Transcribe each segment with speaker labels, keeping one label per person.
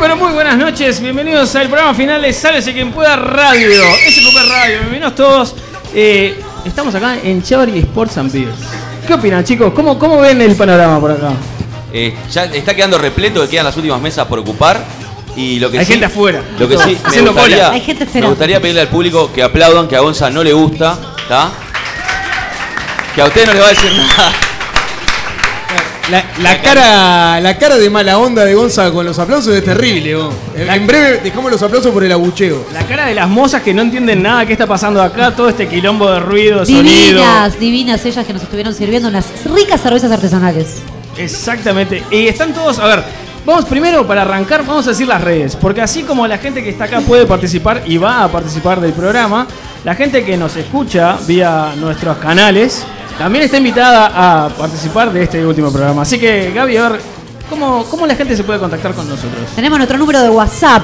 Speaker 1: pero muy buenas noches. Bienvenidos al programa final de Sálvese quien pueda radio. SQP Radio. Bienvenidos todos. Eh, estamos acá en Chevrolet Sports and Beers. ¿Qué opinan, chicos? ¿Cómo, ¿Cómo ven el panorama por acá?
Speaker 2: Eh, ya está quedando repleto, que quedan las últimas mesas por ocupar. Y lo que
Speaker 1: Hay
Speaker 2: sí-
Speaker 1: gente afuera.
Speaker 2: Lo que sí, me
Speaker 1: Haciendo cola.
Speaker 2: gustaría,
Speaker 3: Hay gente esperando.
Speaker 2: me gustaría pedirle al público que aplaudan, que a Gonza no le gusta, ¿está? Que a usted no le va a decir nada.
Speaker 4: La, la cara, la cara de mala onda de Gonza con los aplausos es terrible. vos. En, en breve dejamos los aplausos por el abucheo.
Speaker 1: La cara de las mozas que no entienden nada qué está pasando acá, todo este quilombo de ruido, sonido.
Speaker 3: Divinas, divinas ellas que nos estuvieron sirviendo unas ricas cervezas artesanales.
Speaker 1: Exactamente. Y están todos, a ver, vamos primero para arrancar, vamos a decir las redes, porque así como la gente que está acá puede participar y va a participar del programa, la gente que nos escucha vía nuestros canales también está invitada a participar de este último programa. Así que, Gaby, a ver, ¿cómo, cómo la gente se puede contactar con nosotros?
Speaker 3: Tenemos nuestro número de WhatsApp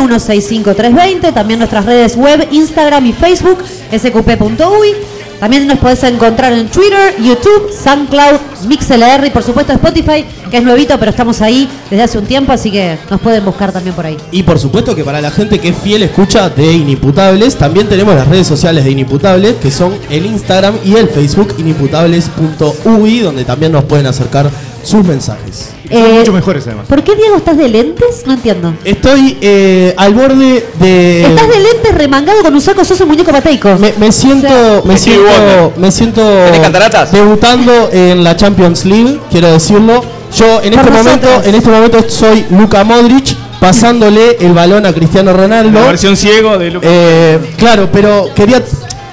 Speaker 3: 099-165-320, también nuestras redes web, Instagram y Facebook, sqp.uy. También nos podés encontrar en Twitter, YouTube, SoundCloud, MixLR y por supuesto Spotify, que es nuevito, pero estamos ahí desde hace un tiempo, así que nos pueden buscar también por ahí.
Speaker 5: Y por supuesto que para la gente que es fiel escucha de Inimputables, también tenemos las redes sociales de Inimputables, que son el Instagram y el Facebook inimputables.ui, donde también nos pueden acercar sus mensajes.
Speaker 3: Eh,
Speaker 6: mucho mejores además.
Speaker 3: ¿Por qué Diego estás de lentes? No entiendo.
Speaker 5: Estoy eh, al borde de...
Speaker 3: Estás de lentes remangado con un saco, sos un muñeco pateico.
Speaker 5: Me, me siento, me
Speaker 2: Stevie
Speaker 5: siento,
Speaker 2: Wonder.
Speaker 5: me siento
Speaker 2: ¿Tenés cataratas?
Speaker 5: debutando en la Champions League, quiero decirlo. Yo en
Speaker 3: Por
Speaker 5: este momento,
Speaker 3: nosotros.
Speaker 5: en este momento soy Luka Modric pasándole el balón a Cristiano Ronaldo.
Speaker 1: La versión ciego de Lucas.
Speaker 5: Eh, claro, pero quería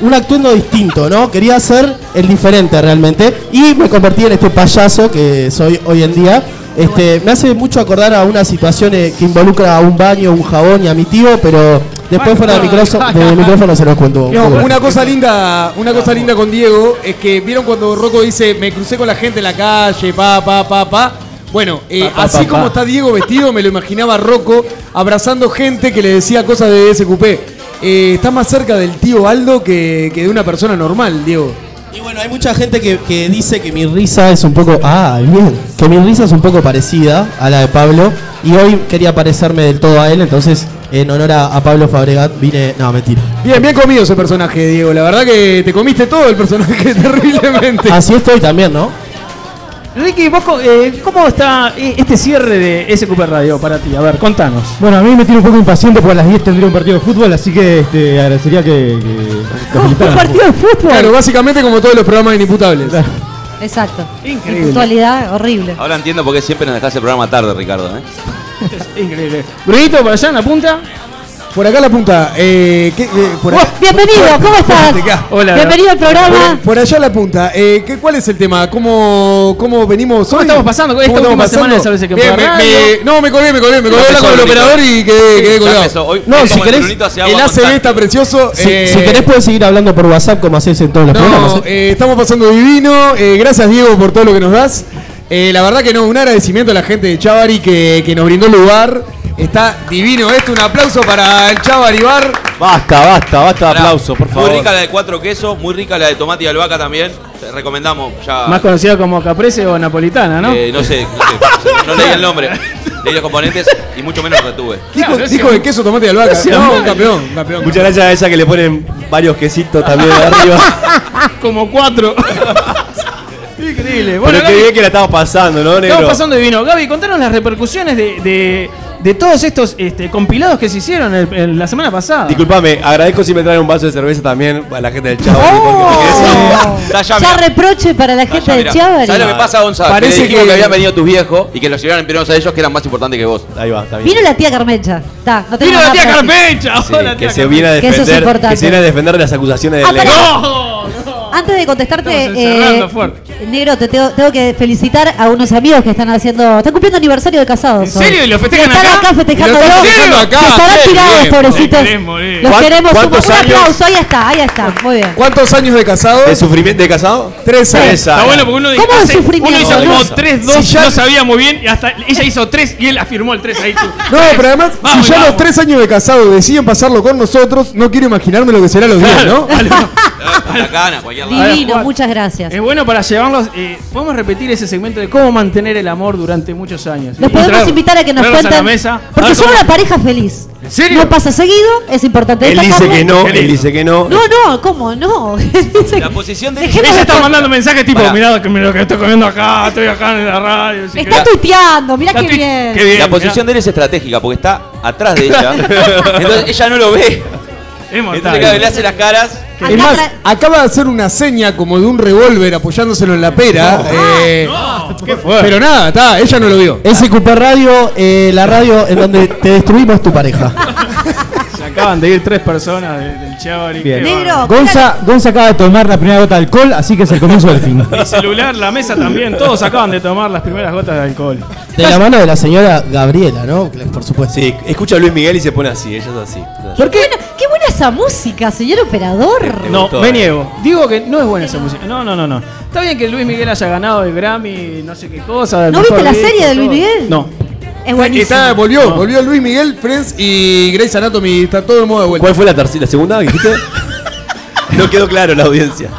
Speaker 5: un actuendo distinto, ¿no? Quería ser el diferente realmente. Y me convertí en este payaso que soy hoy en día. Este, me hace mucho acordar a una situación eh, que involucra a un baño, un jabón y a mi tío, pero después fuera del micrófono, del micrófono se los cuento. un
Speaker 4: No,
Speaker 5: poco.
Speaker 4: una cosa linda, una cosa linda con Diego es que vieron cuando Rocco dice me crucé con la gente en la calle, pa pa pa pa. Bueno, eh,
Speaker 5: Pa, pa,
Speaker 4: así
Speaker 5: pa, pa.
Speaker 4: como está Diego vestido, me lo imaginaba Rocco abrazando gente que le decía cosas de SQP. Eh, está más cerca del tío Aldo que, que de una persona normal, Diego.
Speaker 5: Y bueno, hay mucha gente que, que dice que mi risa es un poco. Ah, bien. Que mi risa es un poco parecida a la de Pablo. Y hoy quería parecerme del todo a él, entonces en honor a, a Pablo Fabregat vine. No, mentira.
Speaker 4: Bien, bien comido ese personaje, Diego. La verdad que te comiste todo el personaje terriblemente.
Speaker 5: Así estoy también, ¿no?
Speaker 1: Ricky, vos co- eh, ¿cómo está eh, este cierre de SQP Radio para ti? A ver, contanos.
Speaker 6: Bueno, a mí me tiene un poco impaciente porque a las 10 tendría un partido de fútbol, así que este, agradecería que... que- que
Speaker 3: Un partido de fútbol.
Speaker 4: Claro, básicamente como todos los programas inimputables.
Speaker 3: Exacto.
Speaker 1: Increíble.
Speaker 3: Puntualidad horrible.
Speaker 2: Ahora entiendo por qué siempre nos dejás el programa tarde, Ricardo. ¿eh?
Speaker 1: Esto es increíble. Brunito, para allá en la punta.
Speaker 4: Por acá la punta. eh, ¿qué- qué- por acá-
Speaker 3: Oh, Bienvenido, ¿cómo estás?
Speaker 1: Hola.
Speaker 3: Bienvenido al programa.
Speaker 4: Por, por allá la punta. Eh, ¿qué- ¿Cuál es el tema? ¿Cómo, cómo venimos
Speaker 1: ¿Cómo
Speaker 4: hoy?
Speaker 1: estamos pasando esta
Speaker 4: ¿Cómo
Speaker 1: última
Speaker 4: estamos
Speaker 1: semana de
Speaker 4: pasando?
Speaker 1: Sálvese quien
Speaker 4: Bien, me-
Speaker 1: pueda radio?
Speaker 4: me- No, me colgué, me colgué, me colgué.
Speaker 2: Ya
Speaker 4: Habla
Speaker 2: empezó
Speaker 4: con el
Speaker 2: el
Speaker 4: operador y quedé, quedé
Speaker 2: Ya
Speaker 4: colgado.
Speaker 2: empezó, hoy-
Speaker 5: No,
Speaker 2: es
Speaker 5: si
Speaker 2: como el
Speaker 5: querés,
Speaker 2: Brunito hace agua
Speaker 4: El
Speaker 2: con
Speaker 4: ACB
Speaker 2: tacto.
Speaker 4: está precioso.
Speaker 5: Si,
Speaker 4: eh,
Speaker 5: si querés puedes seguir hablando por WhatsApp como haces en todos los programas.
Speaker 4: No,
Speaker 5: ¿eh?
Speaker 4: eh, estamos pasando divino. Eh, gracias, Diego, por todo lo que nos das. Eh, la verdad que no, un agradecimiento a la gente de Chavari que, que nos brindó el lugar. Está divino esto. Un aplauso para el Chavari Bar.
Speaker 7: Basta, basta, basta de
Speaker 2: Pará,
Speaker 7: aplausos, por favor.
Speaker 2: Muy rica la de cuatro quesos, muy rica la de tomate y albahaca también. Te recomendamos ya.
Speaker 1: Más conocida como caprese o napolitana, ¿no?
Speaker 2: Ah. eh, no sé, no, sé, no leí el nombre. Leí los componentes y mucho menos retuve.
Speaker 4: Dijo,
Speaker 1: Claro, no
Speaker 4: dijo
Speaker 1: sea-
Speaker 4: de queso, tomate y albahaca.
Speaker 1: sea
Speaker 4: No,
Speaker 1: mal.
Speaker 4: campeón, campeón.
Speaker 7: Muchas gracias a ella que le ponen varios quesitos también de arriba.
Speaker 1: Como cuatro. Increíble. Bueno,
Speaker 7: Pero qué
Speaker 1: Gaby,
Speaker 7: bien que la estamos pasando, ¿no, negro?
Speaker 1: estamos pasando divino. Gaby, contanos las repercusiones de, de- de todos estos este, compilados que se hicieron el- el- la semana pasada.
Speaker 7: Disculpame, agradezco si me traen un vaso de cerveza también a la gente del chavo.
Speaker 3: Oh.
Speaker 2: Está ya,
Speaker 3: ya
Speaker 2: mirá.
Speaker 3: reproche para la
Speaker 2: Está
Speaker 3: gente
Speaker 2: ya,
Speaker 3: de
Speaker 2: Ah, mirá. ¿Sabes lo que
Speaker 3: Chiavari.
Speaker 2: pasa, Gonzalo?
Speaker 4: Parece
Speaker 2: Parece que, le dijimos
Speaker 4: que-
Speaker 2: que habían venido tus viejos y que los llevaron primero a ellos que eran más importantes que vos.
Speaker 7: Ahí va, está bien.
Speaker 3: Vino la tía Carmencha. Ta, no
Speaker 1: ¡Vino
Speaker 3: tenemos
Speaker 1: la
Speaker 3: nada
Speaker 1: tía
Speaker 3: para decir.
Speaker 1: Carpecha!
Speaker 7: Sí,
Speaker 1: Hola,
Speaker 7: que
Speaker 1: tía
Speaker 7: se
Speaker 1: Carpecha.
Speaker 7: viene a
Speaker 3: Que eso es
Speaker 7: defender, que,
Speaker 3: importante.
Speaker 7: se viene a defender las acusaciones
Speaker 3: Ah,
Speaker 7: del
Speaker 3: pará.
Speaker 7: negro.
Speaker 1: ¡No! no.
Speaker 3: Antes de contestarte,
Speaker 1: Estamos encerrando
Speaker 3: eh,
Speaker 1: fuerte.
Speaker 3: negro, te tengo, tengo que felicitar a unos amigos que están haciendo. Están cumpliendo aniversario de casados.
Speaker 1: ¿En serio?
Speaker 3: hoy.
Speaker 1: ¿Y lo festejan
Speaker 3: están
Speaker 1: acá?
Speaker 3: acá festejando.
Speaker 4: ¿Y lo están festejando acá?
Speaker 3: Se estarán
Speaker 4: Bien,
Speaker 3: tirados,
Speaker 4: bien.
Speaker 3: pobrecitos.
Speaker 1: Los queremos, eh.
Speaker 3: Los
Speaker 7: ¿Cuán-
Speaker 3: queremos. Un,
Speaker 7: cuántos
Speaker 3: un
Speaker 7: años?
Speaker 3: aplauso. Ahí está, ahí está. Muy bien.
Speaker 4: ¿Cuántos años de casado?
Speaker 7: ¿El sufrimiento de casado?
Speaker 4: Tres años.
Speaker 1: Está bueno porque uno dice,
Speaker 3: ¿Cómo de
Speaker 1: hace- uno
Speaker 3: sufrimiento,
Speaker 1: hizo como
Speaker 3: boludo?
Speaker 1: 3, 2, no sabía muy bien, y hasta ella hizo 3 y él afirmó el 3 ahí tú.
Speaker 4: No, pero además,
Speaker 1: Vamos,
Speaker 4: si ya
Speaker 1: vamos.
Speaker 4: los tres años de casado deciden pasarlo con nosotros, no quiero imaginarme lo que será los días, ¿no?
Speaker 1: Claro.
Speaker 2: La cana, cualquier lado.
Speaker 1: Ahora,
Speaker 3: Divino,
Speaker 1: Juan,
Speaker 3: muchas gracias.
Speaker 1: Es bueno para llevarlos. eh, podemos repetir ese segmento de cómo mantener el amor durante muchos años.
Speaker 3: Los
Speaker 1: Y
Speaker 3: podemos
Speaker 1: traer-
Speaker 3: invitar a que nos
Speaker 1: traerlos
Speaker 3: cuenten.
Speaker 1: a la mesa. A
Speaker 3: Porque
Speaker 1: ver
Speaker 3: son
Speaker 1: cómo-
Speaker 3: una pareja feliz.
Speaker 1: ¿En serio?
Speaker 3: No pasa seguido, es importante.
Speaker 7: Él dice
Speaker 3: destacarlo.
Speaker 7: que no,
Speaker 1: Qué
Speaker 7: él
Speaker 1: lindo.
Speaker 7: dice que no.
Speaker 3: No, no, ¿cómo? No.
Speaker 2: La posición de-
Speaker 3: Dejemos
Speaker 1: Ella
Speaker 3: de-
Speaker 1: está mandando mensajes tipo,
Speaker 2: Pará.
Speaker 1: mirá que me lo que estoy comiendo acá, estoy acá en la radio. así
Speaker 3: Está
Speaker 1: que-
Speaker 3: tuiteando, mirá
Speaker 1: Está
Speaker 3: qué
Speaker 1: tu-
Speaker 3: bien.
Speaker 1: qué bien,
Speaker 2: La posición de él es estratégica porque está atrás de ella. Entonces ella no lo ve.
Speaker 1: Es mortal.
Speaker 2: Entonces claro, le hace las caras.
Speaker 3: Acá
Speaker 4: Es más,
Speaker 3: tra-
Speaker 4: acaba de hacer una seña como de un revólver apoyándoselo en la pera. eh,
Speaker 1: Qué fuerte.
Speaker 4: Pero nada, está, ella no lo vio.
Speaker 5: SQP Radio, eh, la radio en donde te destruimos tu pareja.
Speaker 1: Se acaban de ir tres personas de- del Chavari.
Speaker 6: Bien.
Speaker 1: qué
Speaker 3: Negro.
Speaker 1: bárbaro.
Speaker 6: Gonza, Gonza acaba de tomar la primera gota de alcohol, así que es el comienzo del fin.
Speaker 1: El celular, la mesa también. Todos acaban de tomar las primeras gotas de alcohol.
Speaker 5: De la mano de la señora Gabriela, ¿no? Por supuesto.
Speaker 7: Sí, escucha a Luis Miguel y se pone así, ella es así.
Speaker 3: ¿Por qué? Bueno, qué buena esa música, señor operador.
Speaker 7: Me
Speaker 1: No,
Speaker 7: gustó,
Speaker 1: me
Speaker 7: eh.
Speaker 1: niego. Digo que no es buena esa música. No, no, no, no. Está bien que Luis Miguel haya ganado el Grammy, no sé qué cosa. del
Speaker 3: ¿No
Speaker 1: mejor
Speaker 3: viste la
Speaker 1: disco,
Speaker 3: serie de Luis
Speaker 1: todo.
Speaker 3: Miguel?
Speaker 1: No.
Speaker 3: Es
Speaker 4: Está,
Speaker 3: buenísimo.
Speaker 4: volvió, volvió Luis Miguel, Friends y Grey's Anatomy, está todo de moda de vuelta.
Speaker 7: ¿Cuál fue la tercera, la segunda que dijiste? no quedó claro la audiencia.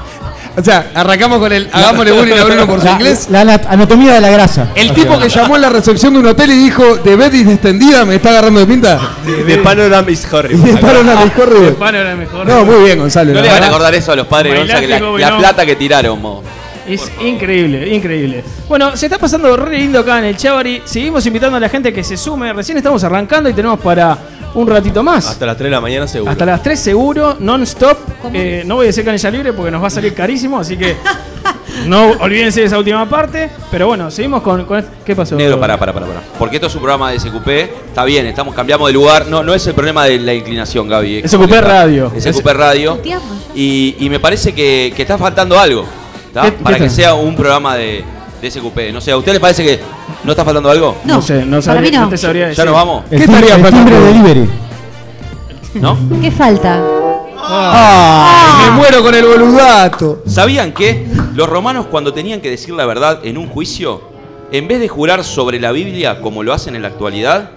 Speaker 4: O sea, arrancamos con el hagámosle bullying a Bruno por su inglés.
Speaker 6: La, la- la anatomía de la grasa.
Speaker 4: El tipo que llamó a la recepción de un hotel y dijo, de Betis extendida, me está agarrando de pinta.
Speaker 7: De, de Panorama is
Speaker 4: Y
Speaker 7: horrible.
Speaker 4: dispararon a
Speaker 1: El
Speaker 4: discorre.
Speaker 1: pano era el mejor.
Speaker 4: No, muy bien, Gonzalo.
Speaker 2: Ah, No
Speaker 4: la
Speaker 2: le van a
Speaker 4: verdad.
Speaker 2: acordar eso a los padres de Gonza, que la,
Speaker 1: Bailaste,
Speaker 2: la
Speaker 1: Bobby, no.
Speaker 2: plata que tiraron, mo.
Speaker 1: Es increíble, increíble. Bueno, se está pasando re lindo acá en el Chavari. Seguimos invitando a la gente que se sume. Recién estamos arrancando y tenemos para un ratito más. Hasta,
Speaker 7: Hasta las 3 de la mañana seguro.
Speaker 1: las 3 seguro, non-stop.
Speaker 3: ¿Cómo?
Speaker 1: Eh, no voy a decir canilla libre porque nos va a salir carísimo, así que no olvídense de esa última parte. Pero bueno, seguimos con... con este- ¿Qué pasó?
Speaker 2: Negro, pará, pará, pará, pará. Porque esto es un programa de SQP. Está bien, estamos, cambiamos de lugar. No, no es el problema de la inclinación, Gaby. eh,
Speaker 1: Es SQP Radio.
Speaker 2: Es SQP Radio.
Speaker 3: Entiendo.
Speaker 2: Y, y me parece que, que está faltando algo. ¿tá?
Speaker 1: ¿Qué-
Speaker 2: Para
Speaker 1: qué
Speaker 2: que
Speaker 1: está?
Speaker 2: sea un programa de, de SQP. No sé, ¿a ustedes les parece que no está faltando algo?
Speaker 1: No, sé,
Speaker 3: para
Speaker 1: no, sabría,
Speaker 3: mí no.
Speaker 1: no te sabría decir.
Speaker 2: Ya nos vamos,
Speaker 6: El
Speaker 4: ¿Qué
Speaker 6: timbre-
Speaker 4: tarea
Speaker 6: el
Speaker 4: falta?
Speaker 6: timbre delivery.
Speaker 2: ¿no?
Speaker 3: ¿Qué falta?
Speaker 4: Ah,
Speaker 3: Ah.
Speaker 4: Me muero con el boludato.
Speaker 2: ¿Sabían que los romanos cuando tenían que decir la verdad en un juicio, en vez de jurar sobre la Biblia como lo hacen en la actualidad,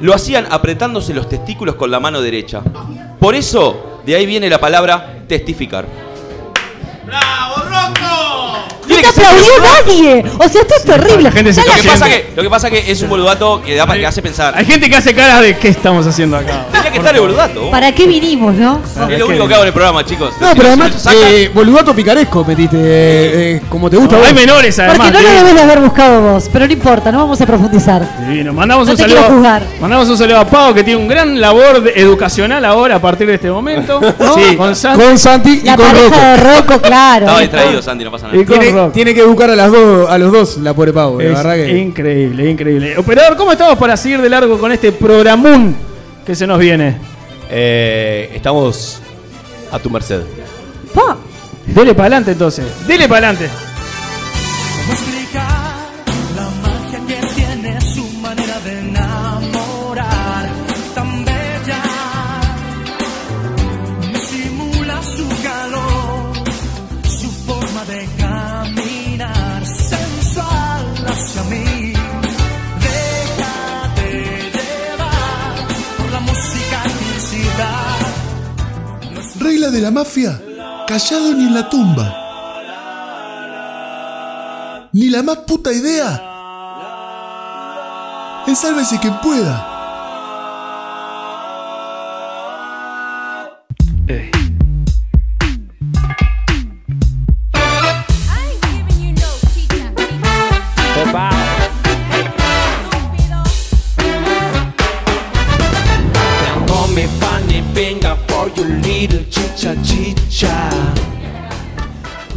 Speaker 2: lo hacían apretándose los testículos con la mano derecha? Por eso, de ahí viene la palabra testificar.
Speaker 3: No te aplaudió nadie. O sea, esto es terrible.
Speaker 1: la gente se
Speaker 3: Ya
Speaker 2: Lo
Speaker 1: está
Speaker 2: que,
Speaker 1: Siempre.
Speaker 2: pasa que, lo que pasa que es un boludato que, da pa- que hace pensar.
Speaker 1: Hay gente que hace caras de qué estamos haciendo acá.
Speaker 2: Tenía que estar el boludato.
Speaker 3: ¿Para qué vinimos, no?
Speaker 2: Es lo único que hago en el programa, chicos.
Speaker 4: No,
Speaker 2: Si lo
Speaker 4: pero además,
Speaker 2: sacan,
Speaker 4: eh, boludato picaresco metiste, eh, eh, como te gusta. a vos.
Speaker 1: Hay menores
Speaker 3: Porque
Speaker 1: además.
Speaker 3: no lo
Speaker 1: que-
Speaker 3: debes de haber buscado vos, pero no importa, no vamos a profundizar.
Speaker 1: Divino. Mandamos,
Speaker 3: No
Speaker 1: un
Speaker 3: te
Speaker 1: saludo,
Speaker 3: quiero juzgar.
Speaker 1: mandamos un saludo a Pau que tiene un gran labor de- educacional ahora a partir de este momento. ¿no?
Speaker 4: Sí,
Speaker 1: Con Santi.
Speaker 4: con Santi y
Speaker 3: La
Speaker 4: con
Speaker 3: pareja
Speaker 4: Rocco.
Speaker 3: de Rocco, claro.
Speaker 2: Estaba distraído, Sandy, no pasa
Speaker 1: Y
Speaker 2: nada.
Speaker 1: con
Speaker 4: Tiene,
Speaker 1: Rock.
Speaker 4: tiene que educar a, las dos, a los dos la pobre pavo, la
Speaker 1: Es
Speaker 4: verdad que.
Speaker 1: Increíble, increíble. Operador, ¿cómo estamos para seguir de largo con este programón que se nos viene?
Speaker 7: Eh, estamos a tu merced.
Speaker 3: Pa.
Speaker 1: Dele para adelante entonces. Dele para adelante.
Speaker 8: ¿Cómo explicar la magia que tiene su manera de enamorar? Tan bella, me simula su calor, su forma de caminar sensual hacia mí. Déjate llevar por la musicalicidad.
Speaker 9: Regla de la mafia, callado ni en la tumba. Ni la más puta idea. Ensálvese quien pueda.
Speaker 8: Now call me Fanny Pinga for your little chicha chicha.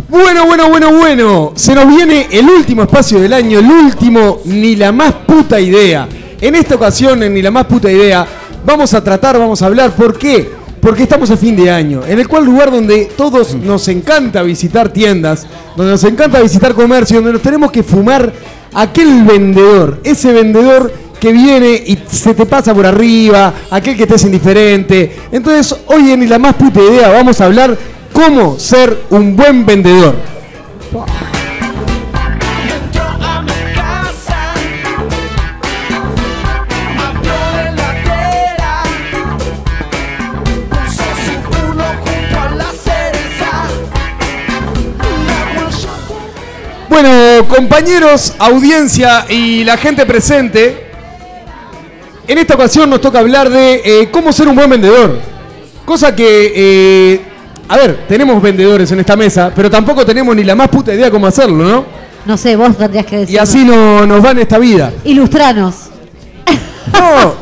Speaker 4: Bueno, bueno, bueno, bueno. Se nos viene el último espacio del año, el último, ni la más puta idea. En esta ocasión, en ni la más puta idea, vamos a tratar, vamos a hablar. ¿Por qué? Porque estamos a fin de año, en el cual lugar donde todos nos encanta visitar tiendas, donde nos encanta visitar comercio, donde nos tenemos que fumar aquel vendedor, ese vendedor que viene y se te pasa por arriba, aquel que te es indiferente. Entonces, hoy en Ni la más puta idea vamos a hablar cómo ser un buen vendedor.
Speaker 8: Entró a mi casa, abrió la heladera, puso su culo junto a la cereza
Speaker 4: compañeros, audiencia y la gente presente, en esta ocasión nos toca hablar de eh, cómo ser un buen vendedor. Cosa que, eh, a ver, tenemos vendedores en esta mesa, pero tampoco tenemos ni la más puta idea cómo hacerlo, ¿no?
Speaker 3: No sé, vos tendrías que decir.
Speaker 4: Y así no, nos va en esta vida.
Speaker 3: Ilustranos.
Speaker 4: No,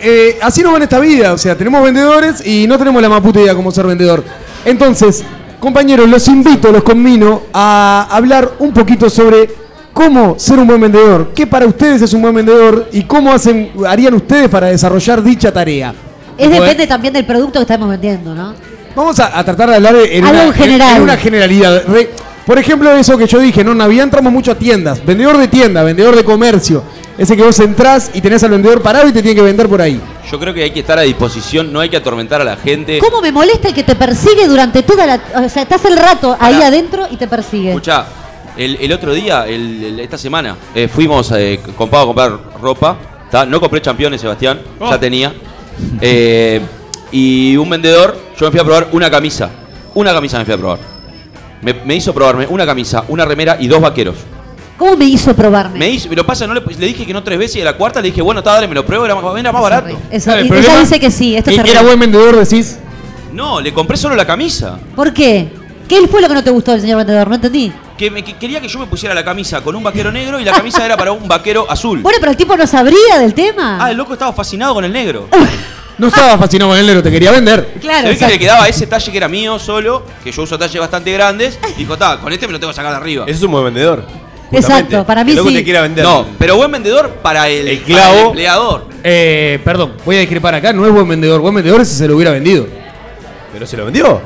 Speaker 4: eh, así nos va en esta vida. O sea, tenemos vendedores y no tenemos la más puta idea cómo ser vendedor. Entonces, compañeros, los invito, los convino a hablar un poquito sobre cómo ser un buen vendedor, qué para ustedes es un buen vendedor y cómo hacen, harían ustedes para desarrollar dicha tarea.
Speaker 3: Es
Speaker 4: Bueno,
Speaker 3: depende también del producto que estamos vendiendo, ¿no?
Speaker 4: Vamos a, a tratar de hablar en,
Speaker 3: Algo
Speaker 4: una,
Speaker 3: en general.
Speaker 4: en una generalidad. Re- por ejemplo, eso que yo dije, ¿no? En Navidad entramos mucho a tiendas. Vendedor de tienda, vendedor de comercio. Ese que vos entrás y tenés al vendedor parado y te tiene que vender por ahí.
Speaker 2: Yo creo que hay que estar a disposición, no hay que atormentar a la gente.
Speaker 3: ¿Cómo me molesta el que te persigue durante toda la. O sea, estás el rato ahí
Speaker 2: Pará.
Speaker 3: adentro y te persigue.
Speaker 2: Escuchá, el, el otro día, el- el- esta semana, eh, fuimos eh, con Pau a comprar ropa. ¿tá? No compré championes, Sebastián, ya tenía. Eh, y un vendedor, yo me fui a probar una camisa. Una camisa me fui a probar. Me, me hizo probarme una camisa, una remera y dos vaqueros.
Speaker 3: ¿Cómo me hizo probarme?
Speaker 2: Me hizo, lo pasa, no le, le dije que no tres veces y a la cuarta le dije, bueno, está, dale, me lo pruebo, era más, era más barato.
Speaker 3: Eso,
Speaker 4: ¿Sabe el
Speaker 3: y- y ella
Speaker 4: problema?
Speaker 3: dice que sí, esto es
Speaker 4: E-
Speaker 3: terrible.
Speaker 4: Era buen vendedor, decís.
Speaker 2: No, le compré solo la camisa.
Speaker 3: ¿Por qué? ¿Qué fue lo que no te gustó del señor vendedor? No entendí.
Speaker 2: Que, me, que quería que yo me pusiera la camisa con un vaquero negro y la camisa era para un vaquero azul.
Speaker 3: Bueno, pero el tipo no sabría del tema.
Speaker 2: Ah, el loco estaba fascinado con el negro.
Speaker 4: No estaba fascinado con el negro, te quería vender.
Speaker 3: claro.
Speaker 2: Se ve que le
Speaker 3: exacto.
Speaker 2: quedaba ese talle que era mío solo, que yo uso talles bastante grandes. Dijo, está, con este me lo tengo que sacar de arriba.
Speaker 7: Ese es un buen vendedor. justamente.
Speaker 3: Exacto, para mí
Speaker 7: El loco
Speaker 3: sí.
Speaker 7: te quiera vender.
Speaker 2: No, pero buen vendedor para el,
Speaker 7: El
Speaker 2: para el
Speaker 7: clavo.
Speaker 2: empleador.
Speaker 4: Eh, perdón, voy a discrepar acá, no es buen vendedor. Buen vendedor es si se lo hubiera vendido.
Speaker 7: Pero se lo vendió.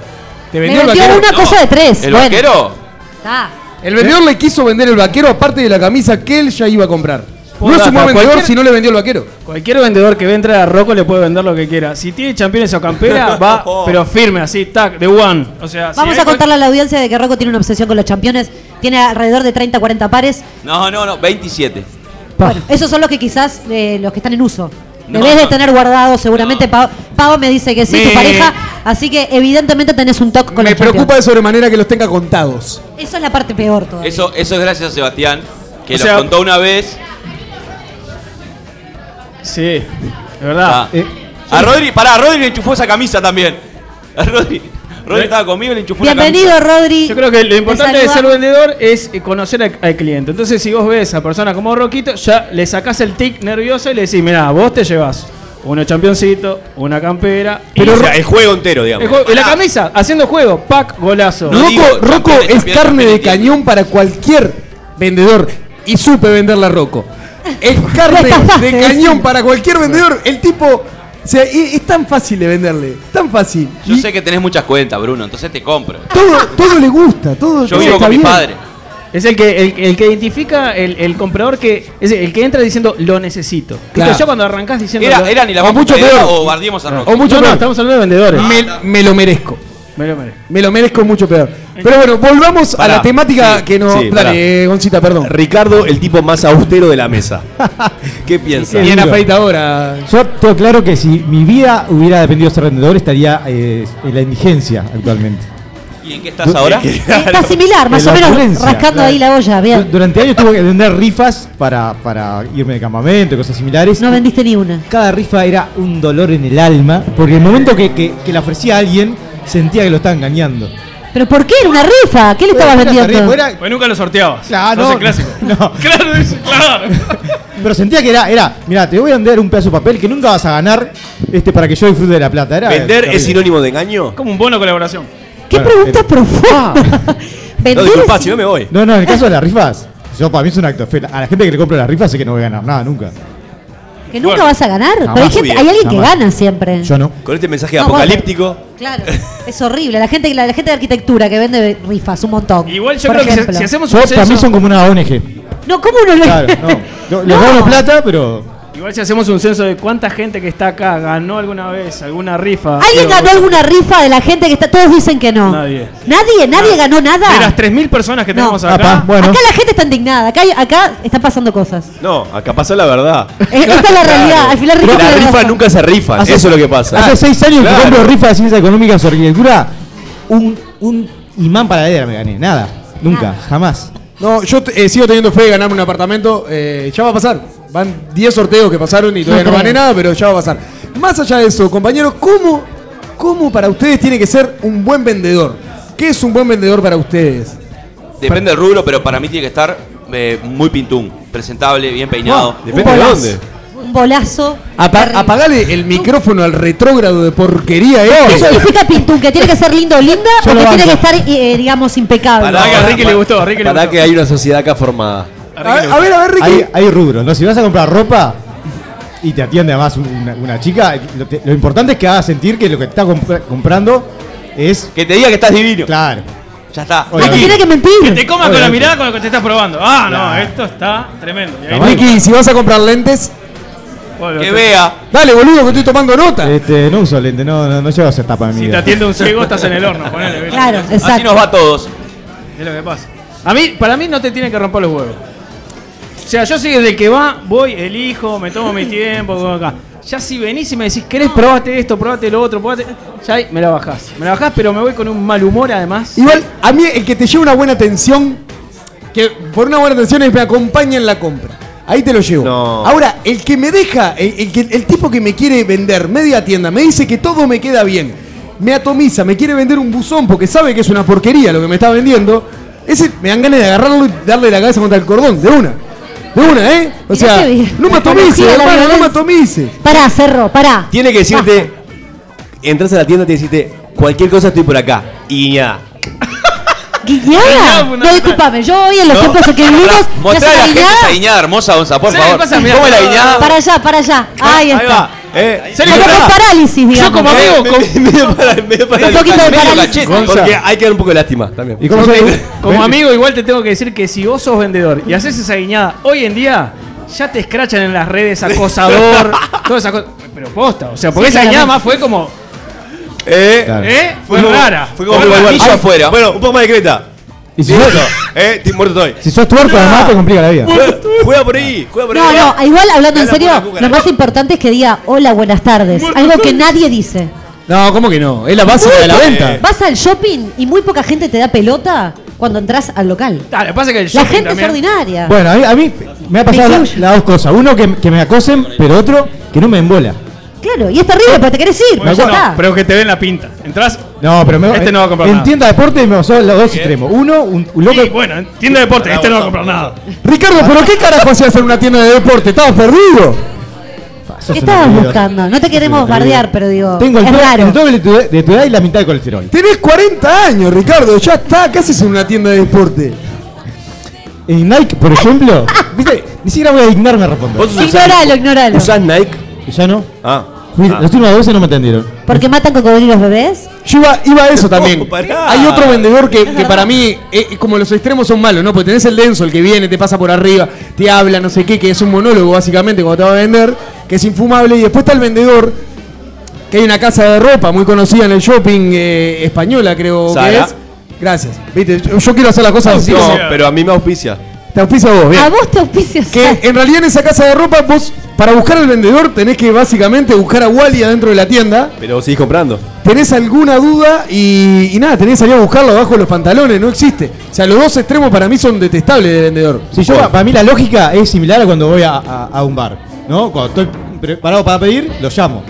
Speaker 4: Te
Speaker 3: Me vendió
Speaker 4: vaquero.
Speaker 3: una
Speaker 2: No,
Speaker 3: cosa de tres.
Speaker 2: El
Speaker 3: bueno,
Speaker 2: vaquero.
Speaker 3: Está.
Speaker 4: El vendedor le quiso vender el vaquero aparte de la camisa que él ya iba a comprar. No
Speaker 1: Posta,
Speaker 4: es un buen vendedor
Speaker 1: cualquier-
Speaker 4: si no le vendió el vaquero.
Speaker 1: Cualquier vendedor que ve entrar a Rocco le puede vender lo que quiera. Si tiene championes o campera, va, pero firme, así, tac, de one. O sea, si
Speaker 3: Vamos
Speaker 1: hay
Speaker 3: a
Speaker 1: cual-
Speaker 3: contarle a la audiencia de que Rocco tiene una obsesión con los championes. Tiene alrededor de 30, 40 pares.
Speaker 2: No, no, no, 27.
Speaker 3: Bueno, esos son los que quizás, eh, los que están en uso.
Speaker 2: No,
Speaker 3: Debes de
Speaker 2: no.
Speaker 3: tener guardado, seguramente Pau, Pau me dice que sí,
Speaker 4: Me-
Speaker 3: tu pareja. Así que evidentemente tenés un toque con
Speaker 4: Me
Speaker 3: los
Speaker 4: preocupa de
Speaker 3: Champions.
Speaker 4: sobremanera que los tenga contados.
Speaker 3: Eso es la parte peor todavía.
Speaker 2: Eso, eso es gracias a Sebastián, que
Speaker 1: O
Speaker 2: lo
Speaker 1: sea-
Speaker 2: contó una vez.
Speaker 1: Sí, de verdad.
Speaker 2: Ah. A Rodri, pará, a Rodri le enchufó esa camisa también. A Rodri. Rodri estaba conmigo y le enchufó una
Speaker 3: Bienvenido, Rodri.
Speaker 1: Yo creo que lo
Speaker 3: Te
Speaker 1: importante de ser
Speaker 3: saludamos.
Speaker 1: vendedor es eh, conocer al, al cliente. Entonces, si vos ves a persona como Roquito, ya le sacás el tic nervioso y le decís, mirá, vos te llevas uno championcito, una campera, y
Speaker 7: Pero, o
Speaker 1: Ro-
Speaker 7: sea, el juego entero, digamos.
Speaker 1: el juego- y la camisa, haciendo juego, pack, golazo.
Speaker 2: No digo
Speaker 4: Rocco,
Speaker 2: campeones,
Speaker 4: Rocco es
Speaker 2: campeones,
Speaker 4: carne de
Speaker 2: campeones.
Speaker 4: cañón para cualquier vendedor. Y supe venderla a Rocco. Es carne de cañón para cualquier vendedor. El tipo. O sea, y- es tan fácil de venderle. Tan fácil.
Speaker 2: camisa. Yo sé que tenés muchas cuentas, Bruno, entonces te compro.
Speaker 4: Todo, todo le gusta. Todo,
Speaker 2: Yo
Speaker 4: todo
Speaker 2: vivo
Speaker 4: está
Speaker 2: con mi
Speaker 4: bien.
Speaker 2: padre.
Speaker 1: Es el que, el, el que identifica el, el comprador que. Es el que entra diciendo lo necesito.
Speaker 4: Claro.
Speaker 1: Entonces, ya cuando arrancás diciendo. lo-
Speaker 2: Era, era ni la
Speaker 4: O
Speaker 2: más
Speaker 4: mucho
Speaker 2: puta idea,
Speaker 4: peor.
Speaker 2: o bardiemos a Rocco.
Speaker 4: O mucho
Speaker 1: No, no,
Speaker 4: peor.
Speaker 1: estamos hablando de vendedores.
Speaker 4: me, me lo merezco.
Speaker 1: Me lo merezco.
Speaker 4: Me lo merezco mucho peor. Pero bueno, volvamos a la
Speaker 7: Pará.
Speaker 4: temática
Speaker 7: Sí,
Speaker 4: que nos.
Speaker 7: sí, pará.
Speaker 4: dale, eh, Goncita, perdón.
Speaker 7: Ricardo, el tipo más austero de la mesa. ¿Qué piensa?
Speaker 4: Bien
Speaker 6: duro.
Speaker 4: afeitadora.
Speaker 6: Yo tengo claro que si mi vida hubiera dependido de ser vendedor, estaría eh, en la indigencia actualmente.
Speaker 2: ¿Y en qué estás ahora?
Speaker 7: Que-
Speaker 3: Eh, Está similar, más
Speaker 6: En
Speaker 3: o
Speaker 6: la
Speaker 3: menos
Speaker 6: opulencia,
Speaker 3: rascando
Speaker 6: claro.
Speaker 3: ahí la olla.
Speaker 6: Du-
Speaker 3: Bien.
Speaker 6: Durante años tuve que vender rifas para, para irme de campamento, y cosas similares.
Speaker 3: No vendiste ni una.
Speaker 6: Cada rifa era un dolor en el alma, porque el momento que, que- que la ofrecía a alguien, sentía que lo estaba engañando.
Speaker 3: ¿Pero por qué? Era una rifa. ¿Qué le estabas
Speaker 6: Era terrible,
Speaker 3: vendiendo?
Speaker 6: era-
Speaker 1: Pues nunca lo sorteabas.
Speaker 6: Claro,
Speaker 1: Sos
Speaker 6: no.
Speaker 1: el clásico.
Speaker 6: No.
Speaker 1: Claro, es- claro.
Speaker 6: Pero sentía que era, era, mira, te voy a vender un pedazo de papel que nunca vas a ganar este para que yo disfrute de la plata. Era
Speaker 7: ¿Vender
Speaker 6: terrible.
Speaker 7: es sinónimo de engaño?
Speaker 1: Como un bono de colaboración.
Speaker 3: ¿Qué
Speaker 6: Bueno,
Speaker 3: pregunta
Speaker 6: era- Ah.
Speaker 3: profunda?
Speaker 7: No,
Speaker 3: Vender
Speaker 7: disculpa,
Speaker 3: es-
Speaker 7: si no me voy.
Speaker 6: No, no, en el caso de las rifas, yo para mí es un acto fe. A la gente que le compra las rifas sé que no voy a ganar nada nunca.
Speaker 3: Que nunca vas a ganar.
Speaker 6: Jamás.
Speaker 3: Pero hay, gente-
Speaker 7: Bien,
Speaker 3: hay alguien que
Speaker 6: jamás.
Speaker 3: gana siempre.
Speaker 6: Yo no.
Speaker 7: Con este mensaje
Speaker 3: No,
Speaker 7: apocalíptico.
Speaker 3: Claro, es horrible. La gente, la, la gente de arquitectura que vende rifas un montón.
Speaker 1: Igual yo
Speaker 3: por
Speaker 1: creo que
Speaker 3: ejemplo.
Speaker 1: si, si hacemos
Speaker 6: Yo,
Speaker 1: un
Speaker 6: para mí
Speaker 1: censo.
Speaker 6: son como una ONG.
Speaker 3: No, ¿cómo uno lo
Speaker 6: Claro, no. Yo- Les
Speaker 3: No.
Speaker 6: gano plata, pero.
Speaker 1: Igual si hacemos un censo de cuánta gente que está acá ganó alguna vez, alguna rifa.
Speaker 3: ¿Alguien
Speaker 1: Digo,
Speaker 3: ganó alguna rifa de la gente que está.? Todos dicen que no.
Speaker 1: Nadie.
Speaker 3: Nadie, nadie ganó nada.
Speaker 1: De las 3.000 personas que
Speaker 3: No.
Speaker 1: tenemos
Speaker 6: Ah,
Speaker 1: acá.
Speaker 6: pa, bueno.
Speaker 3: Acá la gente está indignada. Acá, hay- acá están pasando cosas.
Speaker 7: No, acá pasa la verdad.
Speaker 3: Eh, Esta es la realidad. Al final,
Speaker 7: Pero
Speaker 3: Ricardo
Speaker 7: la
Speaker 3: tiene
Speaker 7: rifa
Speaker 3: razón.
Speaker 7: nunca se rifa,
Speaker 6: Hace-
Speaker 7: eso es lo que pasa. Ah,
Speaker 6: Hace seis años
Speaker 7: Claro.
Speaker 6: que compro rifas de ciencias económicas o arquitectura, un, un imán para la idea me gané. Nada. Nunca,
Speaker 3: Nada.
Speaker 6: jamás.
Speaker 4: No, yo te- eh, sigo teniendo fe de ganarme un apartamento. eh, ya va a pasar. Van 10 sorteos que pasaron y todavía no,
Speaker 3: No creo.
Speaker 4: gané nada, pero ya va a pasar. Más allá de eso, compañeros, ¿cómo, ¿cómo para ustedes tiene que ser un buen vendedor? ¿Qué es un buen vendedor para ustedes?
Speaker 2: Depende del rubro, pero para mí tiene que estar eh, muy pintún, presentable, bien peinado.
Speaker 7: Depende de
Speaker 4: bolazo.
Speaker 7: dónde.
Speaker 3: Un bolazo.
Speaker 4: Apa-
Speaker 3: Terri-
Speaker 4: apagale el micrófono al retrógrado de porquería,
Speaker 3: ¿Qué
Speaker 4: eh.
Speaker 3: significa Pintún? ¿Que tiene que ser lindo o linda
Speaker 6: Yo
Speaker 3: o
Speaker 6: lo
Speaker 3: que tiene que
Speaker 6: banco.
Speaker 3: estar, eh, digamos, impecable?
Speaker 1: Pará, que a Ricky le gustó, a Ricky le
Speaker 7: Para
Speaker 1: gustó.
Speaker 7: que hay una sociedad acá formada.
Speaker 4: A ver, a ver,
Speaker 1: Ah,
Speaker 4: a ver, Ricky.
Speaker 6: Hay, hay rubros, ¿no? Si vas a comprar ropa y te atiende además una, una chica, lo, te- lo importante es que haga sentir que lo que está comp- comprando es.
Speaker 2: Que te diga que estás divino.
Speaker 6: Claro.
Speaker 2: Ya está.
Speaker 3: Ah, te
Speaker 6: Ricky,
Speaker 3: tiene que mentir.
Speaker 1: Que te comas con la
Speaker 6: Obviamente.
Speaker 1: mirada con lo que te estás probando. Ah, no, esto está tremendo. Y ahí
Speaker 6: Está
Speaker 1: te-
Speaker 4: Ricky, si vas a comprar lentes,
Speaker 1: Bueno,
Speaker 2: Que
Speaker 1: te-
Speaker 2: vea.
Speaker 4: dale, boludo, que estoy tomando nota.
Speaker 6: Este, no uso lente, no, no, no llego a esa etapa de mi
Speaker 1: Si te
Speaker 6: vida.
Speaker 1: atiende un ciego, estás en el horno. Ponele, ¿viste?
Speaker 3: Claro,
Speaker 2: Así nos
Speaker 3: exacto.
Speaker 2: va a todos.
Speaker 1: Es lo que pasa. A mí, para mí no te tienen que romper los huevos. O sea, yo soy desde que va, voy, elijo, me tomo mi tiempo, como acá. Ya si venís y me decís, ¿querés probarte esto, probate lo otro, probate? Ya ahí me la bajás. Me la bajás, pero me voy con un mal humor además.
Speaker 4: Igual, a mí el que te lleva una buena atención, que por una buena atención es me acompaña en la compra. Ahí te lo llevo.
Speaker 7: No.
Speaker 4: Ahora, el que me deja, el, el que- el tipo que me quiere vender media tienda, me dice que todo me queda bien, me atomiza, me quiere vender un buzón porque sabe que es una porquería lo que me está vendiendo, ese me dan ganas de agarrarlo y darle la cabeza contra el cordón, de una. De una, ¿eh? O
Speaker 3: Mirá
Speaker 4: sea,
Speaker 3: qué bien.
Speaker 4: no me
Speaker 3: Apología
Speaker 4: atomice,
Speaker 3: de la
Speaker 4: hermano, no me
Speaker 3: violencia.
Speaker 4: atomice.
Speaker 3: Pará, cerro, pará.
Speaker 7: Tiene que decirte. Entras a la tienda y te decirte, cualquier cosa estoy por acá. Y ya.
Speaker 3: ¿Guiñada?
Speaker 1: Guiñada,
Speaker 3: No, discúlpame, yo hoy en los tiempos en que vivimos.
Speaker 2: Pará,
Speaker 3: ¿no es
Speaker 2: Mostrá a
Speaker 3: una
Speaker 2: la gente
Speaker 3: guiñada?
Speaker 2: esa guiñada hermosa, Gonza, por
Speaker 1: ¿Sabes
Speaker 2: favor.
Speaker 1: qué pasa? Mirá,
Speaker 2: ¿Cómo es la
Speaker 1: no,
Speaker 2: guiñada?
Speaker 3: Para allá, para allá. Ahí está.
Speaker 7: ¿Eh?
Speaker 1: ¿Sabes
Speaker 3: Pero
Speaker 1: qué
Speaker 3: con
Speaker 1: pasa?
Speaker 3: parálisis, digamos. ¿eh?
Speaker 1: Yo como amigo, como,
Speaker 7: medio para, medio para
Speaker 3: Un poquito de
Speaker 2: Medio
Speaker 3: parálisis.
Speaker 2: cachete.
Speaker 6: Gonza.
Speaker 7: Porque hay que dar un poco de lástima también.
Speaker 6: ¿Y cómo se-
Speaker 1: como amigo igual te tengo que decir que si vos sos vendedor y haces esa guiñada hoy en día, ya te escrachan en las redes, acosador, todas esas cosas. Pero posta, o sea, porque
Speaker 3: Sí,
Speaker 1: esa guiñada
Speaker 3: claramente.
Speaker 1: más fue como,
Speaker 7: ¿Eh?
Speaker 6: Claro.
Speaker 1: ¿eh? Fue
Speaker 7: como-
Speaker 1: rara.
Speaker 7: Fue como
Speaker 2: Con el
Speaker 7: igual, igual.
Speaker 2: martillo
Speaker 7: Ay,
Speaker 2: afuera.
Speaker 7: Bueno, un poco más de creta.
Speaker 6: Y si sos,
Speaker 7: ¿Eh? Estoy muerto estoy. Ah.
Speaker 6: si sos tuerto, además te complica la vida.
Speaker 7: Juega- Juega por ahí, juega por
Speaker 3: No,
Speaker 7: ahí.
Speaker 3: no, igual hablando en
Speaker 7: Gana
Speaker 3: serio,
Speaker 7: por la cúcara.
Speaker 3: lo más importante es que diga hola, buenas tardes. Algo que nadie dice.
Speaker 4: No, ¿cómo que no? Es la base de la
Speaker 3: Muy-
Speaker 4: venta.
Speaker 3: Vas al shopping y muy poca gente te da pelota cuando entras al local.
Speaker 1: Ah, lo que pasa es que el
Speaker 3: La
Speaker 1: shopping
Speaker 3: gente
Speaker 1: también-
Speaker 3: es ordinaria.
Speaker 6: Bueno, a mí, a mí me ha pasado
Speaker 3: Me
Speaker 6: la- las
Speaker 3: incluyo.
Speaker 6: dos cosas. Uno, que, que me acosen, pero otro, que no me embola.
Speaker 3: Claro, y es terrible, pero te querés ir.
Speaker 1: Bueno,
Speaker 3: ya
Speaker 1: yo no,
Speaker 3: está.
Speaker 1: pero que te ven la pinta. Entras.
Speaker 6: No, pero me
Speaker 1: Este no va a comprar
Speaker 6: En
Speaker 1: nada.
Speaker 6: tienda de deporte me pasó los dos extremos. Uno, un, un loco.
Speaker 1: Y bueno, tienda de deporte, este no va a comprar nada.
Speaker 4: Ricardo, ¿pero qué carajo hacía hacer una tienda de deporte? Estabas perdido.
Speaker 3: ¿Qué
Speaker 6: Sos una
Speaker 3: estabas
Speaker 6: idiota.
Speaker 3: buscando? No te queremos
Speaker 6: Una
Speaker 3: bardear,
Speaker 6: idiota.
Speaker 3: pero digo,
Speaker 6: Tengo el,
Speaker 3: es
Speaker 6: doble-
Speaker 3: raro.
Speaker 6: el doble de tu, de- de tu edad y la mitad de colesterol.
Speaker 4: Tenés 40 años, Ricardo, ya está, ¿qué haces en una tienda de deporte?
Speaker 6: En Nike, por ejemplo, ¿viste? ni siquiera voy a dignarme a responder.
Speaker 7: ¿Vos usás-
Speaker 3: Ignoralo, ignoralo.
Speaker 7: ¿Usás Nike?
Speaker 6: Ya no.
Speaker 7: Ah.
Speaker 6: Fui- Las últimas veces no me atendieron.
Speaker 3: Porque matan cocodrilos bebés.
Speaker 4: Yo iba, iba a eso también.
Speaker 7: No, pará.
Speaker 4: Hay otro vendedor que, que
Speaker 3: verdad.
Speaker 4: para mí, eh, eh, como los extremos son malos, ¿no? Porque tenés el denso, el que viene, te pasa por arriba, te habla, no sé qué, que es un monólogo básicamente cuando te va a vender, que es infumable. Y después está el vendedor, que hay una casa de ropa muy conocida en el shopping eh, española, creo que
Speaker 7: Zara.
Speaker 4: es. Gracias. Viste, yo, yo quiero hacer las cosas así.
Speaker 7: No, pero a mí me auspicia.
Speaker 4: Te auspicia vos, bien.
Speaker 3: A vos te auspicias.
Speaker 4: Que en realidad en esa casa de ropa vos, para buscar al vendedor, tenés que básicamente buscar a Wally adentro de la tienda.
Speaker 7: Pero vos seguís comprando.
Speaker 4: Tenés alguna duda y, y nada, tenés que salir a buscarlo abajo de los pantalones, no existe. O sea, los dos extremos para mí son detestables de vendedor.
Speaker 6: Si yo, para mí la lógica es similar a cuando voy a, a- a un bar, ¿no? Cuando estoy preparado para pedir, lo llamo.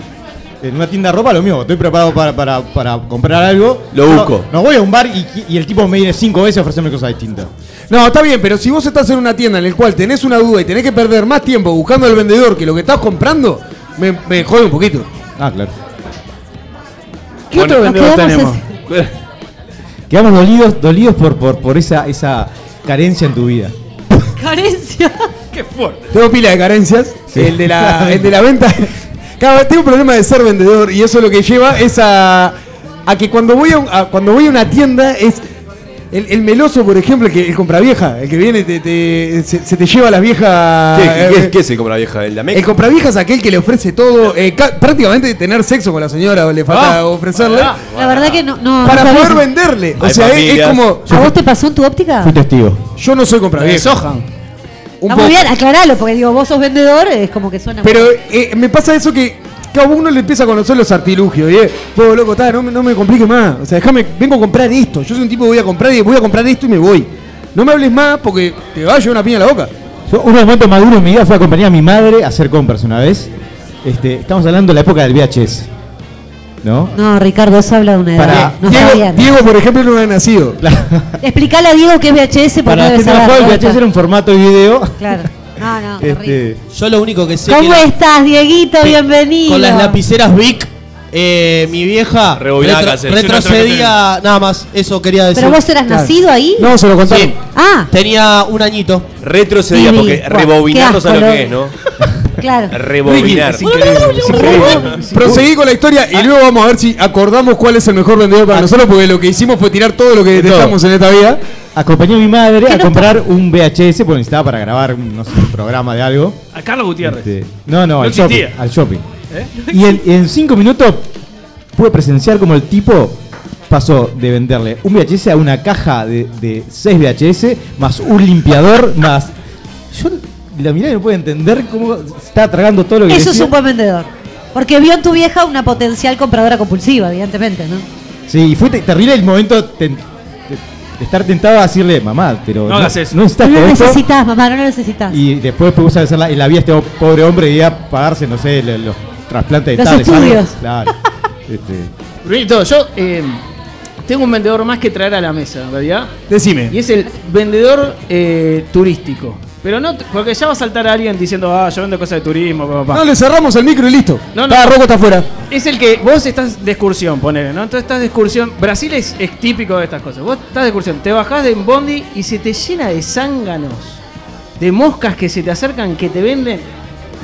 Speaker 6: En una tienda de ropa lo mismo, estoy preparado para, para- para comprar algo.
Speaker 7: Lo
Speaker 6: No-
Speaker 7: busco.
Speaker 6: No, voy a un bar y, y el tipo me viene cinco veces a ofrecerme cosas distintas.
Speaker 4: No, está bien, pero si vos estás en una tienda en la cual tenés una duda y tenés que perder más tiempo buscando al vendedor que lo que estás comprando, me, me jode un poquito.
Speaker 6: Ah, claro.
Speaker 1: ¿Qué otro
Speaker 3: Nos
Speaker 1: vendedor
Speaker 3: quedamos
Speaker 1: tenemos?
Speaker 3: así.
Speaker 6: Quedamos dolidos, dolidos por, por, por esa, esa carencia en tu vida.
Speaker 3: Carencia.
Speaker 1: Qué fuerte.
Speaker 4: Tengo pila de carencias.
Speaker 6: Sí.
Speaker 4: El, de la, el de la venta. Claro, tengo un problema de ser vendedor y eso lo que lleva es a, a que cuando voy a, un- a- cuando voy a una tienda es. El, el meloso, por ejemplo, el, que, el compravieja, el que viene te, te- se, se te lleva a las viejas.
Speaker 7: ¿Qué,
Speaker 4: eh,
Speaker 7: qué, qué se compra la vieja? ¿El de Amex?
Speaker 4: el compravieja es aquel que le ofrece todo, eh, ca- prácticamente tener sexo con la señora o le falta
Speaker 1: Ah,
Speaker 4: ofrecerle
Speaker 1: pará.
Speaker 3: La verdad que no. no
Speaker 4: para
Speaker 3: no sabés.
Speaker 4: poder venderle. O
Speaker 7: Hay
Speaker 4: sea, es- es,
Speaker 7: familias.
Speaker 4: como.
Speaker 3: ¿A vos te pasó en tu óptica?
Speaker 6: Fui testigo.
Speaker 4: Yo no soy
Speaker 1: De
Speaker 4: compravieja.
Speaker 1: Sohan.
Speaker 4: Un
Speaker 3: Está muy
Speaker 4: poco.
Speaker 3: bien, aclaralo, porque digo, vos sos vendedor, es como que suena.
Speaker 4: Pero eh, me pasa eso que cada uno le empieza a conocer los artilugios. Y es, vos, loco, tá, no, me- no me complique más. O sea, déjame, vengo a comprar esto. Yo soy un tipo que voy a comprar y voy a comprar esto y me voy. no me hables más porque te va a llevar una piña a la boca.
Speaker 6: Yo, uno de los momentos más duros de mi vida fue acompañar a mi madre a hacer compras una vez. Este, estamos hablando de la época del VHS. ¿No?
Speaker 3: No, Ricardo, eso habla de una edad.
Speaker 6: Para-
Speaker 3: no está
Speaker 4: Diego,
Speaker 3: bien.
Speaker 4: Diego, por ejemplo, no ha nacido.
Speaker 3: Explicale a Diego que es VHS porque
Speaker 6: Para
Speaker 3: no
Speaker 6: la
Speaker 3: debe
Speaker 6: gente que no
Speaker 3: saber.
Speaker 6: juega, el VHS era un formato de video.
Speaker 3: Claro. No, no, terrible.
Speaker 6: Este,
Speaker 5: Yo lo único que sé
Speaker 3: ¿Cómo
Speaker 5: que era-
Speaker 3: estás, Dieguito? Bienvenido.
Speaker 5: con las lapiceras Vic, eh, mi vieja
Speaker 7: Rebobinaba
Speaker 5: retro-
Speaker 7: cassette.
Speaker 5: retrocedía nada más, eso quería decir.
Speaker 3: ¿Pero vos eras nacido ahí?
Speaker 4: No, se lo contaron.
Speaker 5: Sí.
Speaker 3: Ah,
Speaker 5: Tenía un añito.
Speaker 7: Retrocedía,
Speaker 3: Vivi,
Speaker 7: porque
Speaker 3: buah,
Speaker 7: rebobinar
Speaker 3: qué
Speaker 7: no sabe lo
Speaker 3: asco,
Speaker 7: que es, ¿no?
Speaker 3: claro.
Speaker 7: Rebobinar.
Speaker 4: Proseguí con la historia y luego vamos a ver si acordamos cuál es el mejor vendedor para nosotros, porque lo que hicimos fue tirar Ah. todo lo que detestamos en esta vida.
Speaker 6: acompañé a mi madre
Speaker 3: ¿Qué
Speaker 6: a
Speaker 3: no
Speaker 6: comprar un VHS porque necesitaba para grabar no sé, un programa de algo.
Speaker 1: A Carlos Gutiérrez.
Speaker 6: Este, no, no,
Speaker 1: No
Speaker 6: al shopping.
Speaker 1: existía.
Speaker 6: Al shopping.
Speaker 1: ¿Eh?
Speaker 6: Y en, en cinco minutos pude presenciar como el tipo pasó de venderle un VHS a una caja de, de seis VHS, más un limpiador, más... Yo la miré y no puedo entender cómo se está tragando todo lo que
Speaker 3: Eso es
Speaker 6: decía.
Speaker 3: un buen vendedor. Porque vio en tu vieja una potencial compradora compulsiva, evidentemente, ¿no?
Speaker 6: Sí, y fue te- terrible el momento ten- de, de estar tentado a decirle, mamá, pero
Speaker 1: No hagas eso.
Speaker 6: no
Speaker 3: No
Speaker 6: necesitas
Speaker 3: lo
Speaker 6: todo esto".
Speaker 3: necesitas, mamá, no lo necesitas.
Speaker 6: Y después puse a hacer la, la vida este po- pobre hombre y iba a pagarse, no sé, lo- los trasplantes
Speaker 3: Los
Speaker 6: dentales,
Speaker 3: estudios.
Speaker 6: algo. Claro. Este,
Speaker 1: Brunito, yo eh, tengo un vendedor más que traer a la mesa, en realidad. Y
Speaker 4: Decime.
Speaker 1: es el vendedor eh, turístico. Pero no, t- porque ya va a saltar a alguien diciendo, ah, yo vendo cosas de turismo, papá.
Speaker 4: No, le cerramos el micro y listo.
Speaker 1: No,
Speaker 4: No,
Speaker 1: no.
Speaker 4: no. Rocco está afuera.
Speaker 1: Es el que vos estás de excursión, ponele, ¿no? Entonces estás de excursión. Brasil es, es típico de estas cosas. Vos estás de excursión, te bajás de un bondi y se te llena de zánganos, de moscas que se te acercan, que te venden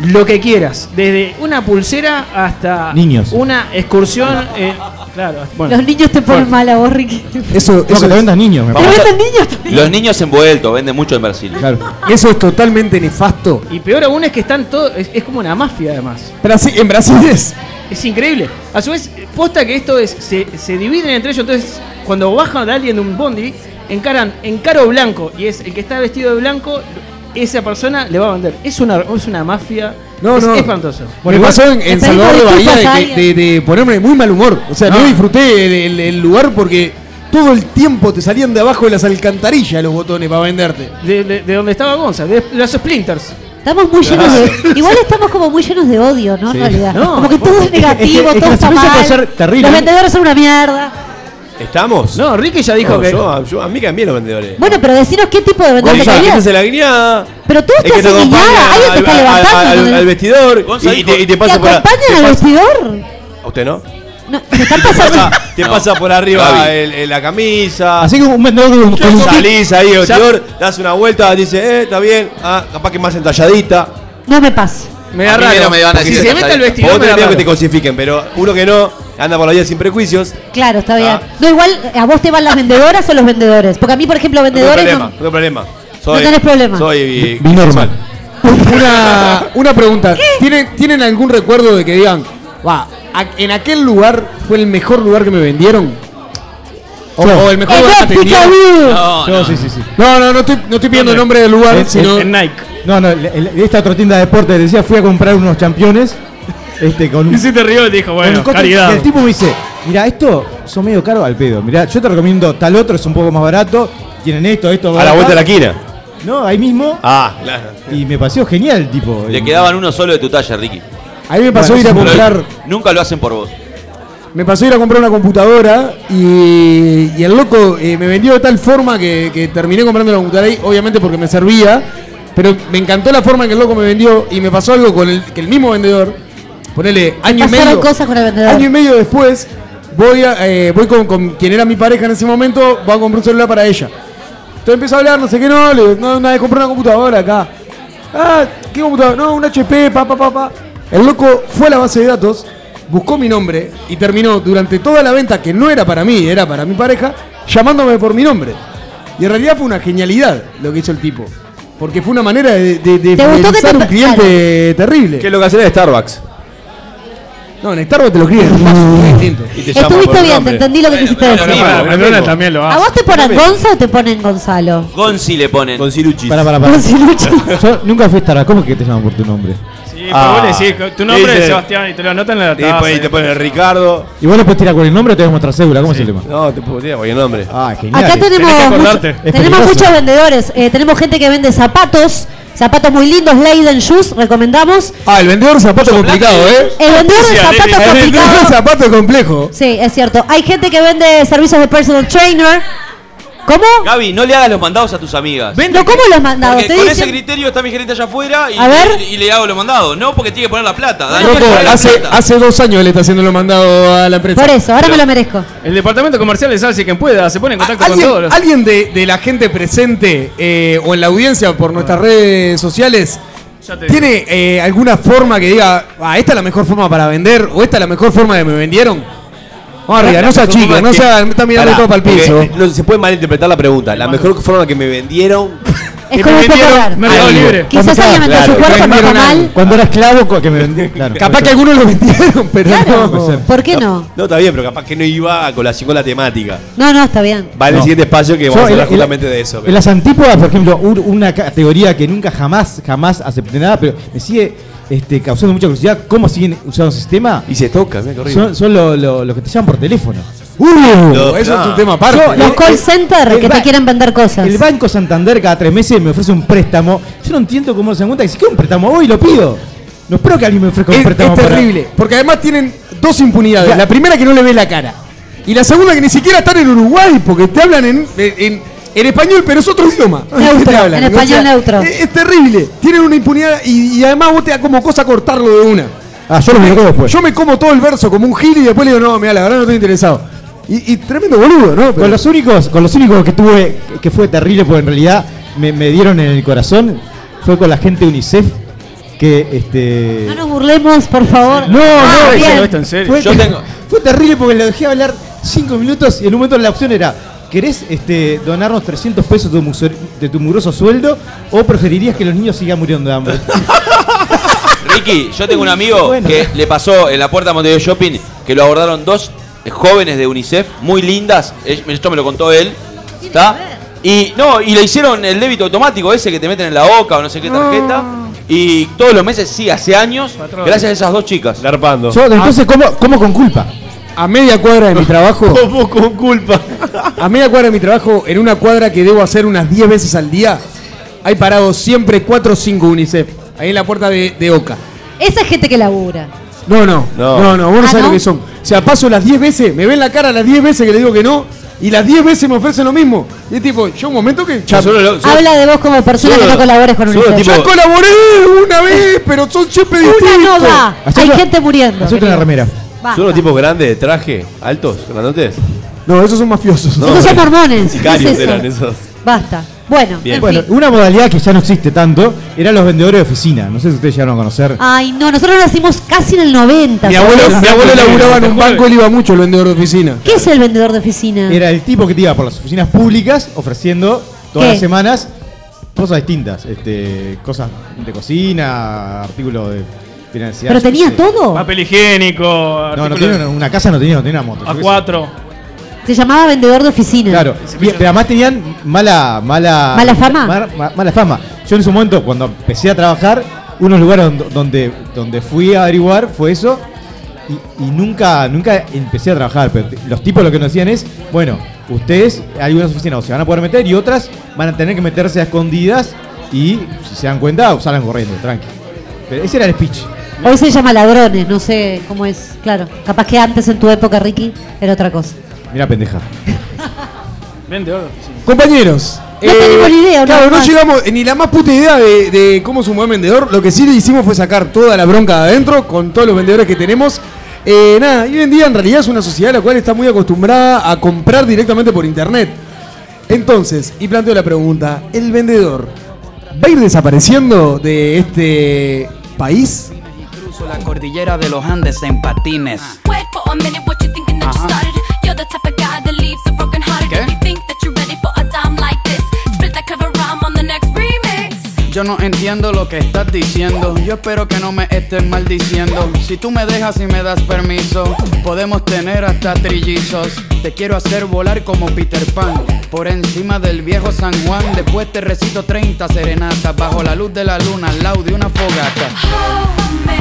Speaker 1: lo que quieras. Desde una pulsera hasta.
Speaker 6: Niños.
Speaker 1: Una excursión. eh, claro, bueno.
Speaker 3: Los niños te ponen mal a vos, Ricky.
Speaker 4: Eso,
Speaker 6: no, que
Speaker 4: eso,
Speaker 6: te
Speaker 4: es,
Speaker 6: vendas niños, me
Speaker 3: Te
Speaker 2: Vamos a-
Speaker 3: venden niños también.
Speaker 2: Los niños envueltos, venden mucho en Brasil.
Speaker 6: Claro.
Speaker 4: eso es totalmente nefasto.
Speaker 1: Y peor aún es que están todos. Es, es como una mafia, además.
Speaker 4: Brasi- en Brasil es.
Speaker 1: Es increíble. A su vez, posta que esto es. Se, se dividen entre ellos. Entonces, cuando bajan a alguien de un bondi, encaran en caro blanco. Y es el que está vestido de blanco, esa persona le va a vender. Es una, es una mafia.
Speaker 4: No,
Speaker 1: es
Speaker 4: no.
Speaker 1: espantoso.
Speaker 4: me
Speaker 6: igual-
Speaker 4: pasó en, en
Speaker 3: pedimos
Speaker 4: Salvador de
Speaker 3: disculpas
Speaker 4: Bahía
Speaker 3: a
Speaker 4: de, que-
Speaker 3: alguien.
Speaker 4: de- de ponerme de muy mal humor. O sea, no,
Speaker 1: No.
Speaker 4: disfruté el, el- el lugar porque todo el tiempo te salían de abajo de las alcantarillas los botones para venderte.
Speaker 1: De, de- de donde estaba Gonza, de los Splinters.
Speaker 3: Estamos muy llenos de. Igual estamos como muy llenos de odio, ¿no? En realidad.
Speaker 1: No,
Speaker 3: como que todo es negativo,
Speaker 6: es que
Speaker 3: todo
Speaker 6: la
Speaker 3: está
Speaker 6: experiencia
Speaker 3: mal.
Speaker 6: puede ser terrible.
Speaker 3: Los vendedores son una mierda.
Speaker 7: ¿Estamos?
Speaker 1: No, Ricky ya dijo
Speaker 7: No,
Speaker 1: que.
Speaker 7: yo, yo- a mí cambié los vendedores.
Speaker 3: Bueno, pero decinos qué tipo de vendedor te
Speaker 7: Gonza,
Speaker 3: querías.
Speaker 7: esta es la guiñada.
Speaker 3: Pero tú
Speaker 7: Es que
Speaker 3: estás
Speaker 7: te
Speaker 3: en guiñada,
Speaker 7: acompaña
Speaker 3: alguien te
Speaker 7: al- al-
Speaker 3: está
Speaker 7: al-
Speaker 3: levantando.
Speaker 7: al- al
Speaker 3: ¿entendés?
Speaker 7: vestidor
Speaker 2: Gonza
Speaker 7: y, y
Speaker 2: dijo-
Speaker 7: te, y te
Speaker 3: ¿Te
Speaker 7: pasa por a-
Speaker 3: acompañan
Speaker 7: te
Speaker 3: al
Speaker 7: pasa-
Speaker 3: vestidor?
Speaker 7: ¿A usted no?
Speaker 3: No, me está pasando.
Speaker 7: Te
Speaker 2: No.
Speaker 7: pasa por arriba
Speaker 2: Gaby.
Speaker 7: el- el- la camisa.
Speaker 6: Así que un vendedor con, con un
Speaker 7: Salís ahí, del vestidor, das una vuelta, dices, eh, está bien, ah, capaz que más entalladita.
Speaker 3: No me pasa.
Speaker 1: Me da
Speaker 2: A mí
Speaker 1: raro.
Speaker 2: no me van a
Speaker 1: si
Speaker 2: decir
Speaker 1: se
Speaker 2: que
Speaker 1: mete
Speaker 2: está
Speaker 1: el
Speaker 2: bien.
Speaker 1: vestidor,
Speaker 7: Vos
Speaker 1: me da
Speaker 7: tenés miedo que te
Speaker 1: raro.
Speaker 7: cosifiquen, pero uno que no, anda por la vida sin prejuicios.
Speaker 3: Claro, está bien.
Speaker 7: Ah.
Speaker 3: No, igual, ¿a vos te van las vendedoras o los vendedores? Porque a mí, por ejemplo,
Speaker 7: No tengo
Speaker 3: vendedores.
Speaker 7: problema,
Speaker 3: No
Speaker 7: no tengo problema. Soy,
Speaker 3: No tenés problema.
Speaker 7: Soy
Speaker 6: normal.
Speaker 4: Una, una pregunta. ¿Tienen, ¿Tienen algún recuerdo de que digan, va, a- en aquel lugar fue el mejor lugar que me vendieron? O, o el mejor
Speaker 3: ¡Es
Speaker 4: lugar que te
Speaker 3: óptica,
Speaker 4: vendieron.
Speaker 3: Blue!
Speaker 2: No,
Speaker 6: Yo,
Speaker 2: no.
Speaker 6: sí, sí, sí.
Speaker 4: No, no, no estoy, no estoy pidiendo el nombre del lugar,
Speaker 6: En- en-
Speaker 4: sino.
Speaker 1: En Nike.
Speaker 6: No, no, el- el- esta otra tienda de deporte decía, fui a comprar unos championes. Este, con un,
Speaker 1: Y si te rió y dijo,
Speaker 6: con un
Speaker 1: bueno,
Speaker 6: costo- y
Speaker 1: caridad.
Speaker 6: el tipo me dice, mira, esto son medio caro al pedo. Mira, yo te recomiendo tal otro, es un poco más barato. Tienen esto, esto.
Speaker 7: A la
Speaker 6: acá".
Speaker 7: vuelta de la esquina.
Speaker 6: No, ahí mismo.
Speaker 7: Ah, claro.
Speaker 6: Y me pareció genial, tipo.
Speaker 2: Le quedaban uno solo de tu talla, Ricky.
Speaker 4: A mí me pasó
Speaker 6: Bueno,
Speaker 4: ir a
Speaker 6: es un
Speaker 4: comprar.
Speaker 2: Nunca lo hacen por vos.
Speaker 4: Me pasó ir a comprar una computadora y, y el loco eh, me vendió de tal forma que, que terminé comprando la computadora ahí, obviamente porque me servía, pero me encantó la forma en que el loco me vendió y me pasó algo con el, que el mismo vendedor, ponele año y
Speaker 3: Pasaron
Speaker 4: medio,
Speaker 3: cosas con el vendedor.
Speaker 4: año y medio después, voy, a, eh, voy con, con quien era mi pareja en ese momento, voy a comprar un celular para ella. Entonces empiezo a hablar, no sé qué, no, le digo, no, una vez compré una computadora acá. Ah, ¿qué computadora? No, un HP, pa, pa, pa, pa. El loco fue a la base de datos, buscó mi nombre y terminó durante toda la venta, que no era para mí, era para mi pareja, llamándome por mi nombre. Y en realidad fue una genialidad lo que hizo el tipo. Porque fue una manera de, de, de
Speaker 3: ¿Te gustó que te
Speaker 4: fidelizar a un
Speaker 3: pe-
Speaker 4: cliente terrible.
Speaker 7: ¿Qué es lo que hacen en Starbucks?
Speaker 4: No, en Starbucks te lo escriben, es más, es distinto.
Speaker 7: Y te llaman por
Speaker 3: Estuviste
Speaker 7: el
Speaker 3: bien, te
Speaker 7: nombre.
Speaker 3: entendí lo que quisiste
Speaker 2: pero
Speaker 3: decir.
Speaker 2: no,
Speaker 7: Bueno,
Speaker 1: Madonna
Speaker 7: mismo.
Speaker 1: también lo
Speaker 3: ¿A
Speaker 1: hace.
Speaker 3: vos te ponen Gonza o te ponen Gonzalo?
Speaker 2: Gonzi le ponen.
Speaker 7: Con Siluchis.
Speaker 6: Para, para, para.
Speaker 3: Gonzilucho.
Speaker 6: Yo nunca fui a Starbucks. ¿Cómo es que te llaman por tu nombre?
Speaker 1: Sí, Sí,
Speaker 7: Ah.
Speaker 1: pero vos le decís, tu nombre
Speaker 7: Dice- pues,
Speaker 1: es Sebastián y te lo anotan en la
Speaker 7: Y
Speaker 1: taza.
Speaker 7: después te ponen el Ricardo.
Speaker 6: ¿Y vos lo puedes tirar con el nombre o te vas a mostrar cédula? ¿Cómo es el tema?
Speaker 7: No, te puedo tirar cualquier nombre.
Speaker 6: Ah, genial.
Speaker 3: Acá tenemos,
Speaker 1: que
Speaker 3: mucho-
Speaker 1: acordarte. Es
Speaker 3: tenemos
Speaker 6: peligroso.
Speaker 3: muchos vendedores. Eh, tenemos gente que vende zapatos, zapatos muy lindos, Leiden Shoes, recomendamos.
Speaker 4: Ah, el vendedor de zapatos complicado, ¿eh?
Speaker 3: El vendedor de
Speaker 1: Oficia,
Speaker 3: zapatos
Speaker 4: El vendedor de
Speaker 3: complicado.
Speaker 4: zapatos complejo.
Speaker 3: Sí, es cierto. Hay gente que vende servicios de personal trainer. ¿Cómo?
Speaker 2: Gaby, no le hagas los mandados a tus amigas.
Speaker 3: No, ¿Cómo los mandados?
Speaker 2: Porque
Speaker 3: Te
Speaker 2: con ese
Speaker 3: dicen-
Speaker 2: criterio está mi gerente allá afuera y,
Speaker 3: A ver.
Speaker 2: y- y le hago los mandados. No, porque tiene que poner la plata. Dale,
Speaker 4: Rocco,
Speaker 2: tiene que poner la
Speaker 4: hace,
Speaker 2: plata.
Speaker 4: hace dos años él está haciendo lo mandado a la empresa.
Speaker 3: Por eso, ahora me lo merezco.
Speaker 1: El departamento comercial de Salsi, quien pueda, se pone en contacto con
Speaker 4: ¿Alguien,
Speaker 1: todos los.
Speaker 4: alguien de, de la gente presente eh, o en la audiencia por nuestras redes sociales
Speaker 1: Ya te digo.
Speaker 4: tiene eh, alguna forma que diga, ah, esta es la mejor forma para vender o esta es la mejor forma de me vendieron? Vamos arriba, no sea chico, no sea, está mirando
Speaker 7: Pará,
Speaker 4: todo para el
Speaker 7: porque
Speaker 4: piso.
Speaker 7: No, se puede malinterpretar la pregunta. La mejor forma que me vendieron.
Speaker 3: Es como un poco raro.
Speaker 1: Mercado
Speaker 7: Algo.
Speaker 1: Libre.
Speaker 3: Quizás alguien vendió
Speaker 7: claro,
Speaker 3: su cuerpo
Speaker 4: vendieron
Speaker 3: no está mal.
Speaker 4: algo.
Speaker 6: Cuando era esclavo, co- que me vendí. Claro.
Speaker 4: Capaz que algunos lo vendieron, pero no.
Speaker 3: Claro,
Speaker 6: ser.
Speaker 3: ¿por qué no?
Speaker 7: No, está bien, pero capaz que no iba a colación con la temática.
Speaker 3: No, no, está bien.
Speaker 7: Va en el
Speaker 6: No.
Speaker 7: siguiente espacio que
Speaker 6: Yo,
Speaker 7: vamos a
Speaker 6: en-
Speaker 7: hablar
Speaker 6: en-
Speaker 7: justamente de eso.
Speaker 6: En las antípodas, por ejemplo, un- una categoría que nunca jamás, jamás acepté nada, pero me sigue este, causando mucha curiosidad cómo siguen usando el sistema.
Speaker 7: Y se toca, mira qué horrible.
Speaker 6: Son, son lo- lo- los que te llaman por teléfono.
Speaker 4: Uh,
Speaker 7: No,
Speaker 4: eso es
Speaker 7: claro.
Speaker 4: un tema aparte.
Speaker 6: Yo-
Speaker 3: Los
Speaker 6: Eh,
Speaker 3: call
Speaker 6: eh,
Speaker 3: center
Speaker 6: el
Speaker 3: que te
Speaker 6: ba-
Speaker 3: quieren vender cosas.
Speaker 6: El Banco Santander cada tres meses me ofrece un préstamo. Yo no entiendo cómo se dan cuenta que si quiero un préstamo hoy lo pido. No espero que alguien me ofrezca un
Speaker 4: Es,
Speaker 6: préstamo.
Speaker 4: es
Speaker 6: para-
Speaker 4: terrible, porque además tienen dos impunidades.
Speaker 6: Claro.
Speaker 4: La primera que no le ves la cara. Y la segunda que ni siquiera están en Uruguay, porque te hablan en, en, en español, pero es otro idioma.
Speaker 3: Neutro,
Speaker 4: Que te
Speaker 3: en español neutro.
Speaker 4: Es, es terrible. Tienen una impunidad y, y además vos te da como cosa cortarlo de una.
Speaker 6: Ah, yo lo miré después.
Speaker 4: Yo me como todo el verso como un gil y después le digo, no, mira, la verdad no estoy interesado. Y, y tremendo boludo, ¿no? Pero-
Speaker 6: Con los únicos, con los únicos que tuve, que fue terrible, porque en realidad me, me dieron en el corazón, fue con la gente de UNICEF, que este.
Speaker 3: No nos burlemos, por favor.
Speaker 6: No,
Speaker 3: Ah,
Speaker 6: no,
Speaker 3: bien.
Speaker 1: Pero esto en serio.
Speaker 6: Fue,
Speaker 2: Yo tengo-
Speaker 6: fue terrible porque lo dejé hablar 5 minutos y en un momento la opción era, ¿querés este, donarnos 300 pesos de tu, muso- de tu mugroso sueldo o preferirías que los niños sigan muriendo de hambre?
Speaker 2: Ricky, yo tengo un amigo
Speaker 6: Bueno.
Speaker 2: que le pasó en la puerta de Montevideo Shopping que lo abordaron dos jóvenes de UNICEF, muy lindas, eh, esto me lo contó él, ¿está? Y no, y le hicieron el débito automático ese que te meten en la boca o no sé qué tarjeta. Y todos los meses, sí, hace años, gracias a esas dos chicas.
Speaker 7: Garpando.
Speaker 4: Ah.
Speaker 6: Yo, entonces, ¿cómo, ¿cómo con culpa?
Speaker 4: A media cuadra de mi trabajo.
Speaker 7: Como con culpa.
Speaker 4: A media cuadra de mi trabajo, en una cuadra que debo hacer unas 10 veces al día, hay parados siempre 4 o 5 UNICEF. Ahí en la puerta de, de Oca.
Speaker 3: Esa gente que labura.
Speaker 4: No, no, no,
Speaker 7: No.
Speaker 4: no, vos no
Speaker 3: Ah,
Speaker 4: sabés
Speaker 3: ¿no?
Speaker 4: lo que son. O sea, paso las 10 veces, me ven la cara las 10 veces que le digo que no, y las 10 veces me ofrecen lo mismo. Y es tipo, yo un momento que. Ya,
Speaker 7: Solo lo- solo-
Speaker 3: Habla de vos como persona
Speaker 7: solo-
Speaker 3: que no colabores con
Speaker 7: solo
Speaker 3: UNICEF.
Speaker 7: tipo-
Speaker 4: ya colaboré una vez, pero son siempre
Speaker 3: Una
Speaker 4: distintos.
Speaker 3: no va.
Speaker 6: Hacé
Speaker 3: Hay
Speaker 6: una-
Speaker 3: gente muriendo.
Speaker 6: Hacete una
Speaker 3: querido.
Speaker 6: remera.
Speaker 3: Basta.
Speaker 7: Son unos tipos grandes de traje, altos, grandotes.
Speaker 4: No, esos son mafiosos.
Speaker 7: No.
Speaker 3: Esos son mormones. ¿Qué
Speaker 7: Sicarios
Speaker 3: es eso?
Speaker 7: eran esos.
Speaker 3: Basta. Bueno,
Speaker 7: Bien.
Speaker 3: en
Speaker 6: Bueno,
Speaker 3: fin.
Speaker 6: una modalidad que ya no existe tanto eran los vendedores de oficina. No sé si ustedes llegaron a conocer.
Speaker 3: Ay, no, nosotros nacimos casi en el 90.
Speaker 4: Mi
Speaker 3: ¿sabes?
Speaker 4: abuelo, mi abuelo laburaba en un banco, él iba mucho el vendedor de oficina.
Speaker 3: ¿Qué es el vendedor de oficina?
Speaker 6: Era el tipo que te iba por las oficinas públicas ofreciendo todas
Speaker 3: ¿Qué?
Speaker 6: las semanas cosas distintas, este, cosas de cocina, artículos de financiación.
Speaker 3: ¿Pero tenía todo?
Speaker 1: Papel higiénico,
Speaker 6: No, no
Speaker 1: artículo
Speaker 6: tenía una, una casa, no tenía, no tenía una moto. yo qué sé.
Speaker 1: A4.
Speaker 3: Se llamaba vendedor de oficina.
Speaker 6: Claro, y- pero además tenían mala, mala,
Speaker 3: ¿Mala fama?
Speaker 6: ma- ma- mala fama. Yo en su momento, cuando empecé a trabajar, unos lugares don- donde, donde fui a averiguar fue eso. Y, y nunca, nunca empecé a trabajar. Pero te- los tipos lo que nos decían es, bueno, ustedes, algunas oficinas o se van a poder meter y otras van a tener que meterse a escondidas y si se dan cuenta, salen corriendo, tranqui. Pero ese era el speech.
Speaker 3: Hoy se llama ladrones, no sé cómo es. Claro, capaz que antes en tu época, Ricky, era otra cosa.
Speaker 6: Mira pendeja.
Speaker 1: Vende oro. sí.
Speaker 4: Compañeros. eh,
Speaker 3: No tenemos ni idea,
Speaker 4: Claro,
Speaker 3: nada
Speaker 4: no
Speaker 3: más.
Speaker 4: llegamos eh, ni la más puta idea de, de cómo es un buen vendedor. Lo que sí le hicimos fue sacar toda la bronca de adentro con todos los vendedores que tenemos. Eh, nada, y hoy en día en realidad es una sociedad la cual está muy acostumbrada a comprar directamente por internet. Entonces, y planteo la pregunta, ¿el vendedor va a ir desapareciendo de este país?
Speaker 10: Cruzo la cordillera de los Andes en patines.
Speaker 11: Wait for a minute, what you thinking that you started? You're the type of guy that leaves a broken hearted.
Speaker 10: ¿Qué?
Speaker 11: If you think that you're ready for a dime like this, split that cover rhyme on the next remix.
Speaker 10: Yo no entiendo lo que estás diciendo. Yo espero que no me estés maldiciendo. Si tú me dejas y me das permiso, podemos tener hasta trillizos. Te quiero hacer volar como Peter Pan, por encima del viejo San Juan. Después te recito 30 serenatas, bajo la luz de la luna, al lado de una fogata.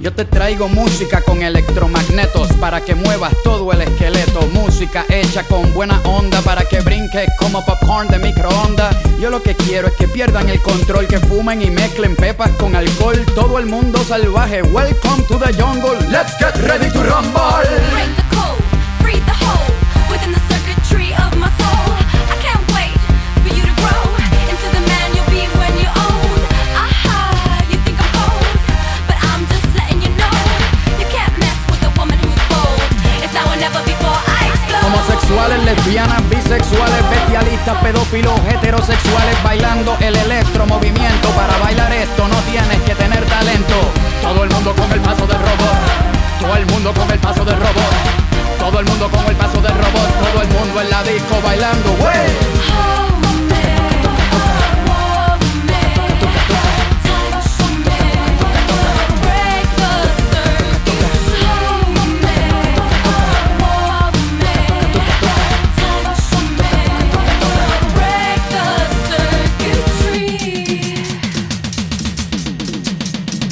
Speaker 10: Yo te traigo música con electromagnetos para que muevas todo el esqueleto. Música hecha con buena onda para que brinques como popcorn de microondas. Yo lo que quiero es que pierdan el control, que fumen y mezclen pepas con alcohol. Todo el mundo salvaje, welcome to the jungle. Let's get ready to rumble.
Speaker 11: Break the code, free the whole within the circuitry of my soul. I can't wait for you to grow into the man you'll be when you're old. Aha, you think I'm cold, but I'm just letting you know you can't mess with a woman who's bold. It's now or never before I explode.
Speaker 10: Homosexuales, lesbianas, bisexuales, bestialistas, pedófilos, heterosexuales, bailando el electromovimiento. Para bailar esto no tienes que tener talento. Todo el mundo con el paso del robot. Todo el mundo con el paso del robot. Todo el mundo con el paso del robot. Todo el mundo en la disco bailando, wey.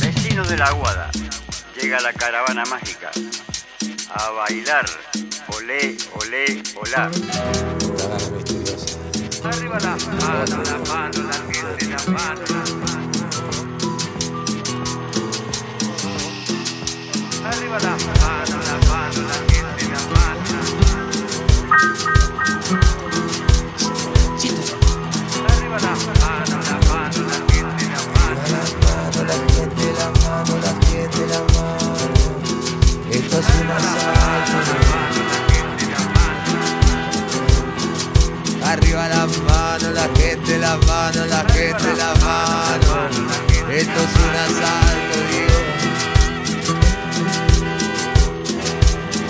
Speaker 12: Vecinos de la Aguada, llega la caravana mágica a bailar. Olé, olé, olá. Arriba la mano, la mano, la gente, la mano, la mano. Arriba la mano, la mano, la gente, la mano. Arriba la mano, la mano, la gente, la mano. La gente, la mano, la gente, la mano. Esto es un
Speaker 13: Arriba la mano, la gente, la mano, la gente, la mano. Esto es un asalto, Diego.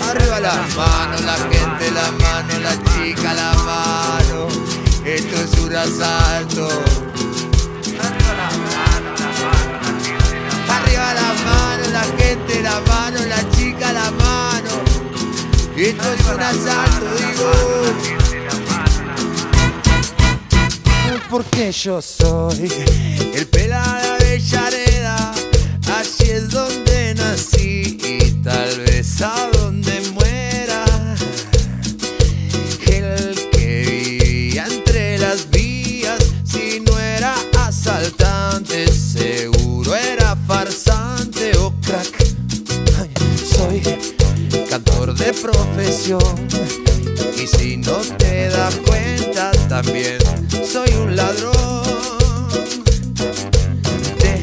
Speaker 13: Arriba la mano, la gente, la mano, la chica, la mano. Esto es un asalto. Arriba la mano, la gente, la mano, la chica, la mano. Esto es un asalto, digo.
Speaker 12: Porque yo soy
Speaker 13: El pelada de Yareda, allí es donde nací y tal vez a donde muera. El que vivía entre las vías, si no era asaltante, seguro era farsante o crack. Ay, Soy cantor de profesión y si no te das cuenta también soy un ladrón de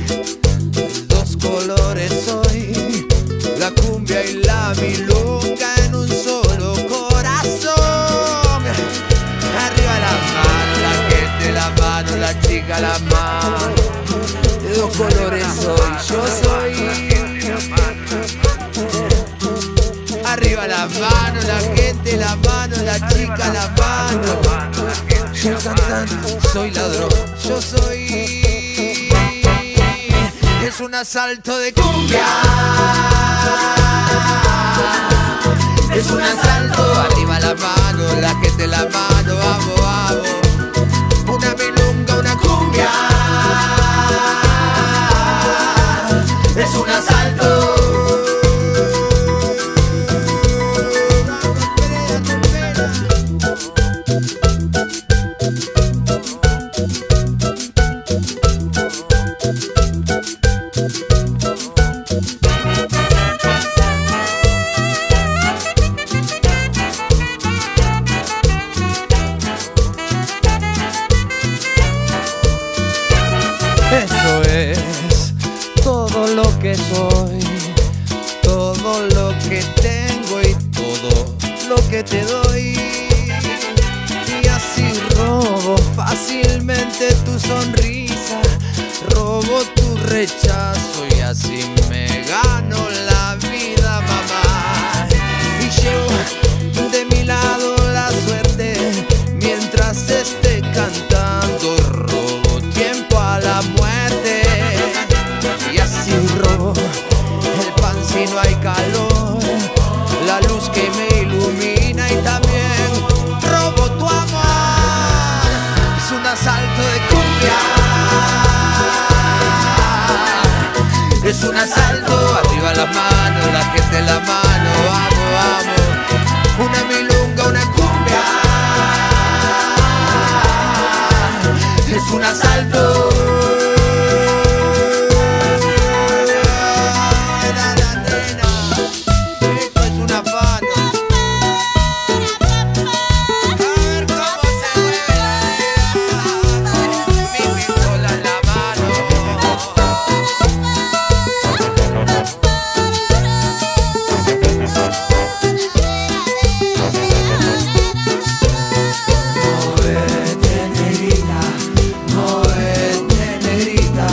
Speaker 13: dos colores soy la cumbia y la milonga en un solo corazón arriba la mano la gente la mano la chica la mano de dos colores soy yo soy arriba la mano la gente la mano la chica la mano yo cantante, soy ladrón, yo soy. Es un asalto de cumbia. Es un asalto, arriba la mano, la gente la mano, vamos, vamos. Una milonga, una cumbia. Es un asalto. Eso es todo lo que soy, todo lo que tengo y todo lo que te doy. Y así robo fácil. fácilmente tu sonrisa, robo tu rechazo y así me gano la vida, mamá. Y llevo de mi lado la suerte mientras esté cantando, robo tiempo a la muerte y así robo el pan si no hay calor, la luz que me ilumina y también robo tu amor. Es un asalto de cumbia. Es un asalto, arriba las manos, la gente en la mano, amo, amo. Una milonga, una cumbia. Es un asalto. Movete negrita, movete negrita,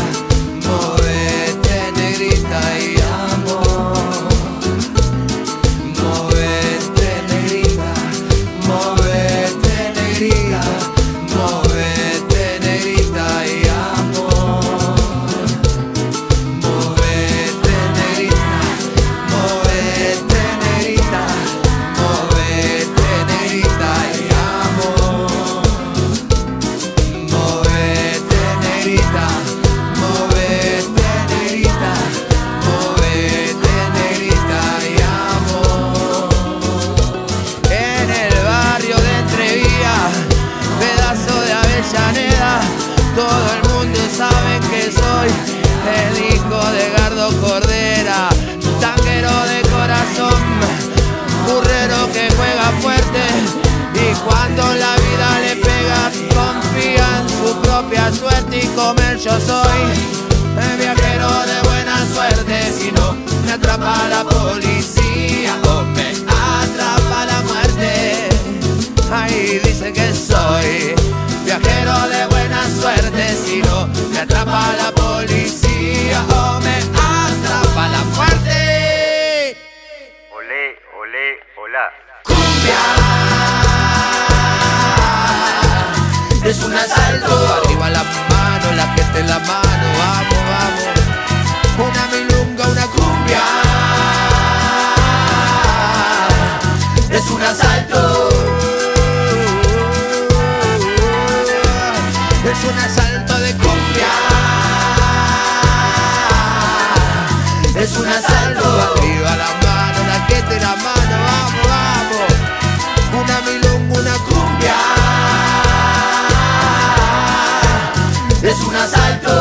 Speaker 13: movete negrita y amor. Movete negrita, movete negrita, movete negrita y amor. Movete negrita, movete negrita, movete negrita y amor. Movete negrita, movete negrita, movete negrita y amor. En el barrio de Entrevía, pedazo de Avellaneda, todo el mundo sabe que soy el hijo de Gardo Cordera, tanguero de corazón, burrero que juega fuerte. Y cuando la vida le pega, confía en su propia suerte y comer yo soy. El viajero de buena suerte, si no me atrapa la policía o me atrapa la muerte. Ahí dice que soy viajero de buena suerte, si no me atrapa la policía o me atrapa la muerte.
Speaker 12: Olé, olé, hola.
Speaker 13: Es un asalto, arriba la mano, la gente en la mano, vamos, vamos. Una milunga, una cumbia. Es un asalto. Es un asalto de cumbia. Es un asalto, arriba la mano, la gente en la mano, vamos, vamos. Una milonga, una cumbia. Es un asalto.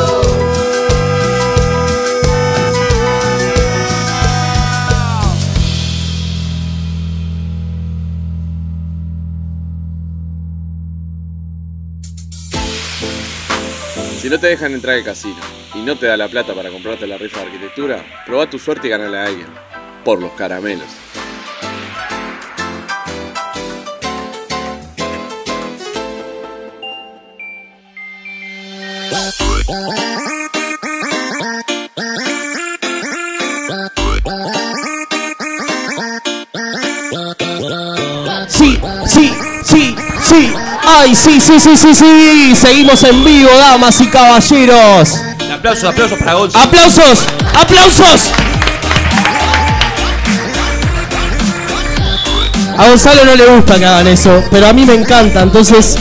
Speaker 14: Si no te dejan entrar al casino y no te da la plata para comprarte la rifa de arquitectura, probá tu suerte y ganale a alguien. Por los caramelos.
Speaker 5: Sí, sí, sí, sí. Ay, sí, sí, sí, sí, sí. Seguimos en vivo, damas y caballeros.
Speaker 2: Aplausos, aplausos para Gonzo.
Speaker 5: ¡Aplausos! ¡Aplausos! A Gonzalo no le gusta que hagan eso, pero a mí me encanta, entonces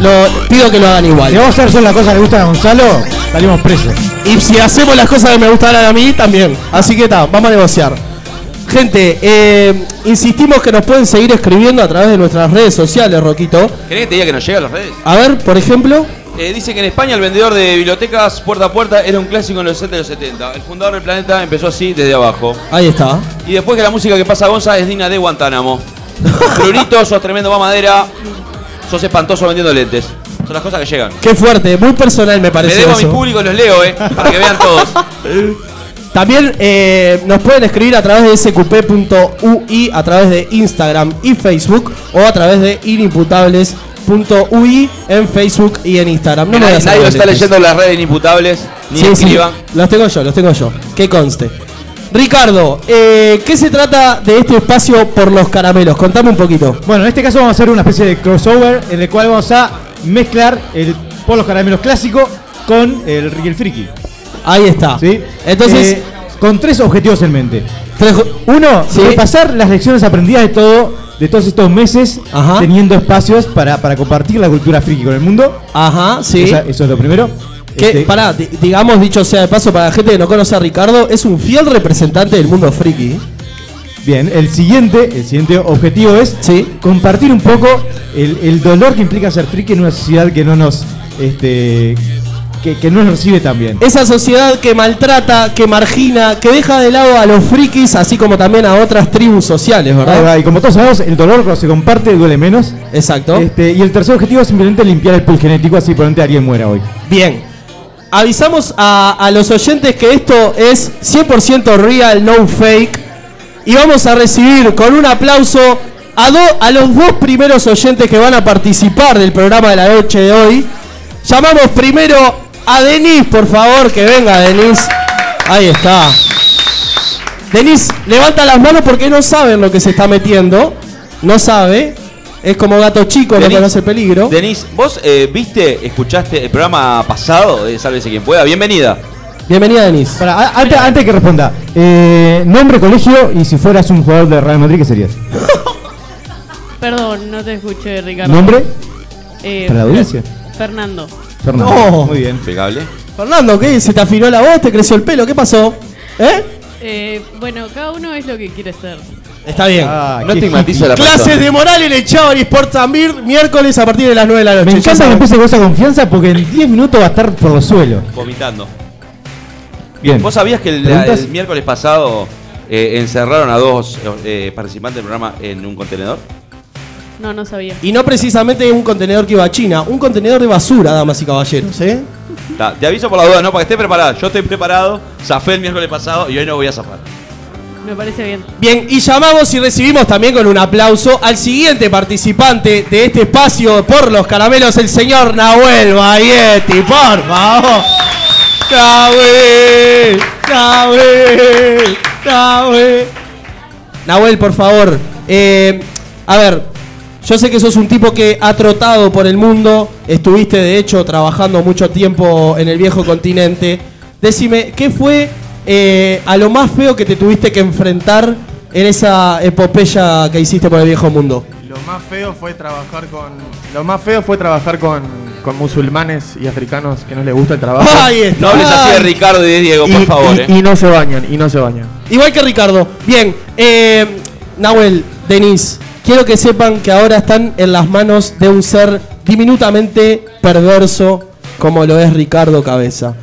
Speaker 5: lo, pido que lo hagan igual. Si vamos a hacer las cosas que le gustan a Gonzalo, salimos presos. Y si hacemos las cosas que me gustan a mí, también. Así que está, vamos a negociar. Gente, eh, insistimos que nos pueden seguir escribiendo a través de nuestras redes sociales, Roquito.
Speaker 2: ¿Querés que te diga que nos llega a las redes?
Speaker 5: A ver, por ejemplo,
Speaker 2: Eh, dice que en España el vendedor de bibliotecas puerta a puerta era un clásico en los 60 y los 70. El fundador del planeta empezó así desde abajo.
Speaker 5: ahí está.
Speaker 2: Y después que la música que pasa Gonza es digna de Guantánamo. Brunito, sos tremendo mamadera. Sos espantoso vendiendo lentes. Son las cosas que llegan.
Speaker 5: Qué fuerte, muy personal me
Speaker 2: Me
Speaker 5: parece
Speaker 2: debo a mi
Speaker 5: eso.
Speaker 2: público, los leo, eh. Para que vean todos.
Speaker 5: Está, También eh, nos pueden escribir a través de sqp.ui, a través de Instagram y Facebook, o a través de inimputables.ui en Facebook y en Instagram. No me voy a
Speaker 2: nadie
Speaker 5: hacer
Speaker 2: nadie lo está
Speaker 5: boletes.
Speaker 2: leyendo las redes inimputables, ni
Speaker 5: Sí, sí,
Speaker 2: escriban.
Speaker 5: los tengo yo, los tengo yo. Que conste. Ricardo, eh, ¿qué se trata de este espacio por los caramelos? Contame un poquito.
Speaker 6: Bueno, en este caso vamos a hacer una especie de crossover en el cual vamos a mezclar el Polos Caramelos clásico con el Ricky el Friki.
Speaker 5: Ahí está.
Speaker 6: ¿Sí?
Speaker 5: Entonces-
Speaker 6: Eh, con tres objetivos en mente.
Speaker 5: Tres jo-
Speaker 6: Uno,
Speaker 5: Sí.
Speaker 6: repasar las lecciones aprendidas de todo de todos estos meses teniendo espacios para, para compartir la cultura friki con el mundo.
Speaker 5: Ajá, sí.
Speaker 6: Esa- eso es lo primero.
Speaker 5: Que,
Speaker 6: Este-
Speaker 5: pará, di- digamos dicho sea de paso, para la gente que no conoce a Ricardo, es un fiel representante del mundo friki.
Speaker 6: Bien, el siguiente, el siguiente objetivo es compartir un poco el, el dolor que implica ser friki en una sociedad que no nos este que, que no nos recibe tan bien.
Speaker 5: Esa sociedad que maltrata, que margina, que deja de lado a los frikis, así como también a otras tribus sociales,
Speaker 6: Ahí
Speaker 5: ¿verdad?
Speaker 6: va, Y como todos sabemos, el dolor cuando se comparte duele menos.
Speaker 5: Exacto.
Speaker 6: Este, y el tercer objetivo es simplemente limpiar el pool genético así probablemente alguien muera hoy.
Speaker 5: Bien. Avisamos a, a los oyentes que esto es 100% real, no fake. Y vamos a recibir con un aplauso a, do- a los dos primeros oyentes que van a participar del programa de la noche de hoy. Llamamos primero a Denis, por favor, que venga Denis. Ahí está. Denis, levanta las manos porque no saben lo que se está metiendo. No sabe. Es como gato chico, no
Speaker 2: Denis,
Speaker 5: conoce peligro.
Speaker 2: Denise, vos eh, viste, escuchaste el programa pasado de Sálvese quien pueda. Bienvenida.
Speaker 5: Bienvenida, Denis.
Speaker 6: antes, antes que responda, eh, nombre, colegio y si fueras un jugador de Real Madrid, ¿qué serías?
Speaker 15: Perdón, no te escuché, Ricardo.
Speaker 6: ¿Nombre?
Speaker 15: Eh,
Speaker 6: Para la audiencia.
Speaker 15: Fernando.
Speaker 6: Fernando.
Speaker 5: No.
Speaker 6: Muy bien.
Speaker 2: Impecable.
Speaker 5: Fernando, ¿qué? ¿Se te afinó la voz? ¿Te creció el pelo? ¿Qué pasó? ¿Eh?
Speaker 15: Eh, bueno, cada uno es lo que quiere ser.
Speaker 5: Está bien.
Speaker 2: Ah, No qué estigmatiza hippie. la
Speaker 5: Clases
Speaker 2: persona.
Speaker 5: de moral en el Chávez Sport Zambir, miércoles a partir de las 9 de la noche.
Speaker 6: Me
Speaker 5: Ya
Speaker 6: encanta que
Speaker 5: saben.
Speaker 6: empiece con esa confianza porque en 10 minutos va a estar por los suelos.
Speaker 2: Vomitando.
Speaker 6: Bien.
Speaker 2: ¿Vos sabías que el,
Speaker 6: ¿Preguntas?
Speaker 2: el miércoles pasado eh, encerraron a dos eh, participantes del programa en un contenedor?
Speaker 15: No, no sabía.
Speaker 5: Y no precisamente un contenedor que iba a China, un contenedor de basura, damas y caballeros, ¿eh?
Speaker 2: Ta, te aviso por la duda, no, para que estés preparado. Yo estoy preparado, zafé el miércoles pasado y hoy no voy a zafar.
Speaker 15: Me parece bien.
Speaker 5: Bien, y llamamos y recibimos también con un aplauso al siguiente participante de este espacio por los caramelos, el señor Nahuel Bayetti, por favor. Nahuel, Nahuel, Nahuel. Nahuel, por favor. eh, a ver, yo sé que sos un tipo que ha trotado por el mundo, estuviste de hecho trabajando mucho tiempo en el viejo continente. Decime, ¿qué fue eh, a lo más feo que te tuviste que enfrentar en esa epopeya que hiciste por el viejo mundo?
Speaker 16: Lo más feo fue trabajar con. Lo más feo fue trabajar con, con musulmanes y africanos que no les gusta el trabajo.
Speaker 5: Ahí está.
Speaker 2: No hables así de Ricardo y de Diego, por
Speaker 16: Y-
Speaker 2: favor.
Speaker 16: y-
Speaker 2: eh.
Speaker 16: y no se bañan, y no se bañan.
Speaker 5: Igual que Ricardo. Bien, eh, Nahuel, Denis, quiero que sepan que ahora están en las manos de un ser diminutamente perverso como lo es Ricardo Cabeza.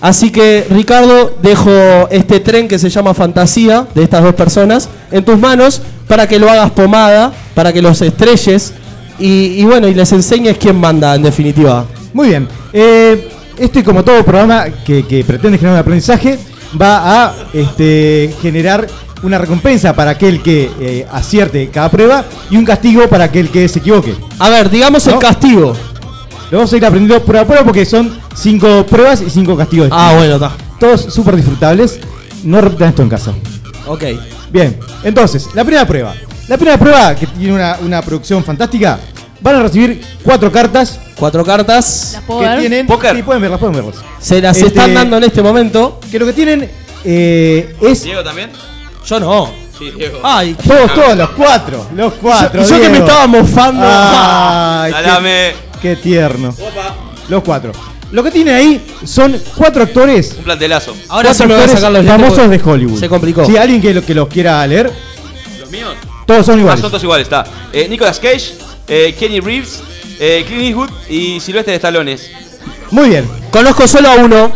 Speaker 5: Así que, Ricardo, dejo este tren que se llama Fantasía de estas dos personas en tus manos para que lo hagas pomada, para que los estrelles y, y bueno, y les enseñes quién manda en definitiva.
Speaker 6: Muy bien. Eh, esto y como todo programa que, que pretende generar un aprendizaje, va a este, generar una recompensa para aquel que eh, acierte cada prueba y un castigo para aquel que se equivoque.
Speaker 5: A ver, digamos el castigo.
Speaker 6: Lo vamos a ir aprendiendo prueba a prueba porque son cinco pruebas y cinco castigos.
Speaker 5: Ah, bueno, está.
Speaker 6: Todos súper disfrutables. No repitan esto en casa.
Speaker 5: Ok.
Speaker 6: Bien, entonces, la primera prueba. La primera prueba, que tiene una, una producción fantástica, van a recibir cuatro cartas.
Speaker 5: Cuatro cartas.
Speaker 6: ¿Las
Speaker 5: puedo
Speaker 6: que
Speaker 5: ver?
Speaker 6: tienen. Sí, pueden verlas, pueden verlas.
Speaker 5: Se las
Speaker 6: Este,
Speaker 5: están dando en este momento.
Speaker 6: Que lo que tienen eh, es.
Speaker 2: ¿Diego también?
Speaker 5: Yo no.
Speaker 2: Sí, Diego.
Speaker 5: Ay,
Speaker 6: Todos, todos, los cuatro. Los cuatro.
Speaker 5: Y yo- y yo que me
Speaker 6: Diego.
Speaker 5: estaba mofando.
Speaker 6: Ay,
Speaker 2: Salame.
Speaker 6: qué, qué tierno. Los cuatro. Lo que tienen ahí son cuatro actores
Speaker 2: Un plantelazo.
Speaker 5: Ahora
Speaker 6: Cuatro
Speaker 5: sí me voy a
Speaker 6: actores
Speaker 5: sacar los lentes
Speaker 6: famosos
Speaker 5: porque
Speaker 6: de Hollywood.
Speaker 5: se complicó.
Speaker 6: Si alguien que, lo, que los quiera leer,
Speaker 2: ¿Los míos?
Speaker 6: todos son
Speaker 2: Ah,
Speaker 6: iguales.
Speaker 2: son todos iguales, está. Eh, Nicolas Cage, eh, Kenny Reeves, eh, Clint Eastwood y Silvestre de Estalones.
Speaker 6: Muy bien.
Speaker 5: Conozco solo a uno.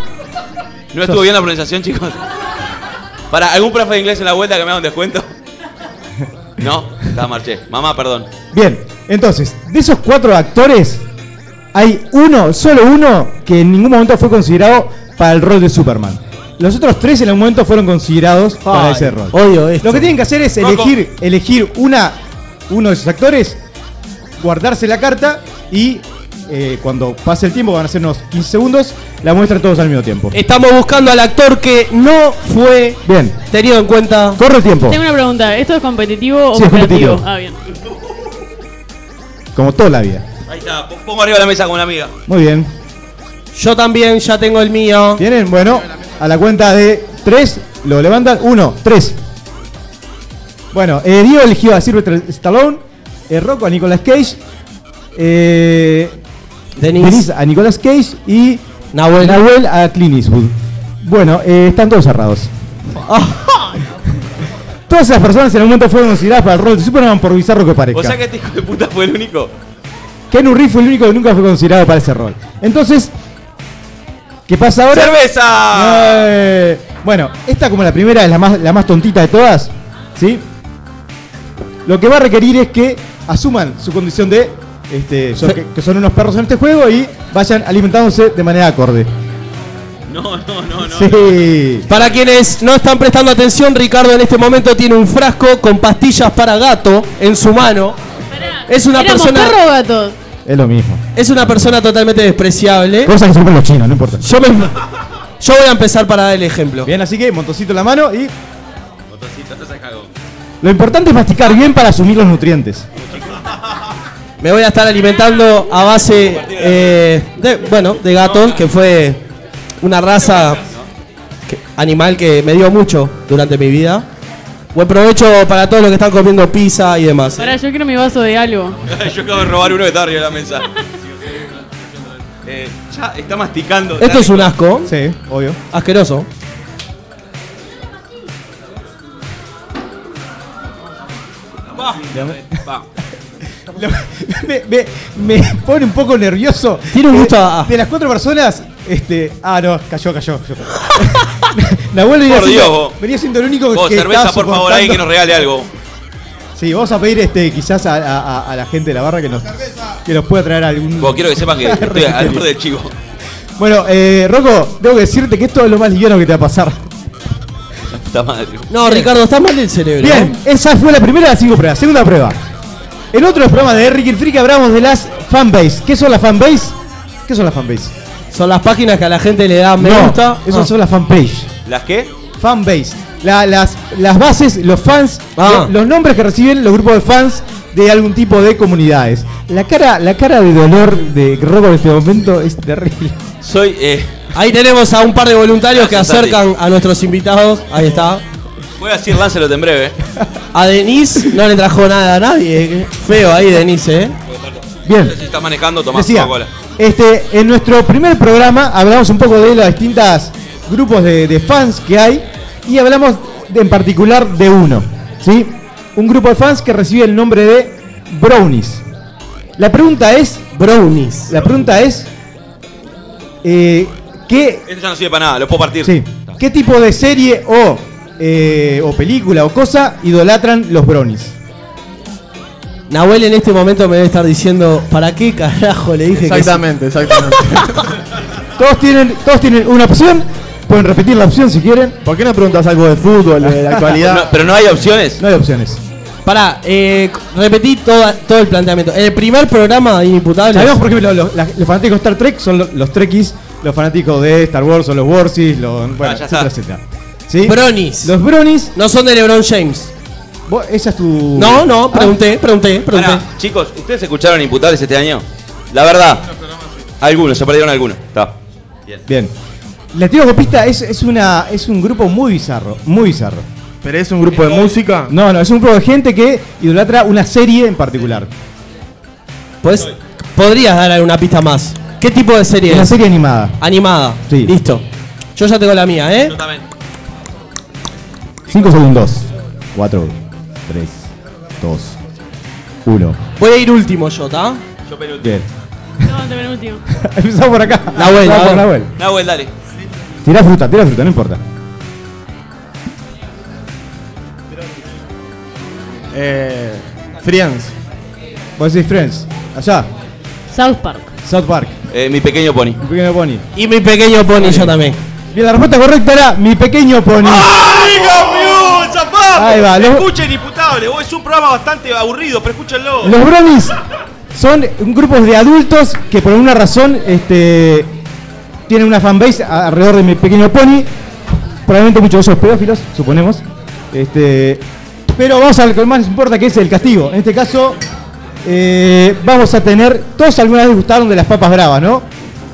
Speaker 2: ¿No estuvo bien la pronunciación, chicos? Para, ¿algún profe de inglés en la vuelta que me haga un descuento? No, está marché. Mamá, perdón.
Speaker 6: Bien, entonces, de esos cuatro actores, hay uno, solo uno, que en ningún momento fue considerado para el rol de Superman. Los otros tres en algún momento fueron considerados para
Speaker 5: Ay,
Speaker 6: ese rol.
Speaker 5: odio esto.
Speaker 6: Lo que tienen que hacer es
Speaker 5: Coco.
Speaker 6: elegir, elegir una, uno de sus actores, guardarse la carta y eh, cuando pase el tiempo, van a ser unos 15 segundos, la muestran todos al mismo tiempo.
Speaker 5: Estamos buscando al actor que no fue
Speaker 6: Bien.
Speaker 5: tenido en cuenta.
Speaker 6: Corre el tiempo.
Speaker 15: Tengo una pregunta, ¿esto es competitivo o
Speaker 6: Sí, es
Speaker 15: cooperativo?
Speaker 6: competitivo.
Speaker 15: Ah, bien.
Speaker 6: Como toda la vida.
Speaker 2: Ahí está, po- pongo arriba la mesa con una amiga.
Speaker 6: Muy bien.
Speaker 5: Yo también ya tengo el mío.
Speaker 6: Tienen, bueno, a la cuenta de tres, lo levantan. Uno, tres. Bueno, eh, Diego eligió a Silver Stallone, eh, Rocco a Nicolas Cage, eh,
Speaker 5: Denis.
Speaker 6: Denis a Nicolas Cage y Nahuel, a Clint Eastwood. Bueno, eh, están todos cerrados. Todas esas personas en algún momento fueron consideradas para el rol de Superman por bizarro que parezca.
Speaker 2: O sea que este hijo de puta fue el único.
Speaker 6: Ken Urri fue el único que nunca fue considerado para ese rol. Entonces, ¿qué pasa ahora?
Speaker 2: ¡Cerveza!
Speaker 6: Eh, bueno, esta como la primera es la más, la más tontita de todas, ¿sí? Lo que va a requerir es que asuman su condición de este, son- que, que son unos perros en este juego y vayan alimentándose de manera acorde.
Speaker 2: No, no, no, no.
Speaker 6: Sí.
Speaker 5: Para quienes no están prestando atención, Ricardo en este momento tiene un frasco con pastillas para gato en su mano. Es una
Speaker 15: ¿Éramos
Speaker 5: persona
Speaker 15: perro o gato?
Speaker 6: Es lo mismo.
Speaker 5: es una persona totalmente despreciable.
Speaker 6: Cosas que se comen los chinos, no importa.
Speaker 5: Yo me- yo voy a empezar para dar el ejemplo.
Speaker 6: Bien, así que montocito en la mano y
Speaker 2: Motocicleta, no se cagó.
Speaker 6: lo importante es masticar bien para asumir los nutrientes.
Speaker 5: Me voy a estar alimentando a base eh, de, bueno, de gatos, que fue una raza que- animal que me dio mucho durante mi vida. Buen provecho para todos los que están comiendo pizza y demás.
Speaker 15: Pará, yo quiero mi vaso de algo.
Speaker 2: Yo acabo de robar uno que estaba arriba de la mesa. Eh, ya está masticando.
Speaker 5: Esto es un asco.
Speaker 6: Sí, obvio.
Speaker 5: Asqueroso.
Speaker 2: Va. Va.
Speaker 6: me, me- me pone un poco nervioso.
Speaker 5: Tiene un
Speaker 6: Eh,
Speaker 5: gusto a-
Speaker 6: De las cuatro personas, este. Ah, no, cayó, cayó. cayó. Nahuel venía
Speaker 2: Por
Speaker 6: siendo,
Speaker 2: Dios, vos.
Speaker 6: venía siendo el único
Speaker 2: Vos,
Speaker 6: que.
Speaker 2: cerveza,
Speaker 6: estaba
Speaker 2: por favor, ahí
Speaker 6: soportando-
Speaker 2: que nos regale algo.
Speaker 6: Sí, vamos a pedir este, quizás a, a- a- a la gente de la barra que nos, que nos pueda traer algún.
Speaker 2: Vos, quiero que sepan que estoy al borde del chivo.
Speaker 6: Bueno, eh, Rocco, tengo que decirte que esto es lo más liviano que te va a pasar.
Speaker 2: Está madre.
Speaker 5: No, Ricardo, está mal el cerebro. ¿eh?
Speaker 6: Bien, esa fue la primera de las cinco pruebas. Segunda prueba. En otro programa de Ricky el Friki hablamos de las fanbase. ¿Qué son las fanbase? ¿Qué son las fanbase?
Speaker 5: Son las páginas que a la gente le da me
Speaker 6: no,
Speaker 5: gusta.
Speaker 6: Esas
Speaker 5: Ah.
Speaker 6: son las fanpage.
Speaker 2: ¿Las qué?
Speaker 6: Fanbase. La- las, las bases, los fans,
Speaker 5: Ah.
Speaker 6: lo- los nombres que reciben los grupos de fans de algún tipo de comunidades. La cara, la cara de dolor de Robo en este momento es terrible.
Speaker 2: Soy. Eh,
Speaker 5: Ahí tenemos a un par de voluntarios que
Speaker 2: Gracias,
Speaker 5: acercan a nuestros invitados. Ahí está.
Speaker 2: voy a decir Lancelot en breve.
Speaker 5: A Denise no le trajo nada a nadie. Feo ahí, Denise, ¿eh?
Speaker 6: Bien.
Speaker 2: Si está manejando, tomá
Speaker 6: Decía,
Speaker 2: Coca-Cola.
Speaker 6: este, en nuestro primer programa hablamos un poco de los distintos grupos de, de fans que hay y hablamos de- en particular de uno, ¿sí? Un grupo de fans que recibe el nombre de Brownies. La pregunta es,
Speaker 5: Brownies.
Speaker 6: la pregunta es, eh, ¿qué,
Speaker 2: Esto ya no sirve para nada, lo puedo partir.
Speaker 6: sí, ¿qué tipo de serie o, eh, o película o cosa idolatran los Brownies?
Speaker 5: Nahuel en este momento me debe estar diciendo, ¿para qué carajo le dije que sí?
Speaker 16: Exactamente, exactamente.
Speaker 6: Todos tienen, todos tienen una opción, pueden repetir la opción si quieren,
Speaker 16: ¿Por qué no preguntas algo de fútbol, de la
Speaker 2: No,
Speaker 16: actualidad?
Speaker 2: pero no hay opciones.
Speaker 6: no hay opciones.
Speaker 5: Pará, eh, repetí toda- todo el planteamiento. En el primer programa de Inimputables.
Speaker 6: Sabemos por ejemplo los, la- los fanáticos de Star Trek son lo- los, Trekkies, los fanáticos de Star Wars son los Warsis, los bueno,
Speaker 2: Ah, ya
Speaker 6: etcétera,
Speaker 2: está.
Speaker 6: etcétera. ¿Sí?
Speaker 5: Bronis.
Speaker 6: Los Bronis,
Speaker 5: No son de LeBron James.
Speaker 6: vos- eh, esa es tu
Speaker 5: No, no,
Speaker 6: Ah,
Speaker 5: pregunté, pregunté, pregunté.
Speaker 2: Pará, chicos, ¿ustedes escucharon imputables este año? La verdad. Algunos, se perdieron algunos. Está.
Speaker 6: bien. La tiro copista es, es una es un grupo muy bizarro, muy bizarro.
Speaker 16: ¿Pero es un grupo de música?
Speaker 6: No, no, es un grupo de gente que idolatra una serie en particular.
Speaker 5: Pues, podrías dar una pista más. ¿Qué tipo de serie
Speaker 6: Una
Speaker 5: es?
Speaker 6: serie animada.
Speaker 5: Animada.
Speaker 6: Sí.
Speaker 5: Listo. Yo ya tengo la mía, ¿eh?
Speaker 2: Yo también.
Speaker 6: 5 segundos. 4 3 2 1.
Speaker 5: Voy a ir último yo, ¿tá?
Speaker 2: Yo penúltimo.
Speaker 6: Bien.
Speaker 15: No, te penúltimo.
Speaker 6: Empezamos por acá.
Speaker 5: Nahuel,
Speaker 6: Vamos por
Speaker 5: Nahuel.
Speaker 6: Nahuel.
Speaker 2: Nahuel, dale.
Speaker 6: Tira fruta, tira fruta, no importa.
Speaker 16: Eh, Friends.
Speaker 6: Vos decís Friends. Allá,
Speaker 15: South Park.
Speaker 6: South Park.
Speaker 2: Eh, mi pequeño pony.
Speaker 6: Un pequeño pony.
Speaker 5: Y mi pequeño pony yo también.
Speaker 6: Bien, la respuesta correcta era mi pequeño pony.
Speaker 2: ¡Ay, campeón! ¡Zapato!
Speaker 6: Oh. Ahí va, los-
Speaker 2: Escuchen, imputable. vos, Es un programa bastante aburrido, pero escúchenlo.
Speaker 6: Los bronies son un grupo de adultos que por alguna razón este, tienen una fanbase a- alrededor de mi pequeño pony. Probablemente muchos de ellos pedófilos, suponemos. Este, pero vamos a lo que más les importa, que es el castigo. En este caso, eh, vamos a tener. Todos alguna vez gustaron de las papas bravas, ¿no?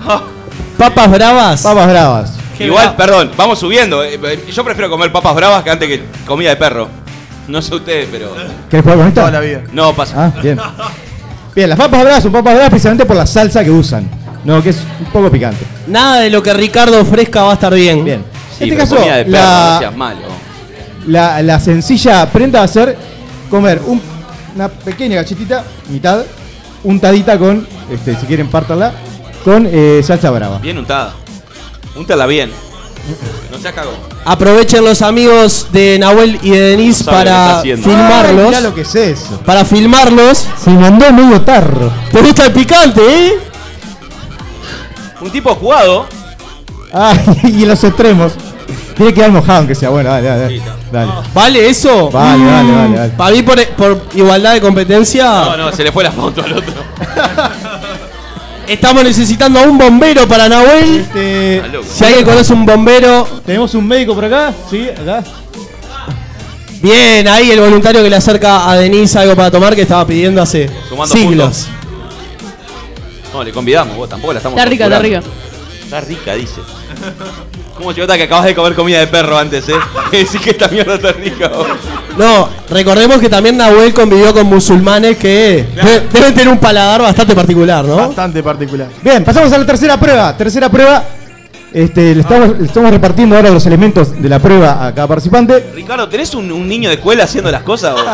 Speaker 6: ¿Papas bravas? Papas bravas.
Speaker 2: Igual, perdón, vamos subiendo. eh, eh, Yo prefiero comer papas bravas que antes que comida de perro. No sé ustedes, pero.
Speaker 6: ¿Querés jugar con esto? Toda la
Speaker 16: vida.
Speaker 2: No, pasa.
Speaker 6: Ah, bien. Bien, las papas bravas son papas bravas precisamente por la salsa que usan. No, que es un poco picante.
Speaker 5: Nada de lo que Ricardo ofrezca va a estar bien. Bien.
Speaker 2: Sí,
Speaker 6: este
Speaker 2: pero
Speaker 6: caso,
Speaker 2: comida de perro,
Speaker 6: la-
Speaker 2: no seas malo.
Speaker 6: La, la sencilla prenda va a ser comer un- una pequeña galletita, mitad, untadita con, este, si quieren pártala, con eh, salsa brava.
Speaker 2: Bien untada. Untala bien. No seas cagón.
Speaker 5: Aprovechen los amigos de Nahuel y de Denise
Speaker 2: No sabe lo que está
Speaker 5: para
Speaker 2: haciendo.
Speaker 6: Ay,
Speaker 5: filmarlos.
Speaker 6: mirá lo que es eso.
Speaker 5: Para filmarlos.
Speaker 6: Se mandó medio tarro.
Speaker 5: ¿Te gusta el picante, eh?
Speaker 2: Un tipo jugado.
Speaker 6: Ah, y en los extremos. Tiene que quedar mojado aunque sea. Bueno, dale, dale. dale. Dale.
Speaker 5: ¿Vale eso? Mm.
Speaker 6: Vale, vale, vale, vale.
Speaker 5: Para mí, por, por igualdad de competencia,
Speaker 2: No, no, se le fue la foto al otro.
Speaker 5: estamos necesitando a un bombero para Nahuel.
Speaker 6: Este,
Speaker 5: Si alguien conoce un bombero,
Speaker 6: ¿Tenemos un médico por acá? Sí, acá.
Speaker 5: bien, ahí el voluntario que le acerca a Denise algo para tomar que estaba pidiendo hace
Speaker 2: Sumando
Speaker 5: siglos.
Speaker 2: No, le convidamos, vos tampoco la estamos
Speaker 15: Está rica, está rica.
Speaker 2: torturando. Está rica, dice. ¿Cómo chivota que acabas de comer comida de perro antes, eh? Decís que esta mierda está rica vos.
Speaker 5: No, recordemos que también Nahuel convivió con musulmanes que de- deben tener un paladar bastante particular, ¿no?
Speaker 16: Bastante particular.
Speaker 6: Bien, pasamos a la tercera prueba. Tercera prueba. Este, le estamos, le estamos repartiendo ahora los elementos de la prueba a cada participante.
Speaker 2: Ricardo, ¿tenés un, un niño de escuela haciendo las cosas vos?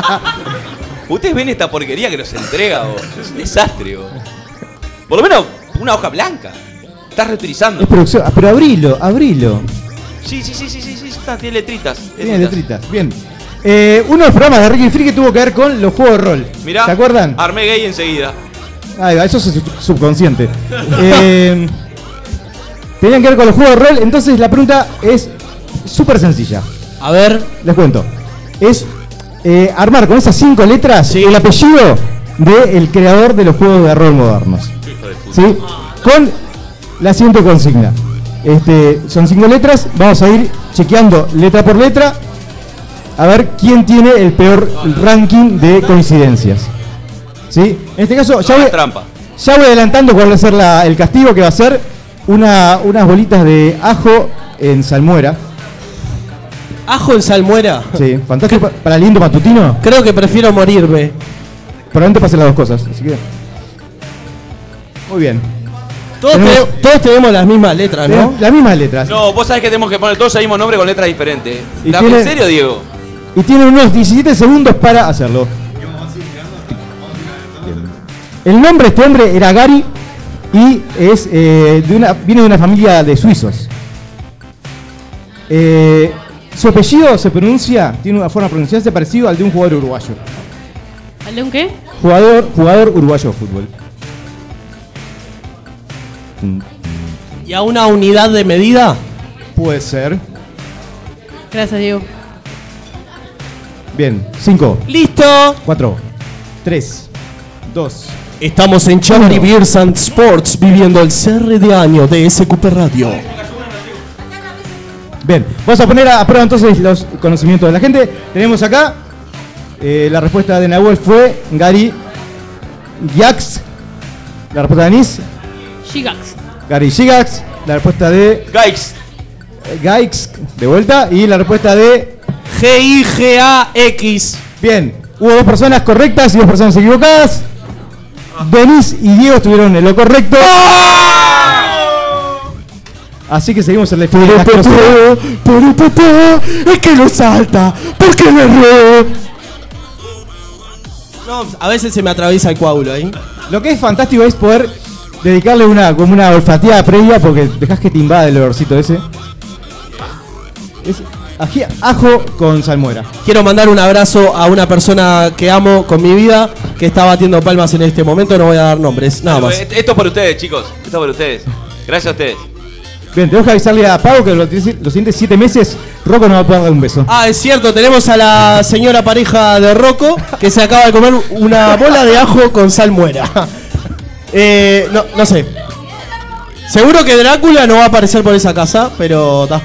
Speaker 2: Ustedes ven esta porquería que nos entrega vos. Es un desastre vos. Por lo menos una hoja blanca. Estás reutilizando.
Speaker 6: Es producción. ah, pero abrilo, abrilo.
Speaker 2: Sí, sí, sí, sí, sí, sí, está, tiene letritas.
Speaker 6: Tiene letritas. Bien. Eh, uno de los programas de Ricky Free que tuvo que ver con los juegos de rol.
Speaker 2: Mirá, Ah.
Speaker 6: ¿Se acuerdan?
Speaker 2: Armé gay enseguida.
Speaker 6: Ahí va, eso es sub- subconsciente. Eh, tenían que ver con los juegos de rol, entonces la pregunta es súper sencilla.
Speaker 5: A ver.
Speaker 6: Les cuento. Es eh, armar con esas cinco letras el apellido del creador de los juegos de rol modernos. ¿Sí? Con la siguiente consigna. Este, son cinco letras, vamos a ir chequeando letra por letra a ver quién tiene el peor ranking de coincidencias. ¿Sí? En este caso, ya voy,
Speaker 2: Trampa.
Speaker 6: ya voy adelantando cuál va a ser la- el castigo que va a ser una, unas bolitas de ajo en salmuera.
Speaker 5: Ajo en salmuera.
Speaker 6: Sí, fantástico pa- para el lindo matutino.
Speaker 5: Creo que prefiero morirme.
Speaker 6: Probablemente pasen las dos cosas, así que. Muy bien.
Speaker 5: Todos,
Speaker 6: Tenemos-
Speaker 5: tenemos- todos tenemos las mismas letras, ¿no?
Speaker 6: Tenemos Las mismas letras.
Speaker 2: No, vos sabés que tenemos que poner todos el mismo nombre con letras diferentes.
Speaker 6: Y
Speaker 2: ¿La-
Speaker 6: tiene-
Speaker 2: ¿En serio, Diego?
Speaker 6: Y tienen unos 17 segundos para hacerlo. El nombre de este hombre era Gary y es eh, de una, viene de una familia de suizos. Eh, su apellido se pronuncia, tiene una forma de pronunciarse parecido al de un jugador uruguayo.
Speaker 15: ¿Al de un qué?
Speaker 6: Jugador, jugador uruguayo de fútbol.
Speaker 5: ¿Y a una unidad de medida?
Speaker 6: Puede ser.
Speaker 15: Gracias, Diego.
Speaker 6: Bien, 5,
Speaker 5: ¡Listo!
Speaker 6: 4, 3, 2.
Speaker 5: Estamos en Charlie Beers and Sports viviendo el cierre de año de SQP Radio.
Speaker 6: Bien, vamos a poner a prueba entonces los conocimientos de la gente. Tenemos acá eh, la respuesta de Nahuel fue Gary Yax. La respuesta de Anis,
Speaker 15: Gigax.
Speaker 6: Gary Gigax. La respuesta de
Speaker 2: Gaix.
Speaker 6: Gaix, de vuelta. Y la respuesta de
Speaker 5: G-I-G-A-X.
Speaker 6: Bien, hubo dos personas correctas y dos personas equivocadas. Denis y Diego estuvieron en lo correcto. Así que seguimos en la fila de las cosas.
Speaker 5: es que lo salta, porque lo erró. No, a veces se me atraviesa el coágulo ¿eh? ahí.
Speaker 6: Lo que es fantástico es poder dedicarle una, como una olfateada previa porque dejás que te invade el olorcito ese. Es ají- ajo con salmuera.
Speaker 5: Quiero mandar un abrazo a una persona que amo con mi vida, que está batiendo palmas en este momento, no voy a dar nombres, nada más.
Speaker 2: Esto es por ustedes, chicos. Esto es por ustedes. Gracias a ustedes.
Speaker 6: Bien, tenemos que avisarle a Pau que los, dieci- los siguientes 7 meses Rocco nos va a poder dar un beso.
Speaker 5: Ah, es cierto, tenemos a la señora pareja de Rocco que se acaba de comer una bola de ajo con salmuera. Eh, no, no sé. Seguro que Drácula no va a aparecer por esa casa, pero está.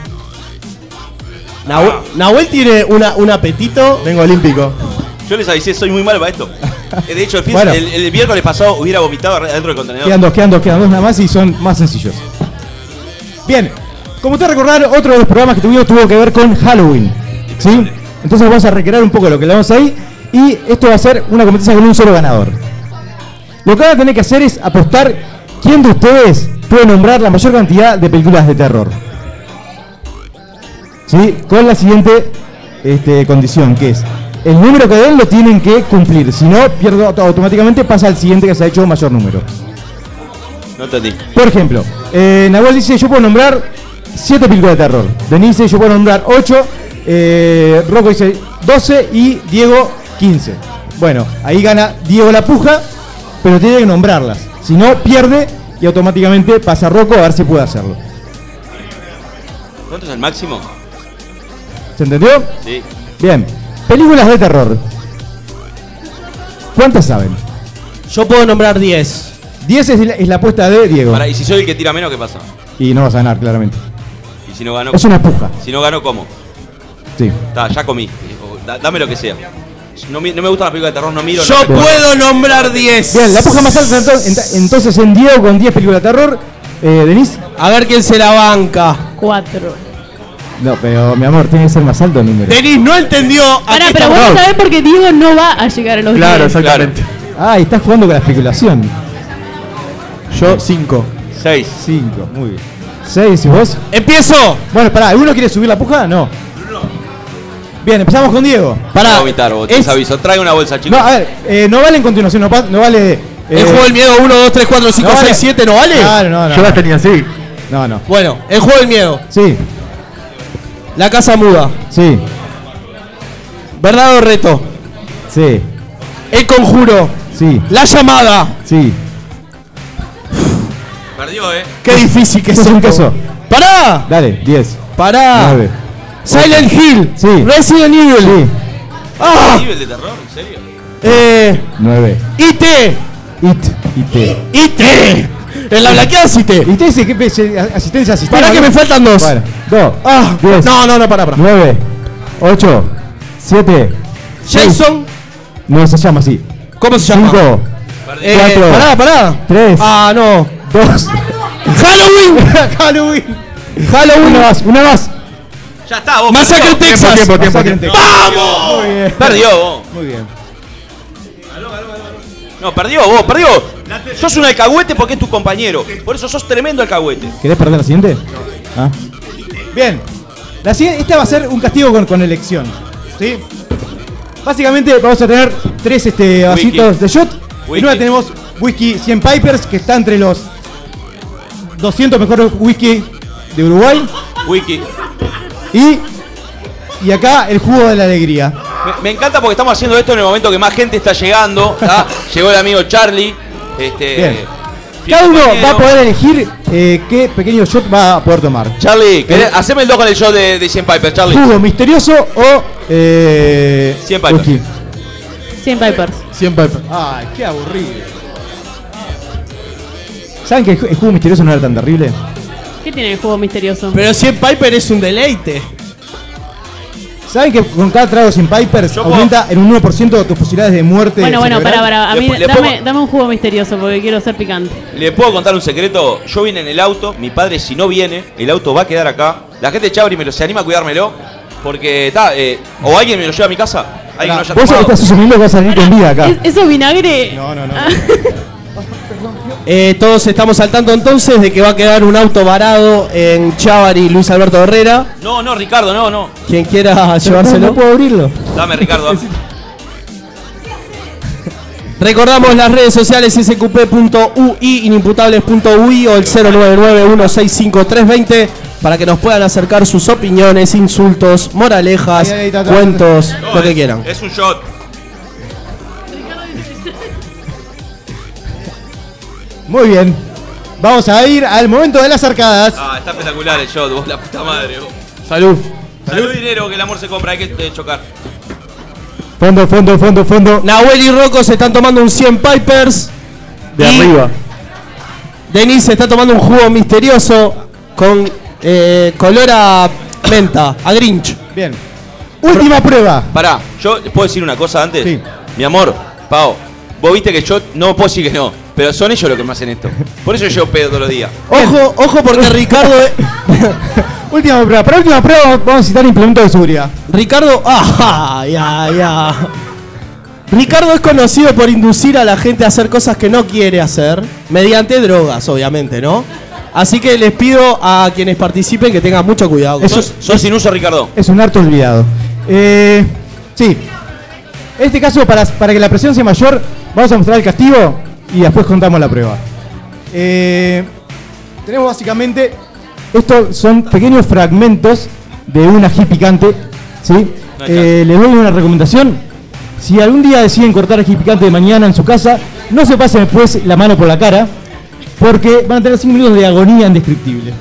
Speaker 5: Nahuel, Nahuel tiene una, un apetito, Ah. vengo olímpico.
Speaker 2: Yo les avisé, soy muy malo para esto. Eh, De hecho, el, fin-
Speaker 6: Bueno.
Speaker 2: el- el viernes pasado hubiera vomitado adentro del contenedor.
Speaker 6: Quedan dos, quedan dos, quedan dos nada más y son más sencillos. Bien, como te recordar, otro de los programas que tuvimos tuvo que ver con Halloween. ¿Sí? Entonces vamos a recrear un poco lo que hablamos ahí y esto va a ser una competencia con un solo ganador. Lo que van a tener que hacer es apostar quién de ustedes puede nombrar la mayor cantidad de películas de terror. ¿Sí? Con la siguiente este, condición, que es el número que den lo tienen que cumplir, si no, pierdo auto- automáticamente pasa al siguiente que se ha hecho mayor número.
Speaker 2: No entendí.
Speaker 6: Por ejemplo, eh, Nahuel dice, yo puedo nombrar 7 películas de terror. Denise dice, yo puedo nombrar 8. Rocco dice 12 y Diego 15. Bueno, ahí gana Diego la puja, pero tiene que nombrarlas. Si no, pierde y automáticamente pasa Rocco a ver si puede hacerlo.
Speaker 2: ¿Cuánto es el máximo?
Speaker 6: ¿Se entendió?
Speaker 2: Sí.
Speaker 6: Bien. Películas de terror. ¿Cuántas saben?
Speaker 5: Yo puedo nombrar 10.
Speaker 6: 10 es la, es la apuesta de Diego.
Speaker 2: Pará, y si soy el que tira menos, ¿qué pasa?
Speaker 6: Y no vas a ganar, claramente.
Speaker 2: Y si no gano.
Speaker 6: Es una puja.
Speaker 2: Si no gano, ¿cómo?
Speaker 6: Sí.
Speaker 2: Está, ya comí. O da- dame lo que sea. No, mi- no me gustan las películas de terror, no miro.
Speaker 6: Yo
Speaker 2: no-
Speaker 6: puedo
Speaker 5: nombrar 10.
Speaker 6: Bien, la puja más alta ento- ent- entonces en Diego con 10 películas de terror. Eh, Denise.
Speaker 5: A ver quién se la banca.
Speaker 15: Cuatro.
Speaker 6: No, pero mi amor, tiene que ser más alto el número.
Speaker 5: Denis no entendió.
Speaker 15: Pará, pero vos no sabés porque Diego no va a llegar a los 10.
Speaker 6: exactamente. Ah, y estás jugando con la especulación. Yo 5.
Speaker 2: 6.
Speaker 6: 5, muy bien. 6 y vos.
Speaker 5: ¡Empiezo!
Speaker 6: Bueno, pará, ¿alguno quiere subir la puja? No. Bien, empezamos con Diego.
Speaker 2: Voy a vomitar, vos, les aviso. Trae una bolsa,
Speaker 6: No,
Speaker 2: chicos.
Speaker 6: a ver, eh, no vale en continuación, no, pa- no vale. eh,
Speaker 5: ¿El juego del miedo 1, 2, 3, 4, 5, 6, 7 no vale?
Speaker 6: Claro, no, no.
Speaker 5: Yo las
Speaker 6: tenía así. No, no.
Speaker 5: Bueno, el juego del miedo.
Speaker 6: Sí.
Speaker 5: La casa muda.
Speaker 6: Sí.
Speaker 5: Verdad o reto.
Speaker 6: Sí.
Speaker 5: El conjuro.
Speaker 6: Sí.
Speaker 5: La llamada.
Speaker 6: Sí.
Speaker 2: Perdió, eh.
Speaker 5: Qué difícil que
Speaker 6: Eso es
Speaker 5: son.
Speaker 6: un queso.
Speaker 5: ¡Pará!
Speaker 6: Dale, 10.
Speaker 5: Pará.
Speaker 6: 9.
Speaker 5: Silent Hill.
Speaker 6: Sí.
Speaker 5: Resident Evil. ¡Ah!
Speaker 2: ¿Nivel de terror? ¿En serio?
Speaker 5: Eh.
Speaker 6: 9.
Speaker 5: IT.
Speaker 6: IT. IT.
Speaker 5: IT. En la blanqueada es IT.
Speaker 6: IT es equipo- es, eh, asistencia, asistencia.
Speaker 5: Pará que me faltan dos.
Speaker 6: Bueno, 2.
Speaker 5: Ah, no, no, no, pará, pará.
Speaker 6: 9. 8. 7.
Speaker 5: Jason.
Speaker 6: No se llama así.
Speaker 5: ¿Cómo se llama?
Speaker 6: 5.
Speaker 5: Eh,
Speaker 6: Cuatro.
Speaker 5: pará, pará.
Speaker 6: 3.
Speaker 5: Ah, no.
Speaker 6: 2.
Speaker 5: Halloween. Halloween. Halloween.
Speaker 6: Una más, una más.
Speaker 2: Ya está, vos.
Speaker 5: Masacre en
Speaker 2: perdió.
Speaker 5: Texas.
Speaker 6: Tiempo, tiempo, tiempo, tiempo.
Speaker 2: ¡Vamos!
Speaker 6: Muy bien.
Speaker 2: Perdió vos.
Speaker 6: Muy bien.
Speaker 2: No, perdió vos, perdió. Sos un alcahuete porque es tu compañero. Por eso sos tremendo alcahuete.
Speaker 6: ¿Querés perder la siguiente? Ah. Bien. La siguiente, esta va a ser un castigo con, con elección. ¿Sí? Básicamente vamos a tener tres este, vasitos de shot. En una tenemos whisky 100 Pipers, que está entre los 200 mejores whisky de Uruguay.
Speaker 2: Wiki. Me,
Speaker 6: Y, y acá el jugo de la alegría.
Speaker 2: me encanta porque estamos haciendo esto en el momento que más gente está llegando. ¿tá? Llegó el amigo Charlie. Este.
Speaker 6: Bien.
Speaker 2: fiel
Speaker 6: Cada uno
Speaker 2: compañero.
Speaker 6: va a poder elegir eh, qué pequeño shot va a poder tomar.
Speaker 2: Charlie, ¿querés- haceme el 2 con el show de, de 100 Piper, Charlie.
Speaker 6: Jugo misterioso o eh,
Speaker 2: 100 Pipers.
Speaker 6: whisky.
Speaker 15: 100 Vipers.
Speaker 5: 100 Piper.
Speaker 6: Ay, qué aburrido. ¿Saben que el ju- el jugo misterioso no era tan terrible?
Speaker 15: ¿Qué tiene el juego misterioso?
Speaker 5: Pero 100 Piper es un deleite.
Speaker 6: ¿Saben que con cada trago sin Pipers aumenta en un 1% tus posibilidades de muerte?
Speaker 15: Bueno, bueno,
Speaker 6: cerebral?
Speaker 15: pará, pará. A mí,
Speaker 2: Le- le
Speaker 15: dame,
Speaker 2: pongo-
Speaker 15: dame un jugo misterioso porque quiero ser picante.
Speaker 2: ¿Le puedo contar un secreto? Yo vine en el auto, mi padre si no viene, el auto va a quedar acá. La gente de Chabri me lo, se anima a cuidármelo, porque está, eh, o alguien me lo lleva a mi casa, alguien que lo haya
Speaker 6: Vos
Speaker 2: tomado.
Speaker 6: estás asumiendo que vas a salir con vida acá.
Speaker 15: ¿Es, ¿Eso es vinagre?
Speaker 6: No, no, no.
Speaker 5: Eh, todos estamos al tanto entonces de que va a quedar un auto varado en Chavari Luis Alberto Herrera.
Speaker 2: No, no, Ricardo, no, no.
Speaker 5: Quien quiera
Speaker 6: No,
Speaker 5: llevárselo.
Speaker 6: no puedo abrirlo.
Speaker 2: Dame, Ricardo. dame.
Speaker 5: Recordamos las redes sociales sqp.ui, inimputables.ui o el 099165320 para que nos puedan acercar sus opiniones, insultos, moralejas,
Speaker 6: Ahí, ahí, eh, está, está,
Speaker 5: cuentos,
Speaker 2: No,
Speaker 5: lo que
Speaker 2: es-
Speaker 5: quieran.
Speaker 2: Es un shot.
Speaker 6: Muy bien. Vamos a ir al momento de las arcadas.
Speaker 2: Ah, está espectacular el shot, vos la puta madre. vos.
Speaker 6: Salud.
Speaker 2: Salud dinero, que el amor se compra, hay que eh, chocar.
Speaker 6: Fondo, fondo, fondo, fondo.
Speaker 5: Nahuel y Rocco se están tomando un 100 Pipers.
Speaker 6: De arriba.
Speaker 5: Denis se está tomando un jugo misterioso con eh, color a menta, a grinch.
Speaker 6: Bien.
Speaker 5: Última prueba.
Speaker 2: Pará, yo puedo decir una cosa antes. Mi amor, Pau, vos viste que yo no puedo decir que no, pero son ellos los que me hacen esto. Por eso yo pedo todos los días.
Speaker 5: Ojo, ojo porque Ricardo.
Speaker 6: última prueba. Para última prueba vamos a citar implementos de seguridad.
Speaker 5: Ricardo. ¡Ah! Ya, ya. Ricardo es conocido por inducir a la gente a hacer cosas que no quiere hacer, mediante drogas, obviamente, ¿no? Así que les pido a quienes participen que tengan mucho cuidado. con
Speaker 2: Sos, sos sin uso, Ricardo.
Speaker 6: Es un harto olvidado. Eh, sí. En este caso, para, para que la presión sea mayor, vamos a mostrar el castigo y después contamos la prueba. Eh, tenemos básicamente. Estos son pequeños fragmentos de una ají picante. ¿sí? Eh, les doy una recomendación. Si algún día deciden cortar ají picante de mañana en su casa, no se pasen después la mano por la cara, porque van a tener 5 minutos de agonía indescriptible.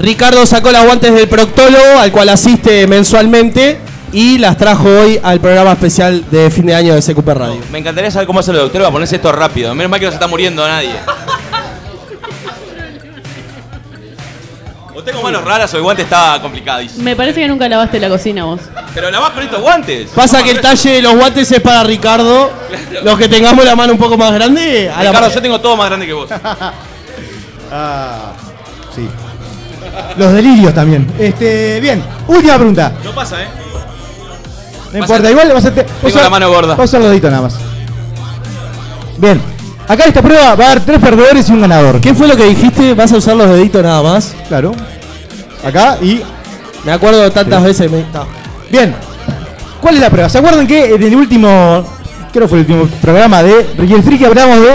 Speaker 5: Ricardo sacó las guantes del proctólogo, al cual asiste mensualmente, y las trajo hoy al programa especial de fin de año de CQP Radio.
Speaker 2: Me encantaría saber cómo hace el doctor para ponerse esto rápido. Menos mal que no se está muriendo nadie. O tengo manos raras o el guante está complicadísimo.
Speaker 15: Me parece que nunca lavaste la cocina vos.
Speaker 2: Pero la vas con estos guantes.
Speaker 5: Pasa que el talle de los guantes es para Ricardo. Los que tengamos la mano un poco más grande, a la
Speaker 2: Ricardo, yo tengo todo más grande que vos. Ah.
Speaker 6: sí. Los delirios también. Este, bien, última pregunta.
Speaker 2: No pasa, ¿eh?
Speaker 6: No importa, igual vas a te- vos
Speaker 2: la
Speaker 6: sos-
Speaker 2: mano gorda.
Speaker 6: Vos sos los deditos nada más. Bien. Acá en esta prueba va a haber tres perdedores y un ganador.
Speaker 5: ¿Qué fue lo que dijiste? ¿Vas a usar los deditos nada más?
Speaker 6: Claro. Acá y.
Speaker 5: Me acuerdo tantas veces. Me... está.
Speaker 6: Bien. ¿Cuál es la prueba? ¿Se acuerdan que en el último. Creo que fue el último programa de Ricky el Friki hablamos de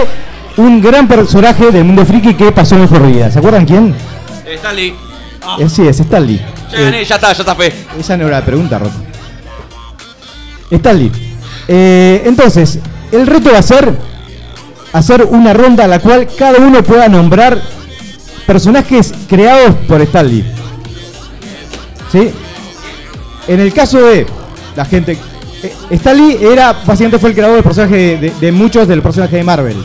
Speaker 6: un gran personaje del mundo friki que pasó en Florida. ¿Se acuerdan quién?
Speaker 2: Eh, Stanley. Ah,
Speaker 6: Así es, Stanley.
Speaker 2: ya
Speaker 17: Eh,
Speaker 2: gané, ya está, ya está fe.
Speaker 6: Esa no era la pregunta, Roto. Stanley. Eh, entonces, el reto va a ser hacer una ronda a la cual cada uno pueda nombrar personajes creados por Stanley. ¿Sí? En el caso de la gente. eh, Stanley era, básicamente fue el creador del personaje de, de- de muchos de los personajes de Marvel.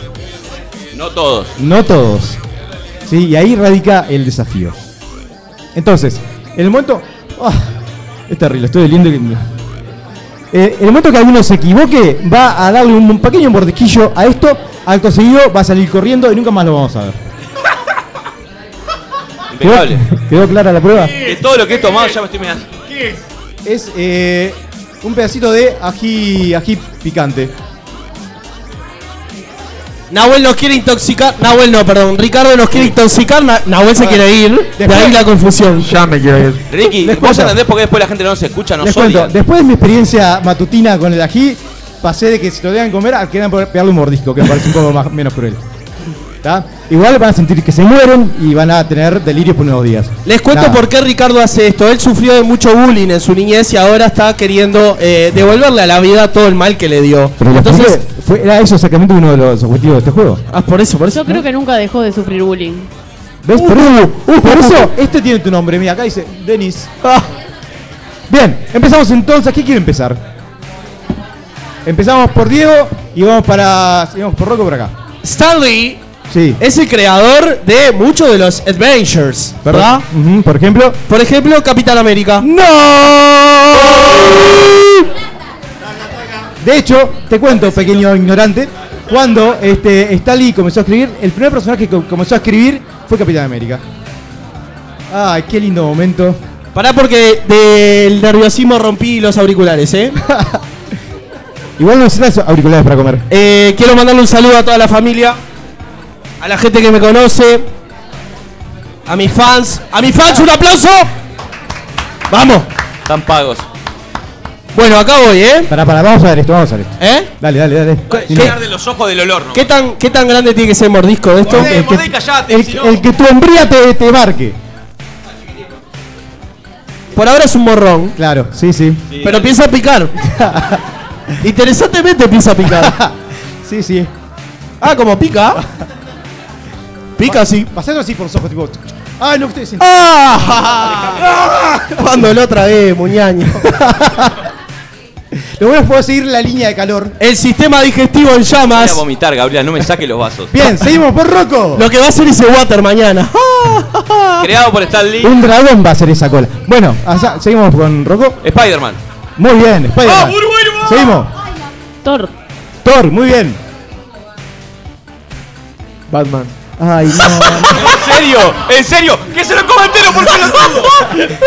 Speaker 2: No todos.
Speaker 6: No todos. ¿Sí? Y ahí radica el desafío. Entonces, en el momento. Ah, es terrible, estoy leyendo. que- Eh, en el momento que alguno se equivoque, va a darle un, un pequeño mordisquillo a esto. Acto seguido, va a salir corriendo y nunca más lo vamos a ver. ¿Quedó,
Speaker 2: Impecable.
Speaker 6: quedó clara la prueba?
Speaker 2: De todo lo que he tomado ya me estoy mirando.
Speaker 6: ¿Qué es? Es eh, un pedacito de ají, ají picante.
Speaker 5: Nahuel nos quiere intoxicar. Nahuel no, perdón. Ricardo nos quiere intoxicar. Na- Nahuel se quiere ir. De ahí la confusión. Ya me quiero ir.
Speaker 2: Ricky,
Speaker 6: Les
Speaker 2: vos
Speaker 6: cuento.
Speaker 2: entendés por qué después la gente no se escucha, no
Speaker 6: Les
Speaker 2: soy.
Speaker 6: cuento, después de mi experiencia matutina con el ají, pasé de que si lo dejan comer a que quieran pe- pegarle un mordisco, que me parece un poco más- menos cruel. ¿Tá? Igual van a sentir que se mueren y van a tener delirios por unos días.
Speaker 5: Les cuento
Speaker 6: Nada.
Speaker 5: por qué Ricardo hace esto. Él sufrió de mucho bullying en su niñez y ahora está queriendo eh, devolverle a la vida todo el mal que le dio.
Speaker 6: Pero lo
Speaker 5: Entonces,
Speaker 6: expliqué, fue, era eso exactamente uno de los objetivos de este juego.
Speaker 5: ah, por eso, por eso.
Speaker 15: Yo creo que nunca dejó de sufrir bullying.
Speaker 6: ¿Ves? por eso, uh, por eso este tiene tu nombre. Mira, acá dice Denis. Bien, empezamos entonces. ¿Qué quiere empezar? Empezamos por Diego y vamos para. Vamos por Rocco por acá.
Speaker 5: Stanley
Speaker 6: Sí.
Speaker 5: es el creador de muchos de los adventures, ¿verdad?
Speaker 6: Por, Ujú, por ejemplo.
Speaker 5: Por ejemplo, Capitán América.
Speaker 6: ¡No! De hecho, te cuento, pequeño ignorante, cuando este, Stanley comenzó a escribir, el primer personaje que comenzó a escribir fue Capitán América. Ay, qué lindo momento.
Speaker 5: Pará porque del nerviosismo rompí los auriculares, ¿eh?
Speaker 6: Igual no necesitas auriculares para comer.
Speaker 5: Eh, quiero mandarle un saludo a toda la familia, a la gente que me conoce, a mis fans, a mis fans, un aplauso. Vamos.
Speaker 2: Están pagos.
Speaker 5: Bueno, acá voy, ¿eh?
Speaker 6: Pará, pará, vamos a ver esto, vamos a ver esto.
Speaker 5: ¿Eh?
Speaker 6: Dale, dale, dale.
Speaker 2: ¿Qué? Llegar de los ojos del olor, ¿no?
Speaker 5: ¿Qué tan, ¿Qué tan grande tiene que ser el mordisco de esto?
Speaker 2: Mordé, mordé y callate,
Speaker 6: El,
Speaker 2: si
Speaker 6: que-
Speaker 2: no- Ah,
Speaker 6: el que tu hombría te, te marque.
Speaker 5: Por ahora es un morrón,
Speaker 6: Claro, sí, sí.
Speaker 5: pero empieza a picar. Interesantemente empieza a picar.
Speaker 6: Sí, sí.
Speaker 5: Ah, como pica. Pica así.
Speaker 18: Pasando así por los ojos, tipo. ¡Ah, no, ustedes
Speaker 5: ¡Ah! Cuando la otra vez, muñaño.
Speaker 18: Lo bueno es poder seguir la línea de calor.
Speaker 5: El sistema digestivo en
Speaker 2: Voy a
Speaker 5: llamas.
Speaker 2: vomitar, Gabriel, no me saque los vasos.
Speaker 5: Bien,
Speaker 18: seguimos por Rocco.
Speaker 5: Lo que va a hacer ese water mañana.
Speaker 2: Creado por Stan Lee.
Speaker 6: Un dragón va a ser esa cola. Bueno, allá- seguimos con Rocco.
Speaker 2: Spider-Man.
Speaker 6: Muy
Speaker 2: Ah,
Speaker 6: bien, Spider-Man. Seguimos.
Speaker 15: Thor.
Speaker 6: Thor, muy bien.
Speaker 16: Batman.
Speaker 5: Ay,
Speaker 2: ¿En serio? ¿En serio? ¡Que se lo coma entero, por pelotudo!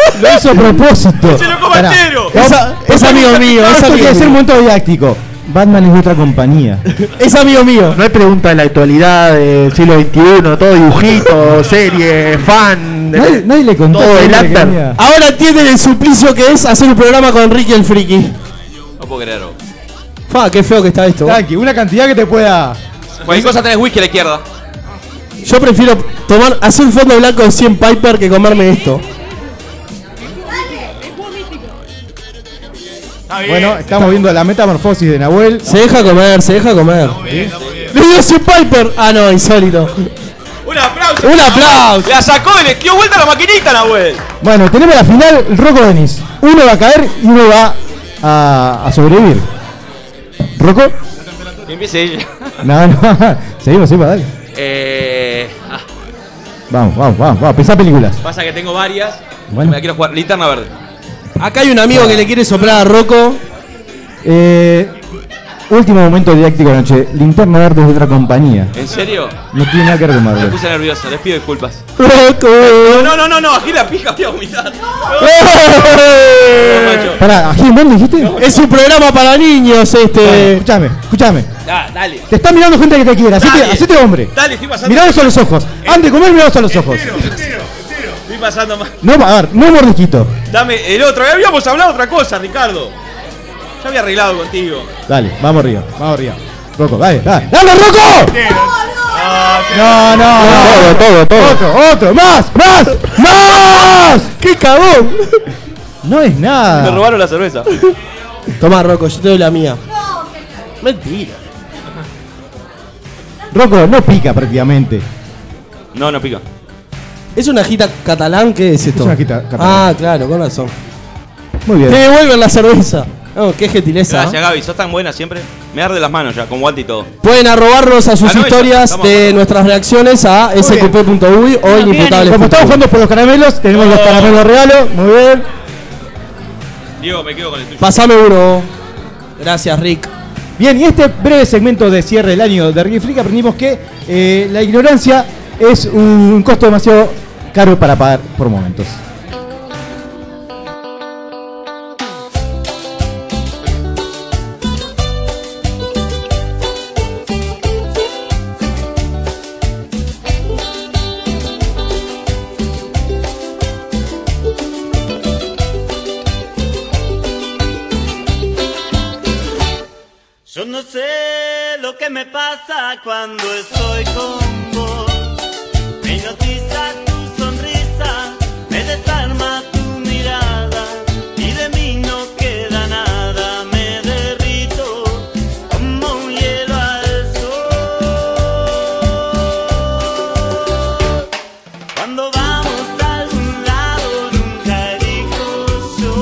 Speaker 6: Lo hizo a propósito.
Speaker 2: ¡Se lo coma
Speaker 6: Pará.
Speaker 2: entero!
Speaker 6: Esa-
Speaker 5: es amigo mío, es
Speaker 6: Esto
Speaker 5: amigo
Speaker 6: tiene que ser
Speaker 5: mío.
Speaker 6: un momento didáctico. Batman es nuestra compañía.
Speaker 5: Es amigo mío.
Speaker 18: No hay pregunta de la actualidad del siglo XXI, todo dibujito, serie, fan. de-
Speaker 6: Nadie, nadie le contó.
Speaker 18: Todo el
Speaker 6: nadie le
Speaker 18: after.
Speaker 6: quería.
Speaker 5: Ahora entienden el suplicio que es hacer un programa con Ricky el Friki.
Speaker 2: No puedo creerlo.
Speaker 5: Fa, qué feo que está esto.
Speaker 6: Tranqui, una cantidad que te pueda.
Speaker 2: Cualquier cosa tenés whisky a la izquierda.
Speaker 5: Yo prefiero tomar hacer fondo blanco de 100 Piper que comerme esto.
Speaker 6: Bueno, estamos viendo la metamorfosis de Nahuel.
Speaker 5: Se deja comer, se deja comer. ¡Le dio 100 Piper! Ah, no, insólito.
Speaker 2: ¡Un aplauso!
Speaker 5: ¡Un aplauso!
Speaker 2: ¡La sacó y le dio vuelta a la maquinita, Nahuel!
Speaker 6: Bueno, tenemos la final, Rocco Denis. Uno va a caer y uno va a, a sobrevivir. ¿Rocco?
Speaker 2: Que empiece ella.
Speaker 6: No, no. seguimos, seguimos, dale.
Speaker 2: Eh, ah,
Speaker 6: Vamos, vamos, vamos, vamos. Pensá películas.
Speaker 2: pasa que tengo varias.
Speaker 6: Bueno.
Speaker 2: Me la quiero jugar. Linterna verde.
Speaker 5: Acá hay un amigo que le quiere soplar a Rocco.
Speaker 6: Eh, último momento didáctico de la noche. Linterna verde es de otra compañía.
Speaker 2: ¿En serio?
Speaker 6: No tiene nada que ver con
Speaker 2: Me
Speaker 6: Marvel.
Speaker 2: puse nervioso, les pido disculpas.
Speaker 5: ¡Loco!
Speaker 2: No, no, no, no, aquí la pija voy a vomitar.
Speaker 6: Eh, Pará, ¿a dónde dijiste?
Speaker 5: Es un programa para niños
Speaker 6: Bueno,
Speaker 5: este.
Speaker 6: escúchame, escúchame.
Speaker 2: Ah, dale.
Speaker 6: Te está mirando gente que te quiere, hacete,
Speaker 2: Dale.
Speaker 6: hacete hombre.
Speaker 2: Dale, estoy pasando.
Speaker 6: Mirados a los ojos. Antes de comer, mirados a los ojos.
Speaker 2: Estoy pasando más.
Speaker 6: No, a ver, no mordisquito.
Speaker 2: Dame el otro. Habíamos hablado otra cosa, Ricardo. Ya había arreglado contigo.
Speaker 6: Dale, vamos arriba, vamos arriba. Rocco, dale, dale. ¡Dale, Rocco! No, no, no. Todo, todo, todo. Otro, otro, más, más,
Speaker 18: ¡Ah!
Speaker 6: más.
Speaker 5: ¡Qué cagón!
Speaker 6: No es
Speaker 2: Me
Speaker 6: nada.
Speaker 2: robaron la cerveza.
Speaker 5: Tomá, Rocco, yo te doy la mía. Mentira.
Speaker 6: Rocco no pica prácticamente.
Speaker 2: No, no pica.
Speaker 5: ¿Es una jita catalán? ¿Qué es esto?
Speaker 6: una jita catalán.
Speaker 5: Ah, claro, con razón.
Speaker 6: Muy
Speaker 5: Te
Speaker 6: bien.
Speaker 5: devuelven la cerveza.
Speaker 2: Oh,
Speaker 5: No, qué gentileza.
Speaker 2: Gracias,
Speaker 5: ¿eh?
Speaker 2: Gaby. Sos tan buena siempre. Me arde las manos ya, con guante y todo.
Speaker 5: Pueden arrobarnos a sus
Speaker 2: Ah, no,
Speaker 5: historias
Speaker 2: estamos-
Speaker 5: de nuestras reacciones a sqp.uy o inimputables.
Speaker 6: Como estamos jugando por los caramelos, tenemos los caramelos regalos. Muy bien.
Speaker 2: Diego, me quedo con el tuyo.
Speaker 5: Pasame uno. Gracias, Rick.
Speaker 6: Bien, y este breve segmento de cierre del año de Ricky Flick aprendimos que eh, la ignorancia es un costo demasiado caro para pagar por momentos.
Speaker 12: Yo no sé lo que me pasa cuando estoy con vos. Me hipnotiza tu sonrisa, me desarma tu mirada y de mí no queda nada. Me derrito como un hielo al sol. Cuando vamos a algún lado nunca digo yo.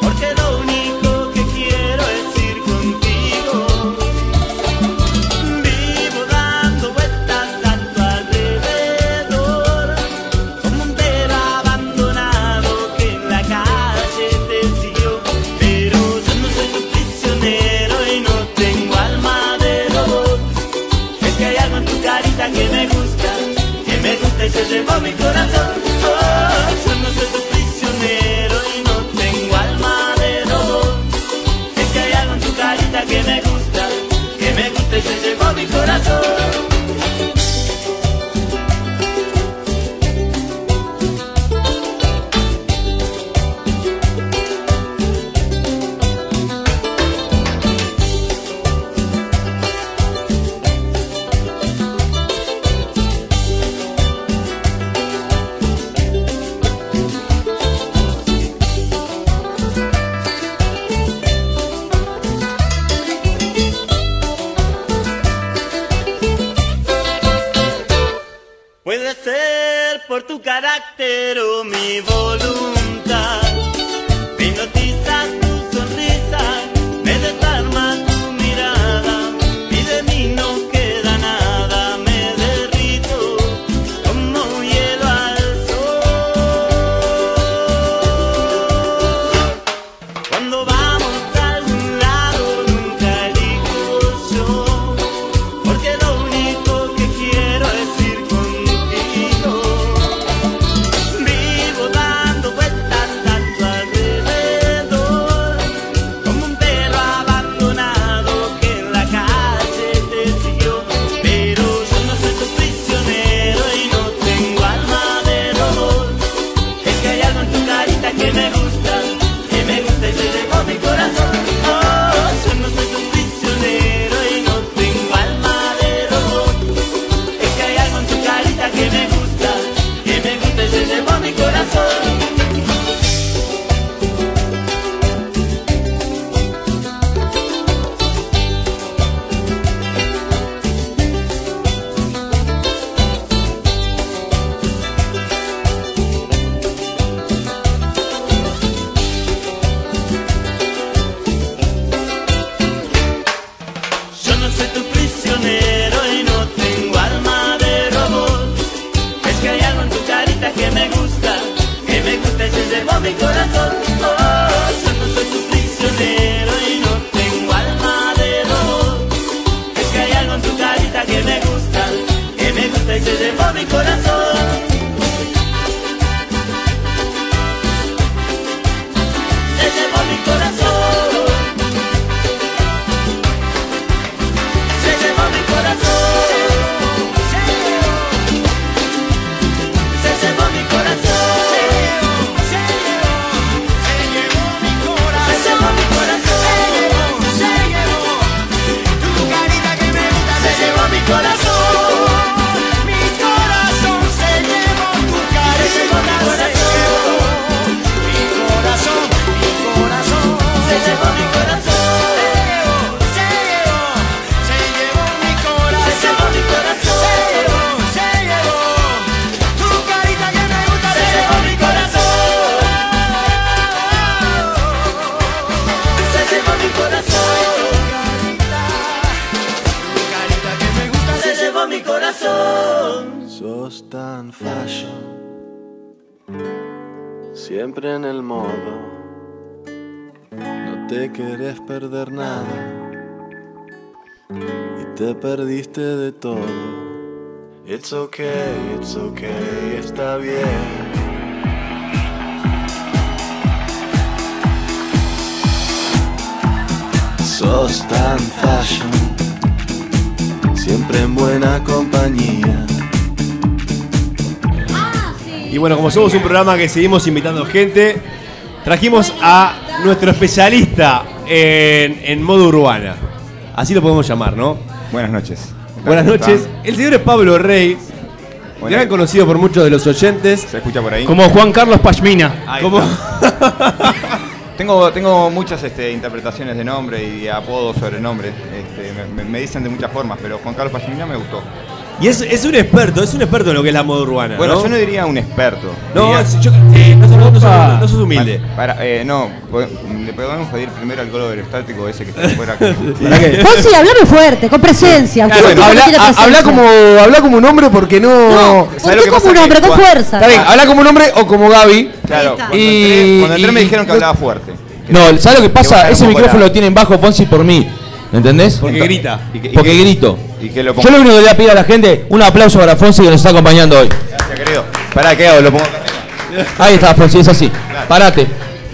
Speaker 12: Porque lo único que quiero es ir contigo Vivo dando vueltas a tu alrededor Como un perro abandonado Oh, por tu carácter o mi voluntad. Me hipnotiza tu sonrisa, me desarma tu mirada. Y de mí no queda nada, me derrito como hielo al sol. Cuando vamos a algún lado, nunca elijo yo. Porque lo único que quiero es ir contigo Vivo dando vueltas a tu alrededor Como un perro abandonado que en la calle te siguió Pero yo no soy tu prisionero y no tengo alma de dolor Es que hay algo en tu carita que me gusta Que me gusta y se llevó mi corazón Oh, yo no soy tu prisionero y no tengo alma de dolor Es que hay algo en tu carita que me gusta Que me gusta y se llevó mi corazón Yo no soy tu prisionero y no tengo alma de robot. Es que hay algo en tu carita que me gusta, que me gusta y se llevó mi corazón. Oh, yo no soy tu prisionero y no tengo alma de robot. Es que hay algo en tu carita que me gusta, que me gusta y se llevó mi corazón. Se llevó mi corazón. Se llevó mi corazón. Se llevó mi corazón. Se llevó, se llevó mi corazón. Se llevó mi corazón. Se llevó, tu carita que me gusta. Se llevó mi corazón. Mi corazón se llevó tu carita. Se llevó mi corazón. Mi corazón, mi corazón. Se llevó mi corazón. Se llevó, se llevó mi corazón. Se llevó mi corazón. Se llevó, se llevó. Tu carita que me gusta. Se llevó mi corazón. Se llevó mi corazón. Tu carita que me gusta. Se llevó mi corazón.
Speaker 19: Sos tan fashion, siempre en el modo. No te querés perder nada y te perdiste de todo. It's okay, it's okay, está bien. Sos tan fashion, siempre en buena compañía.
Speaker 20: Y bueno, como somos un programa que seguimos invitando gente, trajimos a nuestro especialista en, en modo urbana. Así lo podemos llamar, ¿no?
Speaker 17: Buenas noches.
Speaker 20: Buenas noches. El señor es Pablo Rey. Ya han conocido por muchos de los oyentes.
Speaker 17: Se escucha por ahí.
Speaker 21: Como Juan Carlos Pashmina.
Speaker 20: Como-
Speaker 17: Tengo, tengo muchas este, interpretaciones de nombre y apodos, sobrenombres. Este, me- me, me dicen de muchas formas, pero Juan Carlos Pachimina me gustó.
Speaker 20: Y es, es un experto, es un experto en lo que es la moda urbana.
Speaker 17: Bueno,
Speaker 20: ¿no?
Speaker 17: yo no diría un experto.
Speaker 20: No,
Speaker 17: diría-
Speaker 20: es- yo- eh, no, sos- no sos- no sos humilde.
Speaker 17: Para, eh, no, po- le podemos pedir primero al gol aerostático ese que está fuera. que-
Speaker 3: Fonsi, hablame fuerte, con presencia. Usted
Speaker 17: bueno,
Speaker 3: no
Speaker 17: habla-
Speaker 3: tiene
Speaker 17: ha-
Speaker 3: presencia.
Speaker 4: Habla como, habla como un hombre porque no.
Speaker 3: No, ¿sabés lo que como pasa? un hombre, con
Speaker 4: Juan-
Speaker 3: fuerza.
Speaker 4: Está bien, habla como un hombre o como Gaby.
Speaker 17: Claro, cuando entré,
Speaker 4: Y-
Speaker 17: cuando entré me
Speaker 4: y-
Speaker 17: dijeron que
Speaker 4: no-
Speaker 17: hablaba fuerte.
Speaker 2: No, ¿sabes lo que pasa?
Speaker 17: Que
Speaker 2: Ese
Speaker 17: vos
Speaker 2: micrófono lo tienen bajo Fonsi por mí. ¿Entendés?
Speaker 17: Porque grita. Y que- y
Speaker 2: Porque
Speaker 17: que-
Speaker 2: grito.
Speaker 17: Y que lo
Speaker 2: Yo lo único que le voy a pedir a la gente, un aplauso para Fonsi que nos está acompañando hoy.
Speaker 17: Gracias, querido. Pará, ¿qué hago? Lo pongo acá.
Speaker 2: Ahí está, Fonsi, es así. Parate.